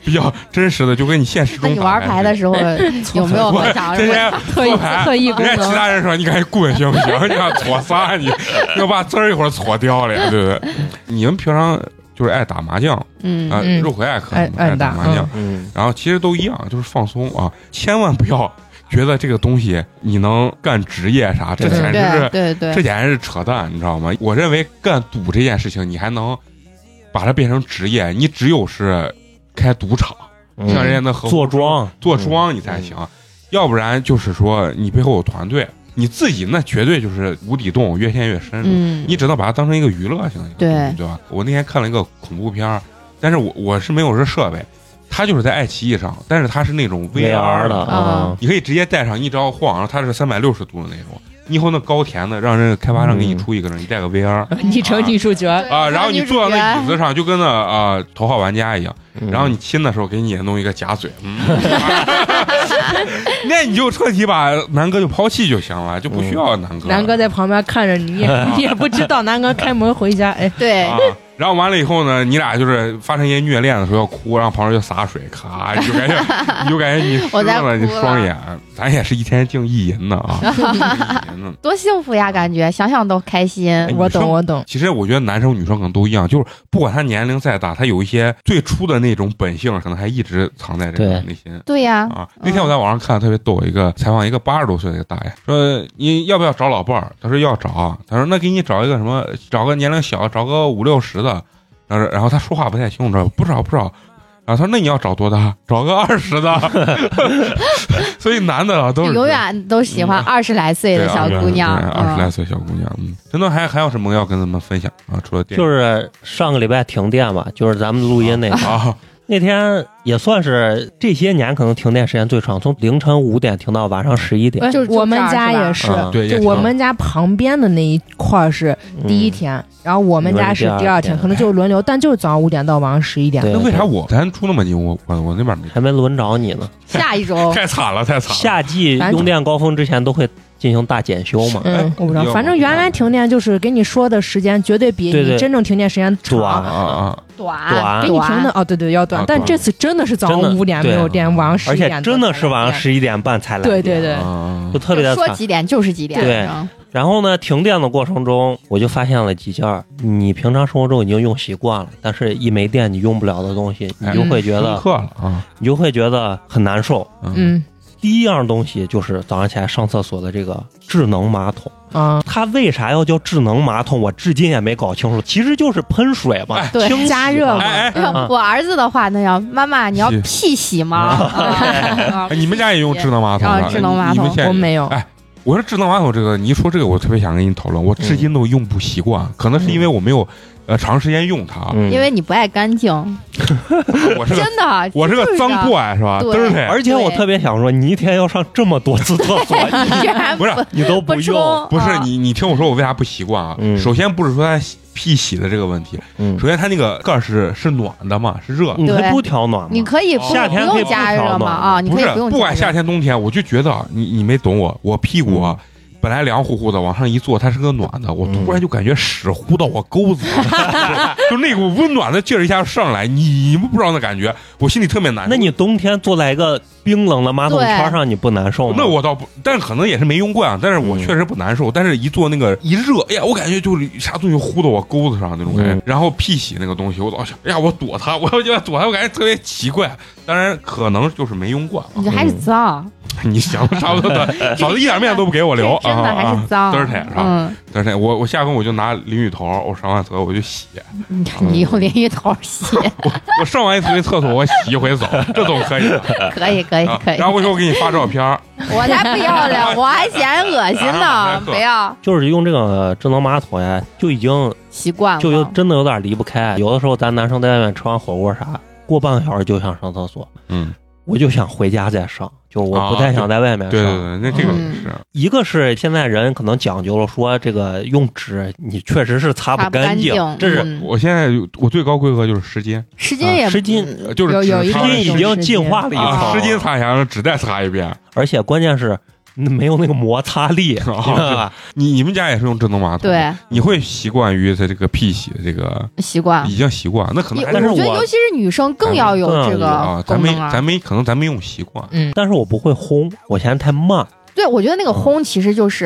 Speaker 3: 比较真实的，就跟你现实
Speaker 6: 那
Speaker 3: 中
Speaker 6: 你玩牌的时候 [LAUGHS] 有没有很想
Speaker 3: 这
Speaker 6: 让
Speaker 3: 些
Speaker 5: 特
Speaker 3: [LAUGHS]
Speaker 5: 异
Speaker 3: 搓牌
Speaker 5: 特异功
Speaker 3: 人家其
Speaker 5: 能，
Speaker 3: 他人说你赶紧滚行不行？你看搓仨，你要把滋儿一会儿搓掉了，对不对？你们平常就是爱打麻将啊
Speaker 6: 嗯，
Speaker 7: 嗯，
Speaker 3: 肉葵爱可
Speaker 7: 爱
Speaker 3: 能
Speaker 7: 爱
Speaker 3: 爱打
Speaker 7: 打
Speaker 3: 麻将，
Speaker 4: 嗯，
Speaker 3: 然后其实都一样，就是放松啊，千万不要觉得这个东西你能干职业啥，这
Speaker 7: 对
Speaker 3: 简直
Speaker 6: 对
Speaker 3: 是
Speaker 6: 对对
Speaker 3: 这，简直是扯淡，你知道吗？我认为干赌这件事情，你还能把它变成职业，你只有是开赌场，
Speaker 4: 嗯
Speaker 3: 像人家那合伙
Speaker 4: 坐庄，
Speaker 3: 做庄你才行，要不然就是说你背后有团队，你自己那绝对就是无底洞，越陷越深。
Speaker 6: 嗯，
Speaker 3: 你只能把它当成一个娱乐性的一个
Speaker 6: 对
Speaker 3: 东西对吧？我那天看了一个恐怖片儿，但是我我是没有这设备，它就是在爱奇艺上，但是它是那种
Speaker 4: VR 的
Speaker 3: 的，
Speaker 4: 啊
Speaker 6: 啊，
Speaker 3: 你可以直接带上，你只要晃，然后它是三百六十度的那种。你以后那高甜的，让人家开发商给你出一个人，你带个 VR
Speaker 7: [LAUGHS] 你成女主角，
Speaker 3: 啊，然后你坐到那椅子上，就跟那啊、呃头号玩家一样。
Speaker 4: 嗯
Speaker 3: 然后你亲的时候给你弄一个假嘴，嗯 [LAUGHS] 那你就彻底把南哥就抛弃就行了，就不需要南哥了。 [LAUGHS]
Speaker 7: 南哥在旁边看着你，你也你也不知道南哥开门回家，哎，
Speaker 6: 对
Speaker 3: 啊，然后完了以后呢，你俩就是发生一些虐恋的时候要哭，然后旁边就洒水，咔，你就感 [LAUGHS] 觉你就感觉你湿
Speaker 6: 我在哭
Speaker 3: 了
Speaker 6: 了
Speaker 3: 你双眼，咱也是一天净意淫呢 [LAUGHS] 啊，意淫呢。
Speaker 6: 多幸福呀！感觉想想都开心。
Speaker 3: 哎
Speaker 7: 我
Speaker 3: 女生
Speaker 7: 懂我懂，
Speaker 3: 其实我觉得男生女生可能都一样，就是不管他年龄再大，他有一些最初的那种本性，可能还一直藏在这个
Speaker 4: 对
Speaker 3: 内心。
Speaker 6: 对呀、
Speaker 3: 啊！那天我在网上看特别逗，一个采访一个八十多岁的一个大爷，说你要不要找老伴儿？他说要找。他说那给你找一个什么？找个年龄小，找个五六十的。然后然后他说话不太清楚，不找不找。然后他说那你要找多大？找个二十的。
Speaker 6: [LAUGHS]
Speaker 3: 所以男的啊都是嗯
Speaker 6: 你永远都喜欢二十来岁的小姑娘。
Speaker 3: 二十来
Speaker 6: 嗯，
Speaker 3: 岁小姑娘。嗯，陈总还还有什么要跟咱们分享啊？除了电影
Speaker 4: 嗯就是上个礼拜停电嘛，就是咱们录音那天，
Speaker 3: 啊，
Speaker 4: 那天也算是这些年可能停电时间最长，从凌晨五点停到晚上十一点。
Speaker 6: 就是
Speaker 7: 哎我们家也
Speaker 6: 是
Speaker 7: 是，
Speaker 4: 嗯
Speaker 3: 啊对，也
Speaker 7: 就
Speaker 3: 挺
Speaker 7: 我们家旁边的那一块儿是第一天，
Speaker 3: 嗯
Speaker 7: 然后我们家是第
Speaker 4: 你
Speaker 7: 二
Speaker 4: 们是第二天
Speaker 7: 天，可能就是轮流，但就是早上五点到晚上十一点。
Speaker 4: 嗯对
Speaker 3: 那为啥我咱住那么近，我我我那边没？
Speaker 4: 还没轮着你呢。
Speaker 6: 嗯下
Speaker 3: [LAUGHS]
Speaker 6: 一周
Speaker 3: 太惨了，太惨了！
Speaker 4: 夏季用电高峰之前都会进行大检修嘛。
Speaker 3: 哎
Speaker 7: 嗯，我不知
Speaker 3: 要
Speaker 7: 道，
Speaker 3: 不
Speaker 7: 反正原来停电就是给你说的时间，绝对比
Speaker 4: 对对
Speaker 7: 你真正停电时间
Speaker 3: 啊
Speaker 7: 长
Speaker 4: 短。
Speaker 3: 啊啊！
Speaker 6: 短
Speaker 4: 短
Speaker 7: 给你停的哦，对对，要短
Speaker 3: 啊，
Speaker 7: 但
Speaker 3: 短
Speaker 7: 这次真的是早
Speaker 4: 真
Speaker 7: 上
Speaker 4: 的
Speaker 7: 五点没有电，晚上十
Speaker 4: 而
Speaker 7: 一点多才
Speaker 4: 且
Speaker 7: 来电，
Speaker 4: 真的是晚上十一点半才来，
Speaker 7: 对对对，
Speaker 3: 啊
Speaker 4: 就特别的
Speaker 6: 说
Speaker 4: 惨。
Speaker 6: 几点就是几点。
Speaker 4: 对
Speaker 6: 嗯
Speaker 4: 然后呢，停电的过程中，我就发现了几件儿你平常生活中已经用习惯了，但是一没电你用不了的东西，你
Speaker 3: 哎
Speaker 4: 就会觉
Speaker 3: 深
Speaker 4: 得
Speaker 3: 刻了啊！
Speaker 4: [LAUGHS] 你就会觉得很难受。
Speaker 7: 嗯
Speaker 4: 第一样东西就是早上起来上厕所的这个智能马桶，
Speaker 6: 嗯
Speaker 7: 啊，
Speaker 4: 它为啥要叫智能马桶？我至今也没搞清楚，其实就是喷水嘛，
Speaker 6: 对
Speaker 4: 清洗
Speaker 7: 哎加热
Speaker 4: 嘛
Speaker 6: [LAUGHS]
Speaker 7: 嘛。
Speaker 3: 哎哎
Speaker 4: 啊
Speaker 6: 我儿子的话，那要妈妈，你要
Speaker 3: 是
Speaker 6: 屁洗吗？ [LAUGHS] 啊
Speaker 3: 哎，你们家也用智能马桶
Speaker 6: 啊
Speaker 3: 吧
Speaker 6: 智能马桶
Speaker 3: 你们现在
Speaker 7: 我没有
Speaker 3: 哎，我说智能马桶这个，你一说这个，我特别想跟你讨论，我至今都用不习惯，可能是因为我没有呃长时间用它，
Speaker 4: 嗯
Speaker 6: 因为你不爱干净，
Speaker 3: 我是个
Speaker 6: 真
Speaker 3: [LAUGHS]
Speaker 6: 的。啊
Speaker 3: 我是个脏 boy 是吧？
Speaker 6: 对
Speaker 3: 嘚儿嘞，
Speaker 4: 而且我
Speaker 6: 对
Speaker 4: 特别想说，你一天要上这么多次厕
Speaker 6: [LAUGHS]
Speaker 4: 所，
Speaker 6: [LAUGHS] 居然
Speaker 3: 不是
Speaker 4: 你都
Speaker 6: 不冲
Speaker 4: 用，，
Speaker 3: 不是
Speaker 6: 啊
Speaker 3: 你，你听我说，我为啥不习惯啊？
Speaker 4: 嗯
Speaker 3: 首先不是说它洗屁洗的这个问题，
Speaker 4: 嗯
Speaker 3: 首先它那个盖儿是是暖的嘛，是热的。
Speaker 4: 你
Speaker 6: 对
Speaker 4: 还不调暖吗？
Speaker 6: 你可以不
Speaker 3: 夏
Speaker 6: 用
Speaker 4: 哦天
Speaker 6: 不
Speaker 4: 可以
Speaker 6: 用
Speaker 4: 不
Speaker 6: 加
Speaker 4: 调
Speaker 6: 热
Speaker 4: 嘛
Speaker 6: 嘛啊，你
Speaker 3: 不
Speaker 6: 可以
Speaker 3: 是
Speaker 6: 不用，加热。
Speaker 3: 不管夏天冬天，我就觉得啊你你没懂我，我屁股啊。
Speaker 4: 嗯
Speaker 3: 本来凉乎乎的，往上一坐，它是个暖的，我突然就感觉屎呼到我沟子， [LAUGHS] 就那股温暖的劲儿一下上来，你你们不知道那感觉，我心里特别难受。
Speaker 4: 那你冬天坐在一个冰冷的马桶圈上，你不难受吗？
Speaker 3: 那我倒不，但可能也是没用惯，啊但是我确实不难受。但是一坐那个一热，哎呀，我感觉就是啥东西呼到我沟子上那种感觉。
Speaker 4: 嗯
Speaker 3: 然后屁洗那个东西，我老想，哎呀，我躲它，我要躲它，我感觉特别奇怪。当然，可能就是没用惯。啊
Speaker 6: 你还是脏，
Speaker 3: 你想的差不多
Speaker 6: [LAUGHS]
Speaker 3: 的，嫂子一点面都不给我留，
Speaker 6: 真的还
Speaker 3: 啊
Speaker 6: 是
Speaker 3: 啊
Speaker 6: 脏。
Speaker 3: 嘚儿舔是吧？
Speaker 6: 嗯，
Speaker 3: 嘚儿舔，我我下回我就拿淋浴头，我上完厕所我就洗，
Speaker 6: 你你用淋浴头洗，
Speaker 3: 我上完一回厕所我洗一回澡，这总
Speaker 6: [LAUGHS]
Speaker 3: 可以了。
Speaker 6: 可以可以
Speaker 3: 啊
Speaker 6: 哎可以
Speaker 3: 然。后回头我给你发照片儿，
Speaker 6: 我才不要了，我还嫌恶心
Speaker 3: 啊
Speaker 6: 呢，
Speaker 3: 没错
Speaker 6: 不要
Speaker 4: 就是用这个智能马桶呀，就已经
Speaker 6: 习惯了。
Speaker 4: 就有真的有点离不开。有的时候咱男生在外面吃完火锅啥，过半个小时就想上厕所，
Speaker 3: 嗯，
Speaker 4: 我就想回家再上，就是我不太想在外面
Speaker 3: 对
Speaker 6: 啊
Speaker 4: 上。
Speaker 3: 对对，那这个
Speaker 6: 嗯
Speaker 3: 也是，
Speaker 4: 一个是现在人可能讲究了，说这个用纸你确实是擦
Speaker 6: 擦不
Speaker 4: 干
Speaker 6: 净，
Speaker 4: 这是
Speaker 6: 嗯
Speaker 3: 我现在我最高规格就是湿巾，
Speaker 6: 湿巾也
Speaker 4: 啊湿巾
Speaker 6: 嗯
Speaker 3: 呃就是
Speaker 7: 有
Speaker 3: 只
Speaker 7: 有一
Speaker 3: 湿
Speaker 4: 湿
Speaker 7: 种
Speaker 3: 巾
Speaker 4: 巾已经进化了一
Speaker 3: 啊，
Speaker 4: 层，
Speaker 3: 湿巾擦一下，然后纸袋擦一遍。
Speaker 4: 而且关键是没有那个摩擦 [LAUGHS] 力，你知道哦吧？
Speaker 3: 你你们家也是用智能马桶？，
Speaker 6: 对
Speaker 3: 你会习惯于它这个屁洗的这个，
Speaker 6: 习惯。
Speaker 3: 已经习惯，那可嗯能还
Speaker 4: 但是
Speaker 6: 我觉得
Speaker 4: 我
Speaker 6: 尤其是女生更要有
Speaker 4: 嗯
Speaker 6: 这
Speaker 3: 啊
Speaker 6: 个，
Speaker 3: 咱
Speaker 6: 功
Speaker 3: 没
Speaker 6: 能啊
Speaker 3: 咱。没可能咱没用习惯。
Speaker 4: 但是我不会烘，我嫌太慢，
Speaker 6: 对，我觉得那个烘其实就是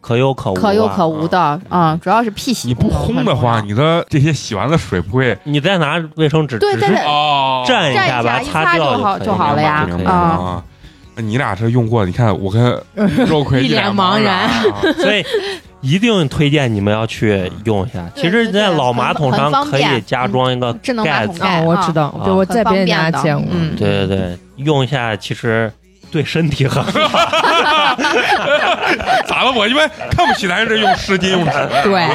Speaker 4: 可有可无、啊
Speaker 6: 可有可无。的，嗯，主要是屁洗
Speaker 3: 你不
Speaker 6: 功能
Speaker 3: 烘
Speaker 6: 很
Speaker 3: 的
Speaker 6: 重
Speaker 3: 话，
Speaker 6: 要
Speaker 3: 你的这些洗完的水不会
Speaker 4: 嗯你再拿卫生纸，
Speaker 6: 对
Speaker 4: 只
Speaker 6: 再
Speaker 4: 是
Speaker 6: 来
Speaker 3: 哦
Speaker 4: 蘸一
Speaker 6: 蘸
Speaker 4: 下
Speaker 6: 一下
Speaker 4: 把它
Speaker 6: 一
Speaker 4: 擦
Speaker 6: 擦
Speaker 4: 掉
Speaker 6: 就
Speaker 4: 就
Speaker 6: 好
Speaker 4: 可
Speaker 6: 就好了
Speaker 4: 以
Speaker 6: 呀
Speaker 3: 明白
Speaker 6: 嗯
Speaker 3: 啊。那你俩这用过，你看我跟肉葵
Speaker 6: [LAUGHS]
Speaker 7: 一
Speaker 3: 脸
Speaker 7: 脸茫
Speaker 3: 然
Speaker 7: 然
Speaker 3: 啊，
Speaker 4: 所以一定推荐你们要去用一下。
Speaker 6: 对
Speaker 4: 其实，在老马桶上
Speaker 6: 很很方
Speaker 4: 可
Speaker 6: 便嗯
Speaker 4: 以加装一个
Speaker 6: 智能马
Speaker 4: 盖
Speaker 6: 桶
Speaker 4: 子，
Speaker 6: 盖
Speaker 7: 啊，我知道，对我
Speaker 6: 哎哦很
Speaker 7: 在别
Speaker 6: 方
Speaker 7: 人家
Speaker 6: 便的
Speaker 7: 见过，
Speaker 6: 嗯
Speaker 4: 对对对，用一下其实对身体很好。
Speaker 3: [LAUGHS] 咋了？我一般看不起男人这用湿巾用纸，
Speaker 7: 对，
Speaker 3: 啊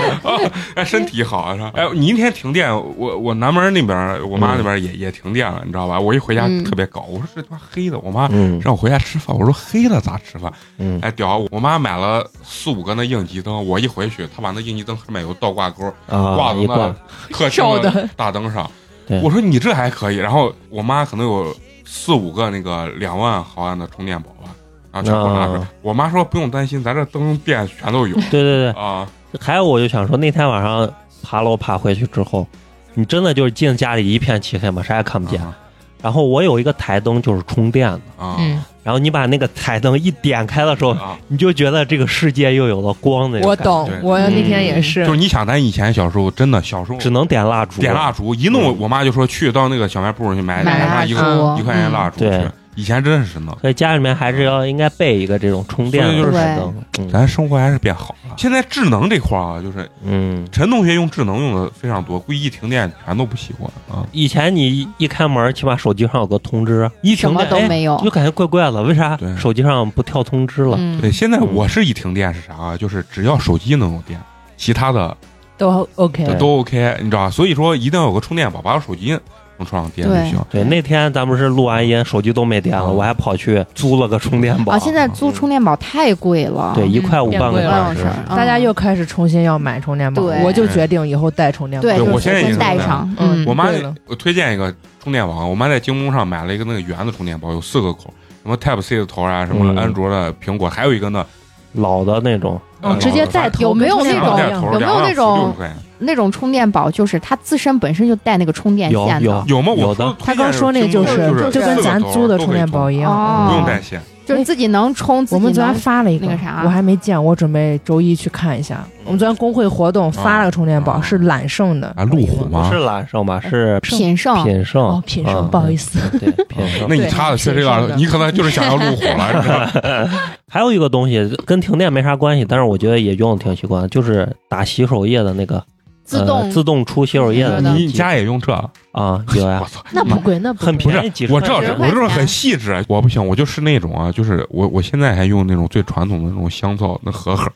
Speaker 3: [LAUGHS] 哎，身体好啊！是吧哎，你一天停电，我我南门那边，我妈那边也也停电了，你知道吧？我一回家
Speaker 6: 嗯
Speaker 3: 特别搞，我说这他妈黑的，我妈
Speaker 4: 嗯
Speaker 3: 让我回家吃饭，我说黑了咋吃饭？
Speaker 4: 嗯，
Speaker 3: 哎，屌！我妈买了四五个那应急灯，我一回去，她把那应急灯上面有倒挂钩，挂
Speaker 4: 啊，
Speaker 3: 到
Speaker 4: 一
Speaker 3: 那
Speaker 4: 挂
Speaker 3: 客厅
Speaker 7: 照
Speaker 3: 的
Speaker 7: 的
Speaker 3: 大灯上
Speaker 4: [LAUGHS] 对。
Speaker 3: 我说你这还可以。然后我妈可能有四五个那个两万毫安的充电宝吧，然后全部拿出来
Speaker 4: 啊。
Speaker 3: 我妈说不用担心，咱这灯电全都有
Speaker 4: 对对对， [LAUGHS]
Speaker 3: 啊。
Speaker 4: 还有我就想说，那天晚上爬楼爬回去之后，你真的就是进家里一片漆黑嘛，啥也看不见。
Speaker 3: 啊
Speaker 4: 然后我有一个台灯，就是充电的。
Speaker 3: 啊
Speaker 7: 嗯，
Speaker 4: 然后你把那个台灯一点开的时候，
Speaker 3: 啊！
Speaker 4: 你就觉得这个世界又有了光那种
Speaker 8: 我
Speaker 4: 感觉。
Speaker 8: 懂
Speaker 3: 对，
Speaker 8: 我那天也，
Speaker 3: 嗯就是是你想，咱以前小时候真的小时候
Speaker 4: 只能点蜡烛。
Speaker 3: 点蜡烛，一
Speaker 4: 嗯
Speaker 3: 弄我妈就说去到那个小卖部去买
Speaker 6: 买
Speaker 3: 上
Speaker 6: 蜡
Speaker 3: 一个
Speaker 6: 烛
Speaker 3: 一块钱蜡烛
Speaker 4: 对
Speaker 3: 去。以前真是呢，
Speaker 4: 所以家里面还是要应该备一个这种充电
Speaker 3: 所以就是
Speaker 4: 的
Speaker 6: 对
Speaker 4: 台灯。嗯
Speaker 3: 咱生活还是变好了。现在智能这块儿啊，就是
Speaker 4: 嗯，
Speaker 3: 陈同学用智能用的非常多，估计一停电全都不习惯啊。
Speaker 4: 以前你一一开门，起码手机上有个通知，一
Speaker 6: 什
Speaker 4: 停
Speaker 6: 么
Speaker 4: 电
Speaker 6: 都没有
Speaker 4: 哎就。感觉怪怪的，为啥
Speaker 3: 对
Speaker 4: 手机上不跳通知了？
Speaker 6: 嗯
Speaker 3: 对，现在我是一停电是啥啊？就是只要手机能有电，其他的
Speaker 8: 都 OK，
Speaker 4: 对
Speaker 3: 都 OK，你知道吧？所以说一定要有个充电宝，把我手机能充上电就
Speaker 6: 对
Speaker 3: 行。
Speaker 4: 对，那天咱们是录完音，手机都没电了，
Speaker 3: 嗯
Speaker 4: 我还跑去租了个充电宝。
Speaker 6: 啊，现在租充电宝太贵了，
Speaker 3: 啊
Speaker 4: 对一块五
Speaker 8: 变
Speaker 4: 半个
Speaker 8: 贵
Speaker 4: 小
Speaker 8: 了
Speaker 6: 是
Speaker 4: 时，
Speaker 6: 嗯
Speaker 8: 大家又开始重新要买充电宝，
Speaker 6: 对
Speaker 8: 我就决定以后带充电宝。
Speaker 6: 对，
Speaker 3: 嗯对
Speaker 6: 就
Speaker 3: 我
Speaker 6: 是
Speaker 3: 现在也
Speaker 6: 先
Speaker 3: 是
Speaker 6: 带
Speaker 3: 这样
Speaker 6: 上，
Speaker 8: 嗯
Speaker 6: 嗯
Speaker 3: 我妈
Speaker 8: 对了
Speaker 3: 我推荐一个充电宝，我妈在京东上买了一个那个圆的充电宝，有四个口，什么 Type C 的头啊，什么
Speaker 4: 嗯
Speaker 3: 安卓的、苹果，还有一个呢，
Speaker 4: 老的那种，
Speaker 8: 嗯，直接带头
Speaker 6: 有没有
Speaker 8: 跟充电
Speaker 6: 那种
Speaker 8: 宝一
Speaker 3: 带
Speaker 8: 样
Speaker 3: 头，
Speaker 6: 有没有那种
Speaker 3: 两个小时16块钱
Speaker 6: 那种充电宝就是它自身本身就带那个充电
Speaker 4: 有
Speaker 6: 线的
Speaker 4: 有，
Speaker 3: 有吗？我
Speaker 4: 有的
Speaker 3: 说
Speaker 7: 他刚说那个
Speaker 3: 就
Speaker 6: 就是
Speaker 3: 是
Speaker 6: 就
Speaker 7: 跟咱租
Speaker 3: 四个
Speaker 7: 的
Speaker 3: 头
Speaker 7: 充电宝一
Speaker 3: 都可以充
Speaker 6: 哦
Speaker 7: 样。嗯
Speaker 3: 不用带线，
Speaker 6: 就是自己能充，自
Speaker 7: 我
Speaker 6: 己
Speaker 7: 们昨天
Speaker 6: 能
Speaker 7: 发了一个，
Speaker 6: 那个啥
Speaker 7: 我还没见，我准备周一去看一下。我们昨天工会活动发了个充电宝，
Speaker 3: 啊
Speaker 7: 是揽胜的
Speaker 3: 啊，路虎
Speaker 4: 不
Speaker 3: 吗
Speaker 4: 是？揽胜吧？是
Speaker 6: 品胜，
Speaker 4: 品胜。
Speaker 7: 哦，品胜，
Speaker 4: 嗯
Speaker 7: 不好意思，
Speaker 4: 对，
Speaker 3: [LAUGHS]
Speaker 4: 品胜。
Speaker 3: 那你插的确实有
Speaker 7: 对
Speaker 3: 点，你可能就是想要路虎了，你知道吗？
Speaker 4: 还有一个东西跟停电没啥关系，但是我觉得也用的挺习惯，就是打洗手液的那个
Speaker 6: 自
Speaker 4: 呃
Speaker 6: 动
Speaker 4: 自动出洗手液的
Speaker 6: 嗯
Speaker 4: 那个
Speaker 3: 你
Speaker 4: 机
Speaker 3: 家也用这？
Speaker 4: 啊
Speaker 3: [LAUGHS]
Speaker 4: 有呀
Speaker 3: 我，操！
Speaker 7: 那不贵，那不贵
Speaker 4: 很
Speaker 7: [LAUGHS]
Speaker 4: 便宜，几十
Speaker 3: 我
Speaker 4: 块
Speaker 3: 这
Speaker 4: 钱
Speaker 3: 我这种很细致，啊我不行，我就是那种啊，就是我我现在还用那种最传统的那种香皂那盒盒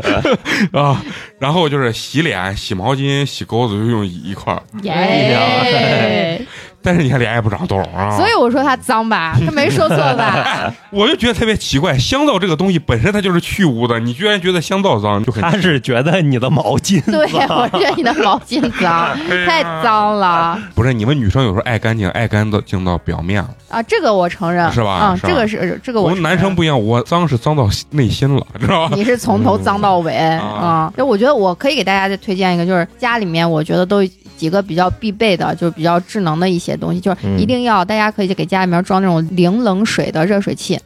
Speaker 4: [LAUGHS]
Speaker 3: 啊，然后就是洗脸、洗毛巾、洗钩子就用一块儿，
Speaker 6: 哎耶！
Speaker 3: 但是你看脸也不长痘儿啊，
Speaker 6: 所以我说它脏吧，它没说错吧？
Speaker 3: 我就觉得特别奇怪，香皂这个东西本身它就是去污的，你居然觉得香皂脏就很
Speaker 4: 他
Speaker 3: [LAUGHS]
Speaker 4: 是觉得你的毛巾
Speaker 6: 对，我觉得你的毛巾脏，太脏了
Speaker 3: 哎不是你们女生有时候爱干净，爱干净到表面了，
Speaker 6: 啊！这个我承认，
Speaker 3: 是吧
Speaker 6: 嗯，
Speaker 3: 是吧
Speaker 6: 这个是这个
Speaker 3: 我
Speaker 6: 我
Speaker 3: 们男
Speaker 6: 承
Speaker 3: 生
Speaker 6: 认。
Speaker 3: 不一样，我脏是脏到内心了，知道吧？
Speaker 6: 你是从头脏到尾
Speaker 3: 啊
Speaker 6: 啊！就我觉得我可以给大家再推荐一个，就是家里面我觉得都有几个比较必备的，就是比较智能的一些东西，就是
Speaker 4: 嗯
Speaker 6: 一定要大家可以给家里面装那种零冷水的热水器，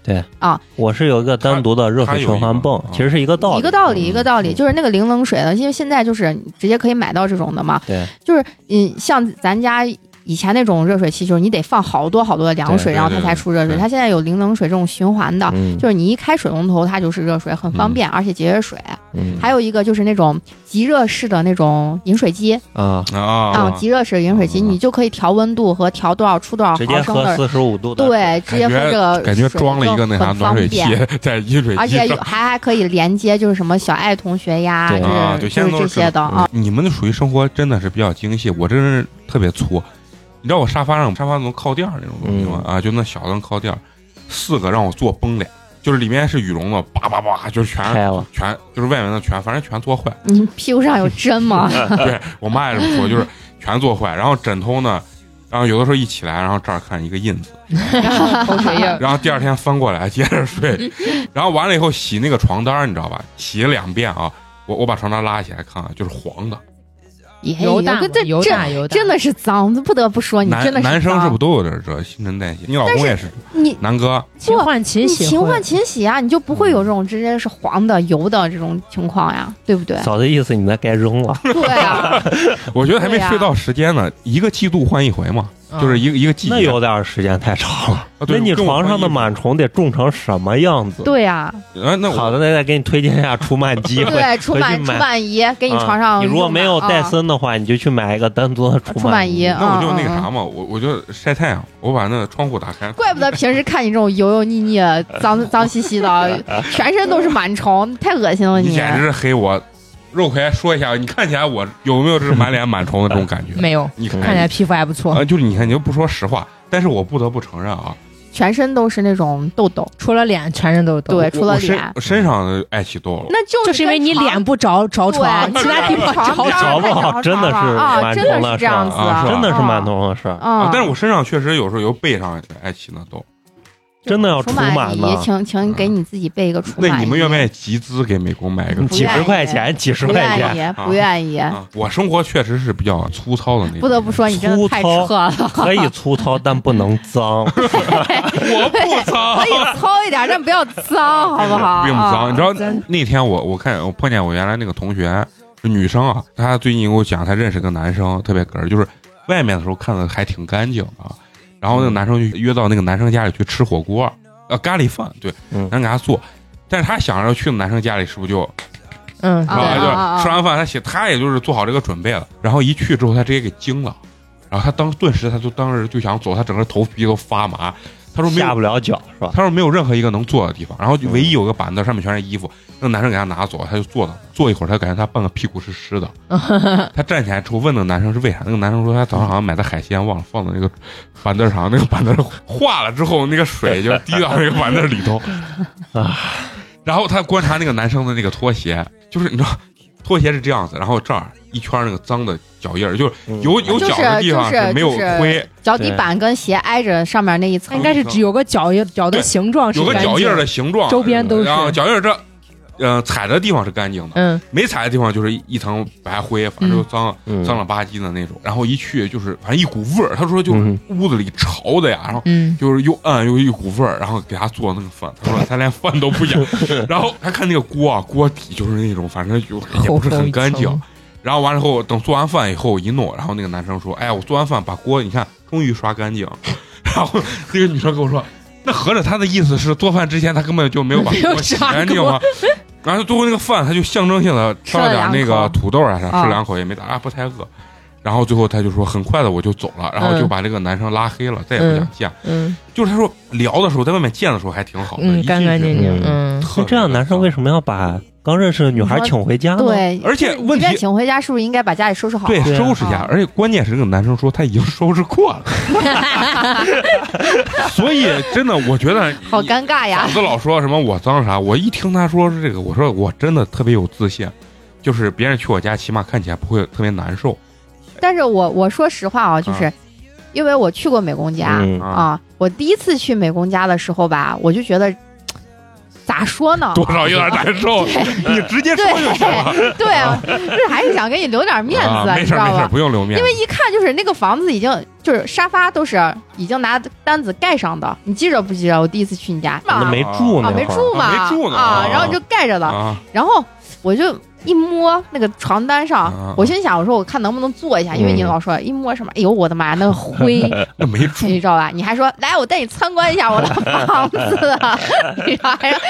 Speaker 4: 我是有一个单独的热水循环泵
Speaker 3: 它它有一个，啊
Speaker 4: 其实是一个道理，
Speaker 6: 一个道理一个道理，
Speaker 4: 嗯
Speaker 6: 就是那个零冷水的，因为现在就是你直接可以买到这种的嘛，
Speaker 4: 对，
Speaker 6: 就是嗯，像咱家以前那种热水器，就是你得放好多好多的凉水，
Speaker 3: 对
Speaker 6: 然后它
Speaker 3: 对
Speaker 6: 才出热水。
Speaker 3: 对
Speaker 6: 它现在有零冷水这种循环的，
Speaker 4: 嗯
Speaker 6: 啊就是你一开水龙头，它就是热水，很方便，而且节约水。
Speaker 4: 嗯
Speaker 6: 还有一个就是那种即热式的那种饮水机
Speaker 4: 啊，
Speaker 6: 啊
Speaker 3: 啊，
Speaker 6: 即热式饮水机，
Speaker 3: 嗯
Speaker 6: 你就可以调温度和调多少出多少
Speaker 4: 直接
Speaker 6: 毫升
Speaker 4: 喝
Speaker 6: 的。
Speaker 4: 四十五度的，
Speaker 6: 对，直接喝这个
Speaker 3: 感觉
Speaker 6: 水
Speaker 3: 装了一个那啥
Speaker 6: 很
Speaker 3: 暖
Speaker 6: 方
Speaker 3: 水器 [LAUGHS]
Speaker 6: 便，
Speaker 3: 在饮水
Speaker 6: [LAUGHS] 而且
Speaker 3: 机
Speaker 6: 有
Speaker 3: 上。
Speaker 6: 还还可以连接，就是什么小爱同学呀，
Speaker 4: 对
Speaker 6: 就
Speaker 3: 啊，
Speaker 6: 是
Speaker 3: 对，
Speaker 6: 就
Speaker 3: 现在
Speaker 6: 是
Speaker 3: 都
Speaker 6: 这
Speaker 3: 是
Speaker 6: 些的啊。
Speaker 3: 你们的属于生活真的是比较精细，我这人特别粗。你知道我沙发上沙发能靠垫儿那种东西吗？啊，就那小的能靠垫儿，四个让我坐崩脸，就是里面是羽绒的，叭叭叭，就是全
Speaker 4: 开了，
Speaker 3: 全就是外面的全，反正全坐坏。
Speaker 6: 你屁股上有
Speaker 3: [LAUGHS]
Speaker 6: 针吗？
Speaker 3: 对我妈也这么说，就是全坐坏。然后枕头呢，然后有的时候一起来，然后这儿看一个印子，
Speaker 8: 口水印儿。
Speaker 3: [LAUGHS] 然后第二天翻过来接着
Speaker 6: [LAUGHS]
Speaker 3: 睡，然后完了以后洗那个床单儿，你知道吧？洗了两遍啊，我我把床单拉起来看，啊，就是黄的。
Speaker 6: 也
Speaker 8: 油大
Speaker 6: 有
Speaker 8: 嘛
Speaker 6: 个这
Speaker 8: 油
Speaker 6: 这
Speaker 8: 大油大，
Speaker 6: 真的是脏，不得不哦说，你
Speaker 3: 男
Speaker 6: 真的
Speaker 3: 男生是
Speaker 6: 脏
Speaker 3: 不是都有点这新陈代谢？你老公也是，
Speaker 6: 你
Speaker 3: 南哥
Speaker 7: 勤换勤
Speaker 6: 你
Speaker 7: 洗会，
Speaker 6: 勤换勤洗啊，你就不会有这种直接是黄的、油的这种情况呀，对不
Speaker 3: [LAUGHS]
Speaker 6: 对？
Speaker 4: 嫂子意思你那该扔了，
Speaker 6: 对啊，
Speaker 3: 我觉得还没
Speaker 6: 对呀
Speaker 3: 睡到时间呢，一个季度换一回嘛，
Speaker 7: 嗯
Speaker 3: 就是一个一个季节。
Speaker 4: 那有点时间太长了。
Speaker 3: 啊，
Speaker 4: 那
Speaker 3: 对
Speaker 4: 你床上的螨
Speaker 3: 螨，
Speaker 4: 虫得种成什么样子？
Speaker 6: 对啊呀，
Speaker 3: 哎，那
Speaker 4: 好
Speaker 3: 我
Speaker 4: 的，那再给你推荐一下除螨机会。
Speaker 6: 对，除
Speaker 4: 回
Speaker 6: 螨
Speaker 4: 去
Speaker 6: 除
Speaker 4: 买
Speaker 6: 螨仪给你
Speaker 4: 啊
Speaker 6: 床上用的啊，
Speaker 4: 你如果没有戴森的话，你就去买一个单独的除
Speaker 6: 除螨仪，
Speaker 4: 仪。
Speaker 3: 那我就
Speaker 6: 嗯
Speaker 3: 那个。
Speaker 6: 嗯
Speaker 3: 啥
Speaker 6: 嗯
Speaker 3: 嘛，我我就晒太阳，我把那个窗户打开。
Speaker 6: 怪不得平时看你这种油油腻
Speaker 4: [LAUGHS]
Speaker 6: 腻、脏脏兮兮的，啊全身都是螨虫，太恶心了
Speaker 3: 你
Speaker 6: 你！啊
Speaker 3: 简直是黑我。肉葵说一下，你看起来我有没有这是满脸螨虫的这种感觉？
Speaker 7: 没有，
Speaker 3: 你看
Speaker 7: 看起来皮肤还不错
Speaker 3: 啊，，就是你看，你就不说实话，但是我不得不承认啊，
Speaker 6: 全身都是那种痘痘，
Speaker 7: 除了脸全身都是痘。
Speaker 6: 对，
Speaker 3: 我
Speaker 6: 除了
Speaker 3: 我身
Speaker 6: 脸，
Speaker 3: 我身上的爱起痘了。
Speaker 6: 那就
Speaker 7: 就是因为你
Speaker 6: 跟床
Speaker 7: 脸不着着床，
Speaker 6: 对 [LAUGHS]
Speaker 7: 其他地方
Speaker 6: 床
Speaker 7: 着
Speaker 6: 单
Speaker 7: 床。
Speaker 4: 着不
Speaker 6: 太
Speaker 4: 好
Speaker 6: 着
Speaker 4: 真的
Speaker 6: 床
Speaker 4: 是
Speaker 6: 了啊，
Speaker 4: 螨
Speaker 6: 真的
Speaker 4: 虫的
Speaker 6: 是
Speaker 4: 事
Speaker 6: 这
Speaker 4: 儿
Speaker 6: 样子
Speaker 3: 啊是吧
Speaker 4: 真的是螨虫的事儿。
Speaker 6: 啊
Speaker 3: 啊，但是我身上确实有时候有背上爱起那痘，
Speaker 4: 真的要
Speaker 6: 除
Speaker 4: 除螨
Speaker 6: 蚁，
Speaker 4: 呢？
Speaker 6: 请请给你自己备一个除螨仪。
Speaker 3: 嗯那你们愿不愿意集资给美工买一个
Speaker 4: 几十块钱，几十
Speaker 6: 不
Speaker 4: 块
Speaker 6: 愿
Speaker 4: 钱，
Speaker 6: 意，不愿意。
Speaker 3: 啊？我生活确实是比较粗糙的那种，
Speaker 6: 不得不说，你真的太扯了。 [LAUGHS]
Speaker 4: 可以粗糙，但不能
Speaker 3: [LAUGHS]
Speaker 4: 脏。
Speaker 3: 我不脏
Speaker 6: 可以糙一点，但不要脏，好不好？啊
Speaker 3: 并不脏。你知
Speaker 6: 道，
Speaker 3: 道那天我我看我碰见我原来那个同学，就女生啊，她最近给我讲，她认识个男生，特别哏儿，就是外面的时候看的还挺干净啊。然
Speaker 6: 嗯
Speaker 3: 后那个男生就约到那个男生家里去吃火锅，呃，咖喱饭，对，
Speaker 4: 嗯
Speaker 3: 男生给他做。但是她想着去男生家里是不是就，
Speaker 8: 嗯，
Speaker 3: 然后
Speaker 6: 啊
Speaker 8: 对，
Speaker 6: 啊啊
Speaker 3: 就是吃完饭，她写她也就是做好这个准备了，然后一去之后，她直接给惊了，然后她当顿时她就当时就想走，她整个头皮都发麻。她说没有
Speaker 4: 下不了脚是吧？
Speaker 3: 他说没有任何一个能坐的地方，然后就唯一有个板凳，上面全是衣服，那个男生给他拿走，他就坐那儿坐一会儿，他感觉他半个屁股是湿
Speaker 6: [LAUGHS]
Speaker 3: 的，他站起来之后问那个男生是为啥，那个男生说他早上好像买的海鲜忘了放到那个板凳上，那个板凳化了之后，那个水就滴到那个板凳里
Speaker 6: [LAUGHS]
Speaker 3: 头，
Speaker 4: 啊，
Speaker 3: 然后他观察那个男生的那个拖鞋，就是你知道。拖鞋是这样子，然后这儿一圈那个脏的脚印儿，就是
Speaker 4: 嗯
Speaker 3: 有有脚的地方
Speaker 6: 就是
Speaker 3: 没有
Speaker 6: 就是
Speaker 3: 灰，
Speaker 6: 脚底板跟鞋挨着上面那一
Speaker 8: 它
Speaker 6: 层
Speaker 3: 哎
Speaker 8: 应，该是只有个脚印，脚的形状是
Speaker 3: 有个
Speaker 8: 干净
Speaker 3: 脚印儿的，形状，
Speaker 8: 周边都是
Speaker 3: 然后脚印儿这，呃，踩的地方是干净的，
Speaker 8: 嗯，
Speaker 3: 没踩的地方就是一一层白灰，反正就脏、
Speaker 4: 嗯
Speaker 3: 脏了吧唧的那种。然后一去就是反正一股味儿，他说就是
Speaker 4: 嗯
Speaker 3: 屋子里潮的呀，然后
Speaker 8: 嗯
Speaker 3: 就是又暗又一股味儿，然后给他做那个饭，他 [LAUGHS] 说他连饭都不想。然后他看那个锅啊，锅底就是那种反正就也不是很干
Speaker 8: 厚厚
Speaker 3: 净
Speaker 8: 一。
Speaker 3: 然后完了后，等做完饭以后一弄，然后那个男生说：“哎呀，我做完饭把锅你看终于刷干净。” [LAUGHS] 然后那个女生跟我说：“那合着他的意思是做饭之前他根本 [LAUGHS] 就没有把锅洗干净吗？”然后最后那个饭他就象征性的挑了点那
Speaker 6: 吃了
Speaker 3: 个
Speaker 6: 两口
Speaker 3: 土豆啊啥，
Speaker 6: 啊
Speaker 3: 吃两口也没打啊不太饿。然后最后他就说很快的我就走了，然后就把这个男生拉黑了，再也不想见。
Speaker 8: 嗯
Speaker 3: 就是他说聊的时候，在外面见的时候还挺好的，
Speaker 8: 嗯，干干净净
Speaker 4: 嗯，
Speaker 8: 嗯，
Speaker 3: 净
Speaker 4: 这样男生为什么要把刚认识的女孩请回家呢？，
Speaker 6: 对，
Speaker 3: [LAUGHS] 而且
Speaker 6: 就是
Speaker 3: 问题
Speaker 6: 即便请回家，是不是应该把家里收拾好？
Speaker 3: 对
Speaker 4: 对啊
Speaker 3: 收拾一下
Speaker 6: 啊？
Speaker 3: 而且关键是这个男生说他已经收拾过了，
Speaker 6: [LAUGHS]
Speaker 3: 所以真的我觉得
Speaker 6: 好尴尬呀
Speaker 3: [LAUGHS] 嫂！子老说什么我脏啥，我一听他说这个，我说我真的特别有自信，就是别人去我家，起码看起来不会特别难受
Speaker 6: 但是我我说实话啊，就是因为我去过美工家
Speaker 4: 嗯
Speaker 3: 啊。
Speaker 6: 啊，我第一次去美工家的时候吧，我就觉得咋说呢？
Speaker 3: 多少有点难受，你直接说就行了。
Speaker 6: [LAUGHS] 对对啊，这还是想给你留点面
Speaker 3: 啊
Speaker 6: 子，
Speaker 3: 没
Speaker 6: 你
Speaker 3: 事
Speaker 6: 知
Speaker 3: 儿
Speaker 6: 道
Speaker 3: 没事儿，
Speaker 6: 吧？
Speaker 3: 不用留面
Speaker 6: 因
Speaker 3: 子
Speaker 6: 为。一看就是那个房子已经就是沙发都是已经拿单子盖上的，你记着不记着？我第一次去你家，
Speaker 4: 那没住
Speaker 6: 啊
Speaker 4: 那
Speaker 6: 没
Speaker 4: 会儿，
Speaker 6: 住嘛，
Speaker 3: 啊没住呢
Speaker 6: 啊
Speaker 3: 啊，
Speaker 6: 然后你就盖着了，
Speaker 3: 啊，
Speaker 6: 然后我就一摸那个床单
Speaker 3: 啊
Speaker 6: 上，我心想我说我看能不能坐一下，因为你
Speaker 4: 嗯
Speaker 6: 老说一摸什么，哎呦我的妈呀，那
Speaker 3: [LAUGHS]
Speaker 6: 个灰，
Speaker 3: 那没住
Speaker 6: 你知道吧？你还说来，我带你参观一下我的房子，啊
Speaker 3: [LAUGHS]
Speaker 6: 你知道还让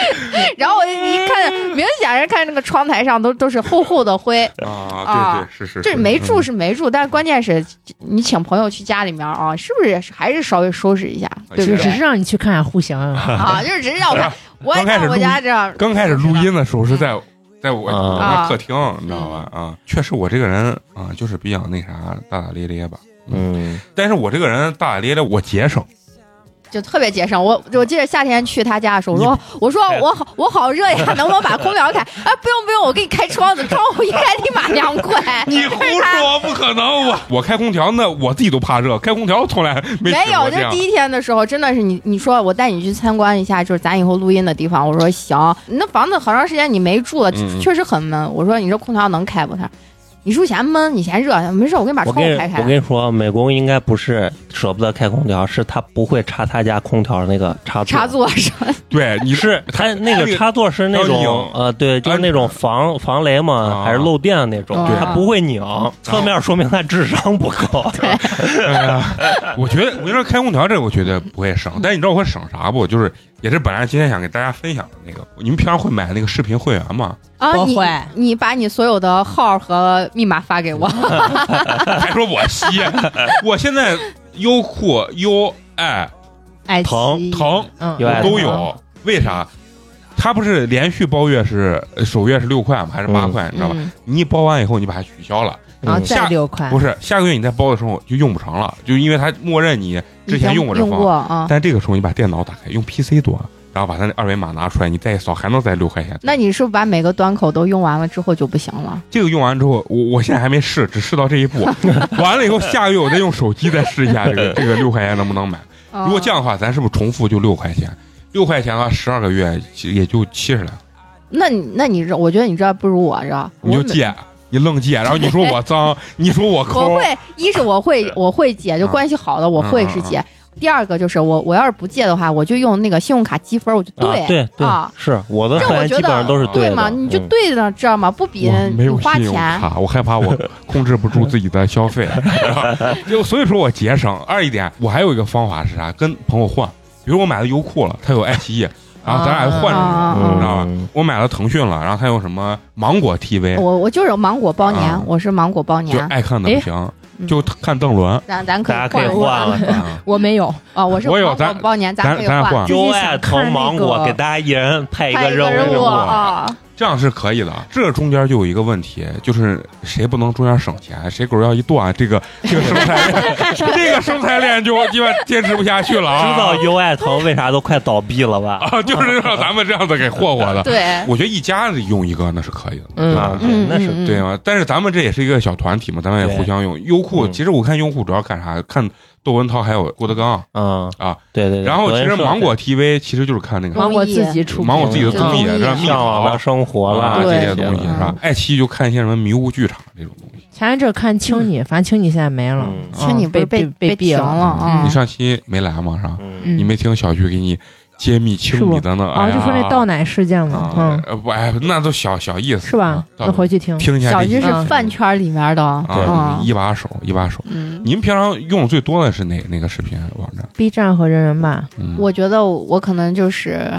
Speaker 6: 然后我一看，明显是看那个窗台上都都是厚厚的灰，
Speaker 3: 啊，对
Speaker 6: 啊
Speaker 3: 对，是是，嗯
Speaker 6: 这
Speaker 3: 是
Speaker 6: 没住是没住，但是关键是你请朋友去家里面啊，是不是还是稍微收拾一下，
Speaker 3: 啊
Speaker 6: 对
Speaker 8: 就
Speaker 6: 不
Speaker 8: 嗯只
Speaker 6: 对
Speaker 8: 是？让你去看看户型，
Speaker 6: 啊，就是只是让
Speaker 3: [LAUGHS]
Speaker 6: 我看，我也
Speaker 3: 刚开始
Speaker 6: 看我
Speaker 3: 录
Speaker 6: 家这样，
Speaker 3: 刚开始录音的时候是在在我
Speaker 4: 啊
Speaker 3: 我家客厅，你知道吧？啊，确实我这个人啊，就是比较那啥，大大咧咧吧。
Speaker 4: 嗯，
Speaker 3: 但是我这个人大大咧咧，我节省，
Speaker 6: 就特别节省。我我记得夏天去他家的时候，我说我
Speaker 3: 哎
Speaker 6: 说我好我好热呀，能不能把空调开？哎，不用不用，我给你开窗子，窗户一开立马凉快。
Speaker 3: [LAUGHS] 你胡说，不可能！我我开空调，那我自己都怕热，开空调从来没
Speaker 6: 没
Speaker 3: 没
Speaker 6: 有，就是第一天的时候，真的是你你说我带你去参观一下，就是咱以后录音的地方。我说行，那房子好长时间你没住了，
Speaker 3: 嗯嗯
Speaker 6: 确实很闷。我说你这空调能开不？他说你是不是嫌闷，你嫌热？没事，我给你把
Speaker 4: 我
Speaker 6: 窗户
Speaker 4: 跟
Speaker 6: 开
Speaker 4: 我
Speaker 6: 开
Speaker 4: 跟。你说，美工应该不是舍不得开空调，是他不会插他家空调那个插座。
Speaker 6: 插座是吧
Speaker 3: 对你
Speaker 4: 是他那
Speaker 3: 那个
Speaker 4: 个插座是那
Speaker 3: 要
Speaker 4: 种
Speaker 3: 拧
Speaker 4: 呃，对，就是那种防防雷
Speaker 3: 啊
Speaker 4: 嘛，还是漏电的那种，
Speaker 6: 对
Speaker 4: 他不会拧，侧面说明他智商不 [LAUGHS] 高。
Speaker 3: 哎呀，我觉得我跟你说开空调这个我觉得不会省， [LAUGHS] 但是你知道我会省啥不？就是也是本来今天想给大家分享的那个，你们平常会买那个视频会员 [LAUGHS] 吗？
Speaker 6: 啊，
Speaker 8: 不
Speaker 6: 你
Speaker 8: 会
Speaker 6: 你把你所有的号和密码发给我，
Speaker 3: 还说我吸，我现在优酷、优爱、
Speaker 8: 爱奇
Speaker 4: 疼
Speaker 8: 艺，
Speaker 3: 腾
Speaker 8: 嗯，
Speaker 4: 有爱
Speaker 3: 我都有，为啥？它不是连续包月是呃首月是六块吗？还是八块？你知道吧？
Speaker 6: 嗯
Speaker 3: 你一包完以后，你把它取消了，
Speaker 8: 然后
Speaker 4: 嗯
Speaker 3: 下
Speaker 8: 再六块，
Speaker 3: 不是下个月你再包的时候就用不成了，就因为它默认你之前用过这
Speaker 6: 用
Speaker 3: 方
Speaker 6: 过
Speaker 3: 法，
Speaker 6: 啊。
Speaker 3: 但这个时候你把电脑打开，用 PC 端，然后把它那二维码拿出来，你再一扫还能再六块钱。
Speaker 6: 那你是不是把每个端口都用完了之后就不行了？
Speaker 3: 这个用完之后，我我现在还没
Speaker 6: [LAUGHS]
Speaker 3: 试，只试到这一步。完了以后，下个月我再用手机再试一下这个这个六块钱能不能买。
Speaker 6: 哦
Speaker 3: 如果这样的话，咱是不是重复就六块钱？六块钱的话，十二个月其实也就七十来，
Speaker 6: 那你那你这，我觉得你这不如我这，
Speaker 3: 你
Speaker 6: 我
Speaker 3: 就
Speaker 6: 每
Speaker 3: 借，你愣借，然后你说我
Speaker 6: [LAUGHS]
Speaker 3: 脏，你说我抠，
Speaker 6: 我会，一是我会我会借，就
Speaker 3: 嗯
Speaker 6: 关系好的我会是借。
Speaker 3: 嗯
Speaker 6: 第二个就是我我要是不借的话，我就用那个信用卡积分，我就
Speaker 4: 啊
Speaker 6: 对
Speaker 4: 对对
Speaker 6: 啊，
Speaker 4: 是我的
Speaker 6: 这
Speaker 4: 会
Speaker 6: 我
Speaker 4: 员
Speaker 6: 觉
Speaker 4: 基
Speaker 6: 得
Speaker 4: 本上都是
Speaker 6: 对
Speaker 4: 的，
Speaker 6: 嘛，你就
Speaker 4: 嗯
Speaker 6: 对着这儿嘛，不比
Speaker 3: 我没
Speaker 6: 你
Speaker 3: 有
Speaker 6: 花
Speaker 3: 信用
Speaker 6: 钱。
Speaker 3: 卡，我害怕
Speaker 6: [LAUGHS]
Speaker 3: 我控制不住自己的消费，然后就所以说我节省。二一点，我还有一个方法是啥？跟朋友换，比如我买了优酷了，他有爱奇艺，然后咱俩就换
Speaker 6: 啊
Speaker 3: 着
Speaker 6: 啊
Speaker 3: 用，你知
Speaker 6: 啊！
Speaker 3: 道吧？
Speaker 4: 嗯
Speaker 3: 我买了腾讯了，然后他有什么芒果 TV，
Speaker 6: 我我就是芒果包年
Speaker 3: 啊，
Speaker 6: 我是芒果包
Speaker 3: 就哎
Speaker 6: 年，
Speaker 3: 爱看的不行，
Speaker 6: 嗯
Speaker 3: 就看邓
Speaker 6: [LAUGHS]
Speaker 3: 伦。
Speaker 6: 咱咱可
Speaker 4: 大家可以
Speaker 6: 以
Speaker 4: 换
Speaker 6: [LAUGHS]
Speaker 4: 了。
Speaker 3: 啊
Speaker 7: 我没有，
Speaker 6: 啊！我是
Speaker 3: 我有
Speaker 6: 芒果
Speaker 3: 咱
Speaker 6: 包年，
Speaker 3: 咱
Speaker 6: 可以
Speaker 3: 咱俩
Speaker 6: 换
Speaker 7: 就
Speaker 4: 优
Speaker 7: 是
Speaker 4: 爱
Speaker 7: 想
Speaker 4: 腾
Speaker 7: 看
Speaker 4: 芒
Speaker 7: 那
Speaker 4: 果
Speaker 7: 个
Speaker 4: 给大家一人派一
Speaker 6: 拍
Speaker 4: 个
Speaker 6: 一个
Speaker 4: 任
Speaker 3: 任务
Speaker 6: 务啊！
Speaker 3: 这样是可以的，啊这中间就有一个问题，就是谁不能中间省钱，谁狗要一断，这个这个生态链，这个生态链就基本坚持不下去了啊！
Speaker 4: 知道优爱腾为啥都快倒闭了吧？
Speaker 3: 啊，就是让咱们这样子给霍霍的。
Speaker 6: 对，
Speaker 3: 我觉得一家子用一个那是可以的，
Speaker 7: 嗯
Speaker 3: 对
Speaker 4: 啊
Speaker 3: 吧，？
Speaker 6: 嗯，
Speaker 4: 那是
Speaker 6: 嗯
Speaker 3: 对。吗？但是咱们这也是一个小团体嘛，咱们也互相用。优酷
Speaker 4: 嗯
Speaker 3: 其实我看优酷主要干啥？看窦文涛还有郭德纲。
Speaker 4: 嗯
Speaker 3: 啊，
Speaker 4: 对对。对
Speaker 3: 然后其实
Speaker 4: 昨天说
Speaker 3: 芒果 TV 其实就是看那个
Speaker 8: 芒果自己出品，嗯
Speaker 3: 芒果自己的综艺，
Speaker 6: 对
Speaker 3: 然后
Speaker 4: 《
Speaker 3: 蜜
Speaker 4: 嗯向往
Speaker 3: 桃
Speaker 4: 的生活》
Speaker 3: 啊
Speaker 4: 啦
Speaker 3: 这
Speaker 6: 对
Speaker 3: 些东西
Speaker 4: 嗯
Speaker 3: 是吧？爱奇艺就看一些什么迷雾剧场这种东西。
Speaker 8: 前一阵看青你，反正青你现在没了
Speaker 4: 嗯，
Speaker 8: 啊
Speaker 6: 亲你不是被
Speaker 8: 被被
Speaker 6: 停
Speaker 8: 毙
Speaker 6: 了
Speaker 8: 了。
Speaker 6: 啊
Speaker 3: 嗯你？上期没来嘛？是吧？
Speaker 4: 嗯，
Speaker 8: 嗯
Speaker 3: 你没听小徐给你揭秘清理的呢？
Speaker 8: 哦，
Speaker 3: 哎呀
Speaker 8: 就说那倒奶事件嘛，
Speaker 3: 啊
Speaker 8: 嗯，，
Speaker 3: 呃不，哎，那都小小意思
Speaker 8: 是吧？
Speaker 3: 啊
Speaker 8: 那回去听。
Speaker 3: 听一下
Speaker 6: 小
Speaker 3: 这
Speaker 6: 军
Speaker 3: 期
Speaker 6: 是饭圈里面的
Speaker 3: 啊，
Speaker 6: 啊，
Speaker 3: 一把手一把手。
Speaker 6: 嗯，
Speaker 3: 你们平常用的最多的是哪哪个视频网站？
Speaker 8: B 站和人人吧，
Speaker 3: 嗯，
Speaker 6: 我觉得我可能就是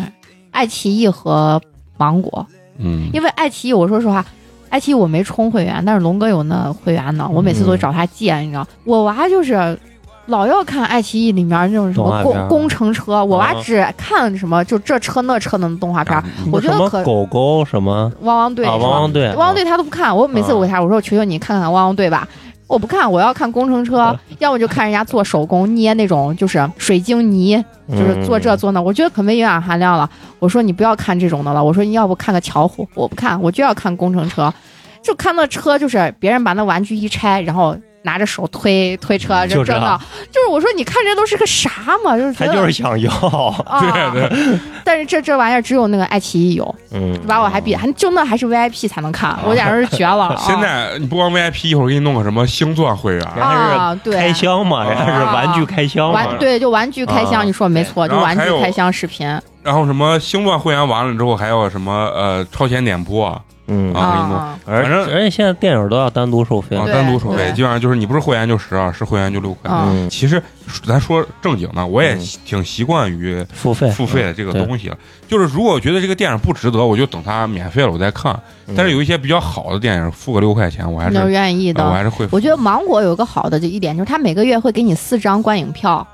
Speaker 6: 爱奇艺和芒果，
Speaker 3: 嗯，
Speaker 6: 因为爱奇艺，我说实话，爱奇艺我没充会员，但是龙哥有那会员呢，我每次都找他借，你知道，我娃就是。老要看爱奇艺里面那种什
Speaker 4: 动画
Speaker 6: 么
Speaker 4: 片儿
Speaker 6: 工工程车，我娃
Speaker 4: 啊
Speaker 6: 只看什么就这车那车的动画片儿，
Speaker 3: 嗯
Speaker 6: 我觉
Speaker 4: 什
Speaker 6: 得
Speaker 4: 么
Speaker 6: 可
Speaker 4: 狗狗什么
Speaker 6: 汪汪队
Speaker 4: 啊，
Speaker 6: 是吧
Speaker 4: 汪汪队，
Speaker 6: 汪汪队他都不看。我每次
Speaker 4: 嗯
Speaker 6: 我给他我说我求求你看看汪汪队吧，我不看，我要看工程车，
Speaker 4: 嗯
Speaker 6: 要么就看人家做手工捏那种就是水晶泥，
Speaker 4: 嗯
Speaker 6: 就是做这做那，我觉得可没营养含量了。我说你不要看这种的了，我说你要不看个巧虎，我不看，我就要看工程车，就看那车就是别人把那玩具一拆，然后。拿着手推推车，
Speaker 4: 嗯就这
Speaker 6: 这
Speaker 4: 样
Speaker 6: 的，就是我说你看这都是个啥嘛，就是觉
Speaker 4: 他
Speaker 6: 得
Speaker 4: 就是想要，
Speaker 3: [LAUGHS]
Speaker 6: 啊，
Speaker 3: 对
Speaker 6: 对。但是这这玩意儿只有那个爱奇艺有，
Speaker 4: 嗯，
Speaker 6: 把我还比还就那还是 VIP 才能看，我简直是绝了。啊
Speaker 3: [LAUGHS] 现在你不光 VIP，一会儿给你弄个什么星钻会员，
Speaker 6: 啊，对，
Speaker 4: 开箱嘛，
Speaker 3: 啊
Speaker 4: 人家是玩具开箱嘛
Speaker 6: 玩，对就玩具开箱，
Speaker 4: 啊
Speaker 6: 你说没错，
Speaker 3: 对
Speaker 6: 就玩具
Speaker 3: 然后还有
Speaker 6: 开箱视频啊
Speaker 3: 然后什么星钻会员完了之后，还有什么呃超前点播啊，
Speaker 4: 嗯
Speaker 3: 啊
Speaker 6: 啊
Speaker 4: 而
Speaker 3: 反正
Speaker 4: 而且现在电影都要单独收费
Speaker 3: 啊，
Speaker 6: 对
Speaker 3: 单独收费，
Speaker 6: 对
Speaker 3: 基本上就是你不是会员就十二，是会员就六块。
Speaker 6: 啊！
Speaker 4: 嗯，
Speaker 3: 其实咱说正经的，我也
Speaker 4: 嗯
Speaker 3: 挺习惯于
Speaker 4: 付费
Speaker 3: 付费的这个东西了。就是如果我觉得这个电影不值得，我就等它免费了我再看。
Speaker 4: 嗯
Speaker 3: 但是有一些比较好的电影，付个六块钱，我还是
Speaker 6: 那愿意
Speaker 3: 呃我
Speaker 6: 的。
Speaker 3: 还是会付。
Speaker 6: 我觉得芒果有个好的就一点，就是它每个月会给你四张观影票，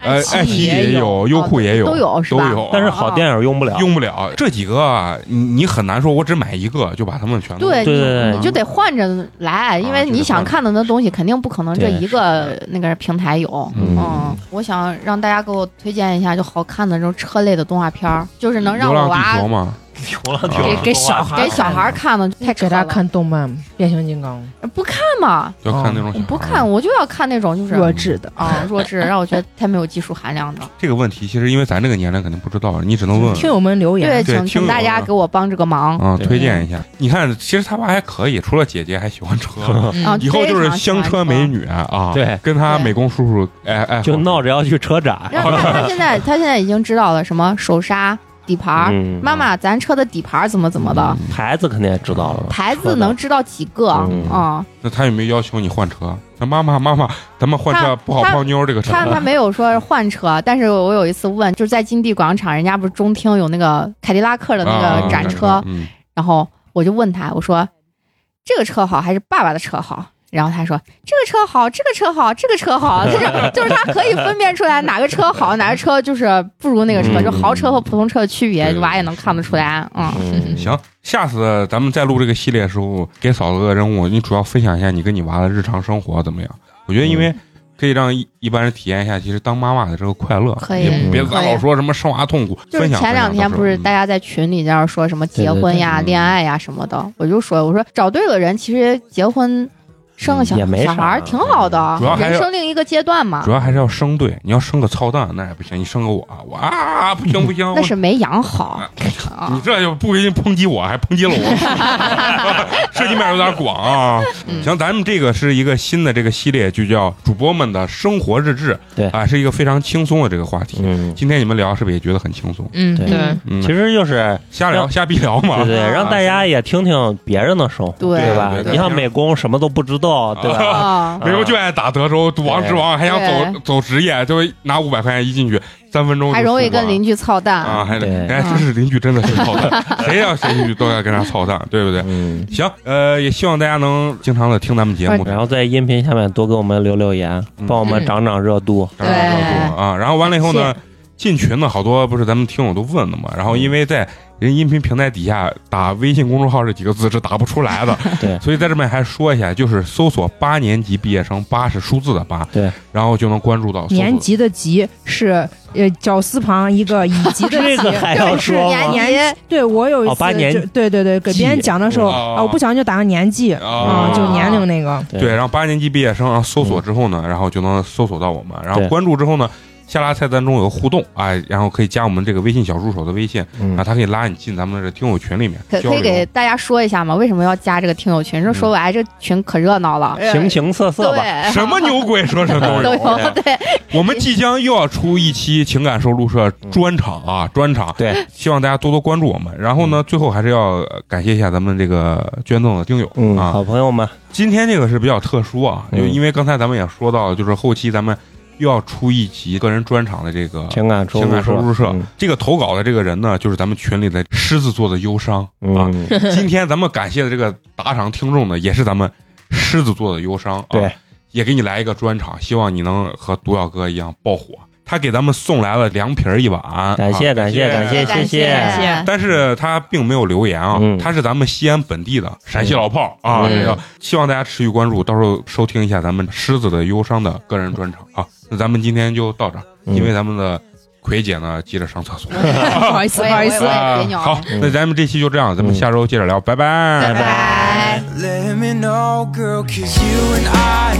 Speaker 3: 呃，爱奇艺也有，优酷也有，
Speaker 6: 啊都有是吧
Speaker 3: 哎都有
Speaker 4: 但是好电影用不了，
Speaker 3: 用不了这几个啊，你你很难说，我只买一个就把他们全都
Speaker 6: 对
Speaker 4: 对对
Speaker 6: 你
Speaker 4: 对
Speaker 6: 就得换着来，因为
Speaker 3: 啊就
Speaker 6: 你
Speaker 3: 得
Speaker 6: 想
Speaker 3: 换着
Speaker 6: 看的那东西肯定不可能这
Speaker 4: 对
Speaker 6: 一个那个平台有。
Speaker 3: 嗯
Speaker 6: 嗯，我想让大家给我推荐一下就好看的这种车类的动画片儿，就是能让
Speaker 3: 流浪
Speaker 6: 我
Speaker 3: 地
Speaker 6: 娃
Speaker 3: 球啊嘛，
Speaker 4: 穷了
Speaker 3: 啊
Speaker 4: 挺
Speaker 8: 给给小孩
Speaker 6: 给小孩儿看的，太扯
Speaker 8: 哎给他
Speaker 6: 了
Speaker 8: 看动漫《变形金刚》，
Speaker 6: 不看嘛？
Speaker 3: 要看那种小
Speaker 6: 我
Speaker 3: 孩
Speaker 6: 哦不看，。我就要看那种就是
Speaker 8: 哦弱智的，
Speaker 6: 啊弱智，让我觉得太没有技术含量的。
Speaker 3: 这个问题其实因为咱这个年龄肯定不知道，你只能问
Speaker 8: 听友们留言
Speaker 6: 对，，
Speaker 3: 对
Speaker 6: 请
Speaker 3: 听
Speaker 6: 请
Speaker 3: 我
Speaker 6: 大家
Speaker 3: 的
Speaker 6: 给我帮这个忙
Speaker 3: 啊，
Speaker 4: 对
Speaker 3: 推荐一下。你看，其实他爸还可以，除了姐姐还喜欢
Speaker 6: [LAUGHS]
Speaker 3: 车，
Speaker 6: 啊！
Speaker 3: 嗯以后就是香车美
Speaker 6: 女。
Speaker 3: 女啊，
Speaker 4: 对，
Speaker 3: 跟他
Speaker 6: 对
Speaker 3: 美工叔叔哎哎，
Speaker 4: 就闹着要去车展，
Speaker 6: 然后他他现在他现在已经知道了什么手刹、底盘儿，啊
Speaker 4: 嗯
Speaker 6: 妈妈，咱车的底盘儿怎么怎么的，
Speaker 3: 嗯
Speaker 4: 牌子肯定也知道了，
Speaker 6: 牌子能知道几个
Speaker 4: 嗯
Speaker 6: 啊？
Speaker 3: 那他有没有要求你换车？那妈妈妈妈，咱们换车
Speaker 6: 他
Speaker 3: 不好
Speaker 6: 他
Speaker 3: 泡妞这个车啊
Speaker 6: 他他没有说换车，但是我有一次问，就是在金地广场，人家不是中厅有那个凯迪拉克的那
Speaker 3: 啊
Speaker 6: 个展车，
Speaker 3: 嗯，
Speaker 6: 然后我就问他，我说这个车好还是爸爸的车好？然后他说这个车好，这个车好，这个车好，就是就是他可以分辨出来哪个车好，哪个车就是不如那个车，
Speaker 4: 嗯
Speaker 6: 就豪车和普通车的区别，
Speaker 3: 对
Speaker 6: 娃也能看得出来。嗯， [LAUGHS]
Speaker 4: 嗯，
Speaker 3: 行，下次咱们再录这个系列的时候，给嫂子个任务，你主要分享一下你跟你娃的日常生活怎么样？我觉得，因
Speaker 4: 嗯
Speaker 3: 为可以让一一般人体验一下，其实当妈妈的这个快乐，
Speaker 6: 可以
Speaker 3: 也别
Speaker 4: 嗯
Speaker 3: 咱老说什么生娃痛苦。
Speaker 6: 就是
Speaker 3: 分享
Speaker 6: 前两天不是大
Speaker 3: 家
Speaker 6: 家在群里在那儿说什么结婚呀、
Speaker 3: 对对对嗯
Speaker 6: 恋爱呀什么的，我就说我说找对了人，其实结婚生
Speaker 3: 嗯
Speaker 6: 个小
Speaker 4: 也没
Speaker 6: 小
Speaker 4: 啥
Speaker 6: 孩儿挺好的
Speaker 3: 主要，还是
Speaker 6: 人生另一个阶段嘛
Speaker 3: 主。要还是要生对，你要生个操蛋那也不行，你生个我，我啊不行不行，
Speaker 6: 嗯那
Speaker 3: 我
Speaker 6: 是没养好 [LAUGHS] 啊
Speaker 3: 你，这就不给你抨击我，还抨击了
Speaker 6: [LAUGHS]
Speaker 3: 我，涉及面有点广啊。
Speaker 6: 嗯
Speaker 3: 行，咱们这个是一个新的这个系列，就叫主播们的生活日志，
Speaker 4: 对
Speaker 3: 啊，是一个非常轻松的这个话题。
Speaker 4: 嗯，
Speaker 3: 今天你们聊是不是也觉得很轻松？
Speaker 8: 嗯
Speaker 4: 对
Speaker 8: 对，
Speaker 3: 嗯，
Speaker 4: 其实就是
Speaker 3: 瞎聊瞎逼聊嘛
Speaker 4: 对。对，让大家也听听别人的生活，
Speaker 6: 对
Speaker 4: 对吧
Speaker 3: 对？对
Speaker 4: 你像美工什么都不知道，对吧？
Speaker 3: [LAUGHS]
Speaker 6: 啊，
Speaker 3: 美国就爱打德州，赌王之王还想走
Speaker 6: 对
Speaker 3: 走职业，就拿五百块钱一进去，三分钟就
Speaker 6: 还容易
Speaker 3: 输光
Speaker 6: 跟
Speaker 3: 了
Speaker 6: 邻居操蛋。
Speaker 3: 啊，还得
Speaker 4: 对
Speaker 3: 哎，真是邻居真的是操
Speaker 4: [LAUGHS]
Speaker 3: 蛋，谁要谁邻居都要跟他操蛋，对不对？
Speaker 4: 嗯，
Speaker 3: 行，呃，也希望大家能经常的听咱们节目，
Speaker 4: 然后在音频下面多给我们留留言
Speaker 3: 嗯，
Speaker 4: 帮我们涨涨热度。
Speaker 3: 当然要多啊。然后完了以后呢，进群呢，好多不是咱们听友都问的嘛。然
Speaker 4: 嗯
Speaker 3: 后因为在人音频平台底下打微信公众号这几个字是打不出来的，
Speaker 4: [LAUGHS] 对
Speaker 3: 所以在这边还说一下，就是搜索八年级毕业生，八是数字的八，
Speaker 4: 对，
Speaker 3: 然后就能关注到搜索
Speaker 7: 年级的级是呃绞丝旁一个乙级的
Speaker 4: [LAUGHS] 这
Speaker 7: 级
Speaker 4: 个。还要
Speaker 6: 就是
Speaker 4: 说
Speaker 6: 年
Speaker 4: 吗？
Speaker 6: 年
Speaker 7: 对我有一
Speaker 4: 哦
Speaker 7: 次
Speaker 4: 八年
Speaker 7: 就对对对，给别人
Speaker 4: 纪
Speaker 7: 讲的时候
Speaker 3: 哦
Speaker 7: 啊，我不小心就打个年纪
Speaker 3: 啊
Speaker 7: 啊，
Speaker 4: 哦
Speaker 7: 就年龄那个。
Speaker 3: 嗯对，然后八年级毕业生，然后搜索之后呢，然后就能搜索到我们，然后
Speaker 4: 嗯对
Speaker 3: 关注之后呢，下拉菜单中有个互动，哎，然后可以加我们这个微信小助手的微信，
Speaker 4: 嗯
Speaker 3: 然后他可以拉你进咱们的这听友群里面，
Speaker 6: 可
Speaker 3: 交
Speaker 6: 可以
Speaker 3: 流
Speaker 6: 给大家说一下吗？为什么要加这个听友群？这说我哎，这群可热闹了，
Speaker 4: 哎形形色色吧，
Speaker 6: 对，
Speaker 3: 什么牛鬼蛇神都
Speaker 6: 都
Speaker 3: 有。
Speaker 6: 有，对，
Speaker 3: [LAUGHS] 我们即将又要出一期情感收录社专场啊，专场，
Speaker 4: 嗯对，嗯
Speaker 3: 希望大家多多关注我们。然后呢，最后还是要呃感谢一下咱们这个捐赠的听友
Speaker 4: 嗯，
Speaker 3: 啊，
Speaker 4: 好朋友们，
Speaker 3: 今天这个是比较特殊啊，
Speaker 4: 嗯
Speaker 3: 就因为刚才咱们也说到了，就是后期咱们又要出一集个人专场的这个
Speaker 4: 情感收
Speaker 3: 情感收入社
Speaker 4: 嗯，
Speaker 3: 这个投稿的这个人呢，就是咱们群里的狮子座的忧伤啊。
Speaker 4: 嗯，
Speaker 3: 今天咱们感谢的这个打赏听众呢，也是咱们狮子座的忧伤啊。
Speaker 4: 对，
Speaker 3: 也给你来一个专场，希望你能和毒药哥一样爆火。他给咱们送来了凉皮儿一碗，啊
Speaker 4: [LAUGHS] 感谢感谢感谢
Speaker 6: 感
Speaker 4: 谢
Speaker 6: 谢
Speaker 4: 谢
Speaker 3: 但是他并没有留言啊，
Speaker 4: 嗯
Speaker 3: 他是咱们西安本地的陕西老炮儿啊，
Speaker 4: 嗯
Speaker 3: 这个希望大家持续关注，到时候收听一下咱们狮子的忧伤的个人专场啊。那咱们今天就到这儿，
Speaker 4: 嗯
Speaker 3: 因为咱们的葵姐呢急着上厕
Speaker 4: [LAUGHS]
Speaker 3: 所。
Speaker 7: 不好意思，不好意
Speaker 6: 我
Speaker 7: 思
Speaker 6: 也。
Speaker 3: 啊
Speaker 6: 别扭
Speaker 3: 好，那咱们这期就这样，咱们下周接着聊，拜拜，
Speaker 4: 拜拜。
Speaker 6: 拜。
Speaker 2: Let me know, girl, cause you and I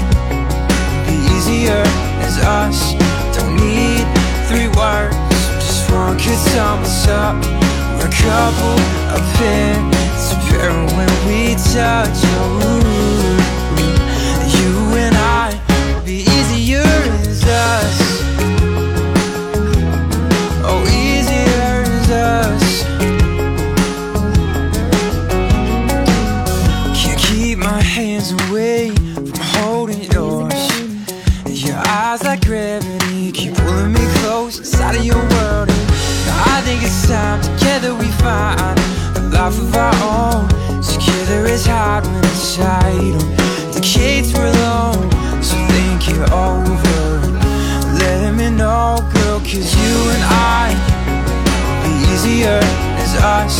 Speaker 2: be easier as us. Don't need three words, just one could sum us up. We're a couple of pins, apparent when we touch. Ooh, you and I be easier as us. Oh, easier as us. Can't keep my hands away from holding yours. And your eyes like gravity keep pulling me close inside of your world. And I think it's time together we find a life of our own. Together it's hard when it's tight. Decades were long, so think it over. Let me know, girl, cause you and I be easier as us.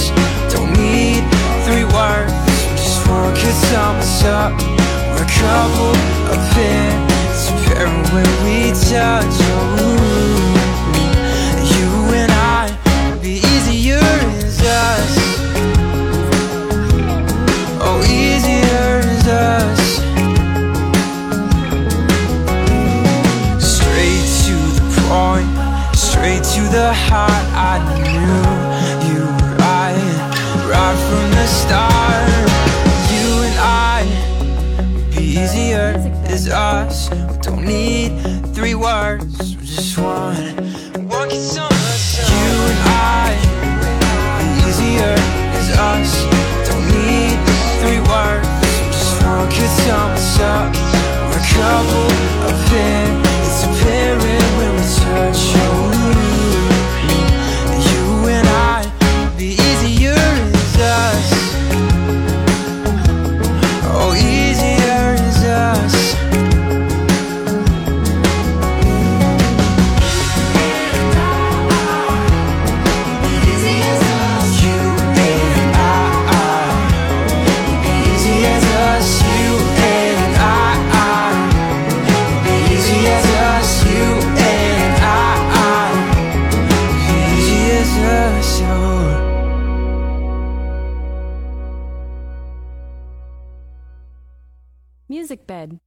Speaker 2: Don't need three words, just one could sum us up. We're a couple of pins, pairing when we touch. Ooh, you and I be easier as us. Oh, easier as us. Straight to the point, straight to the heart. I knew you were right, right from the start. You and I would be easier as us. We don't need three words, we're just one. One can sum us up. You and I be easier as us. Don't need three words, just one could sum us up. We're a couple of thin, it's apparent when we touch you. You and I be easier as us. Oh, easier as us. You and I
Speaker 9: Music Bed。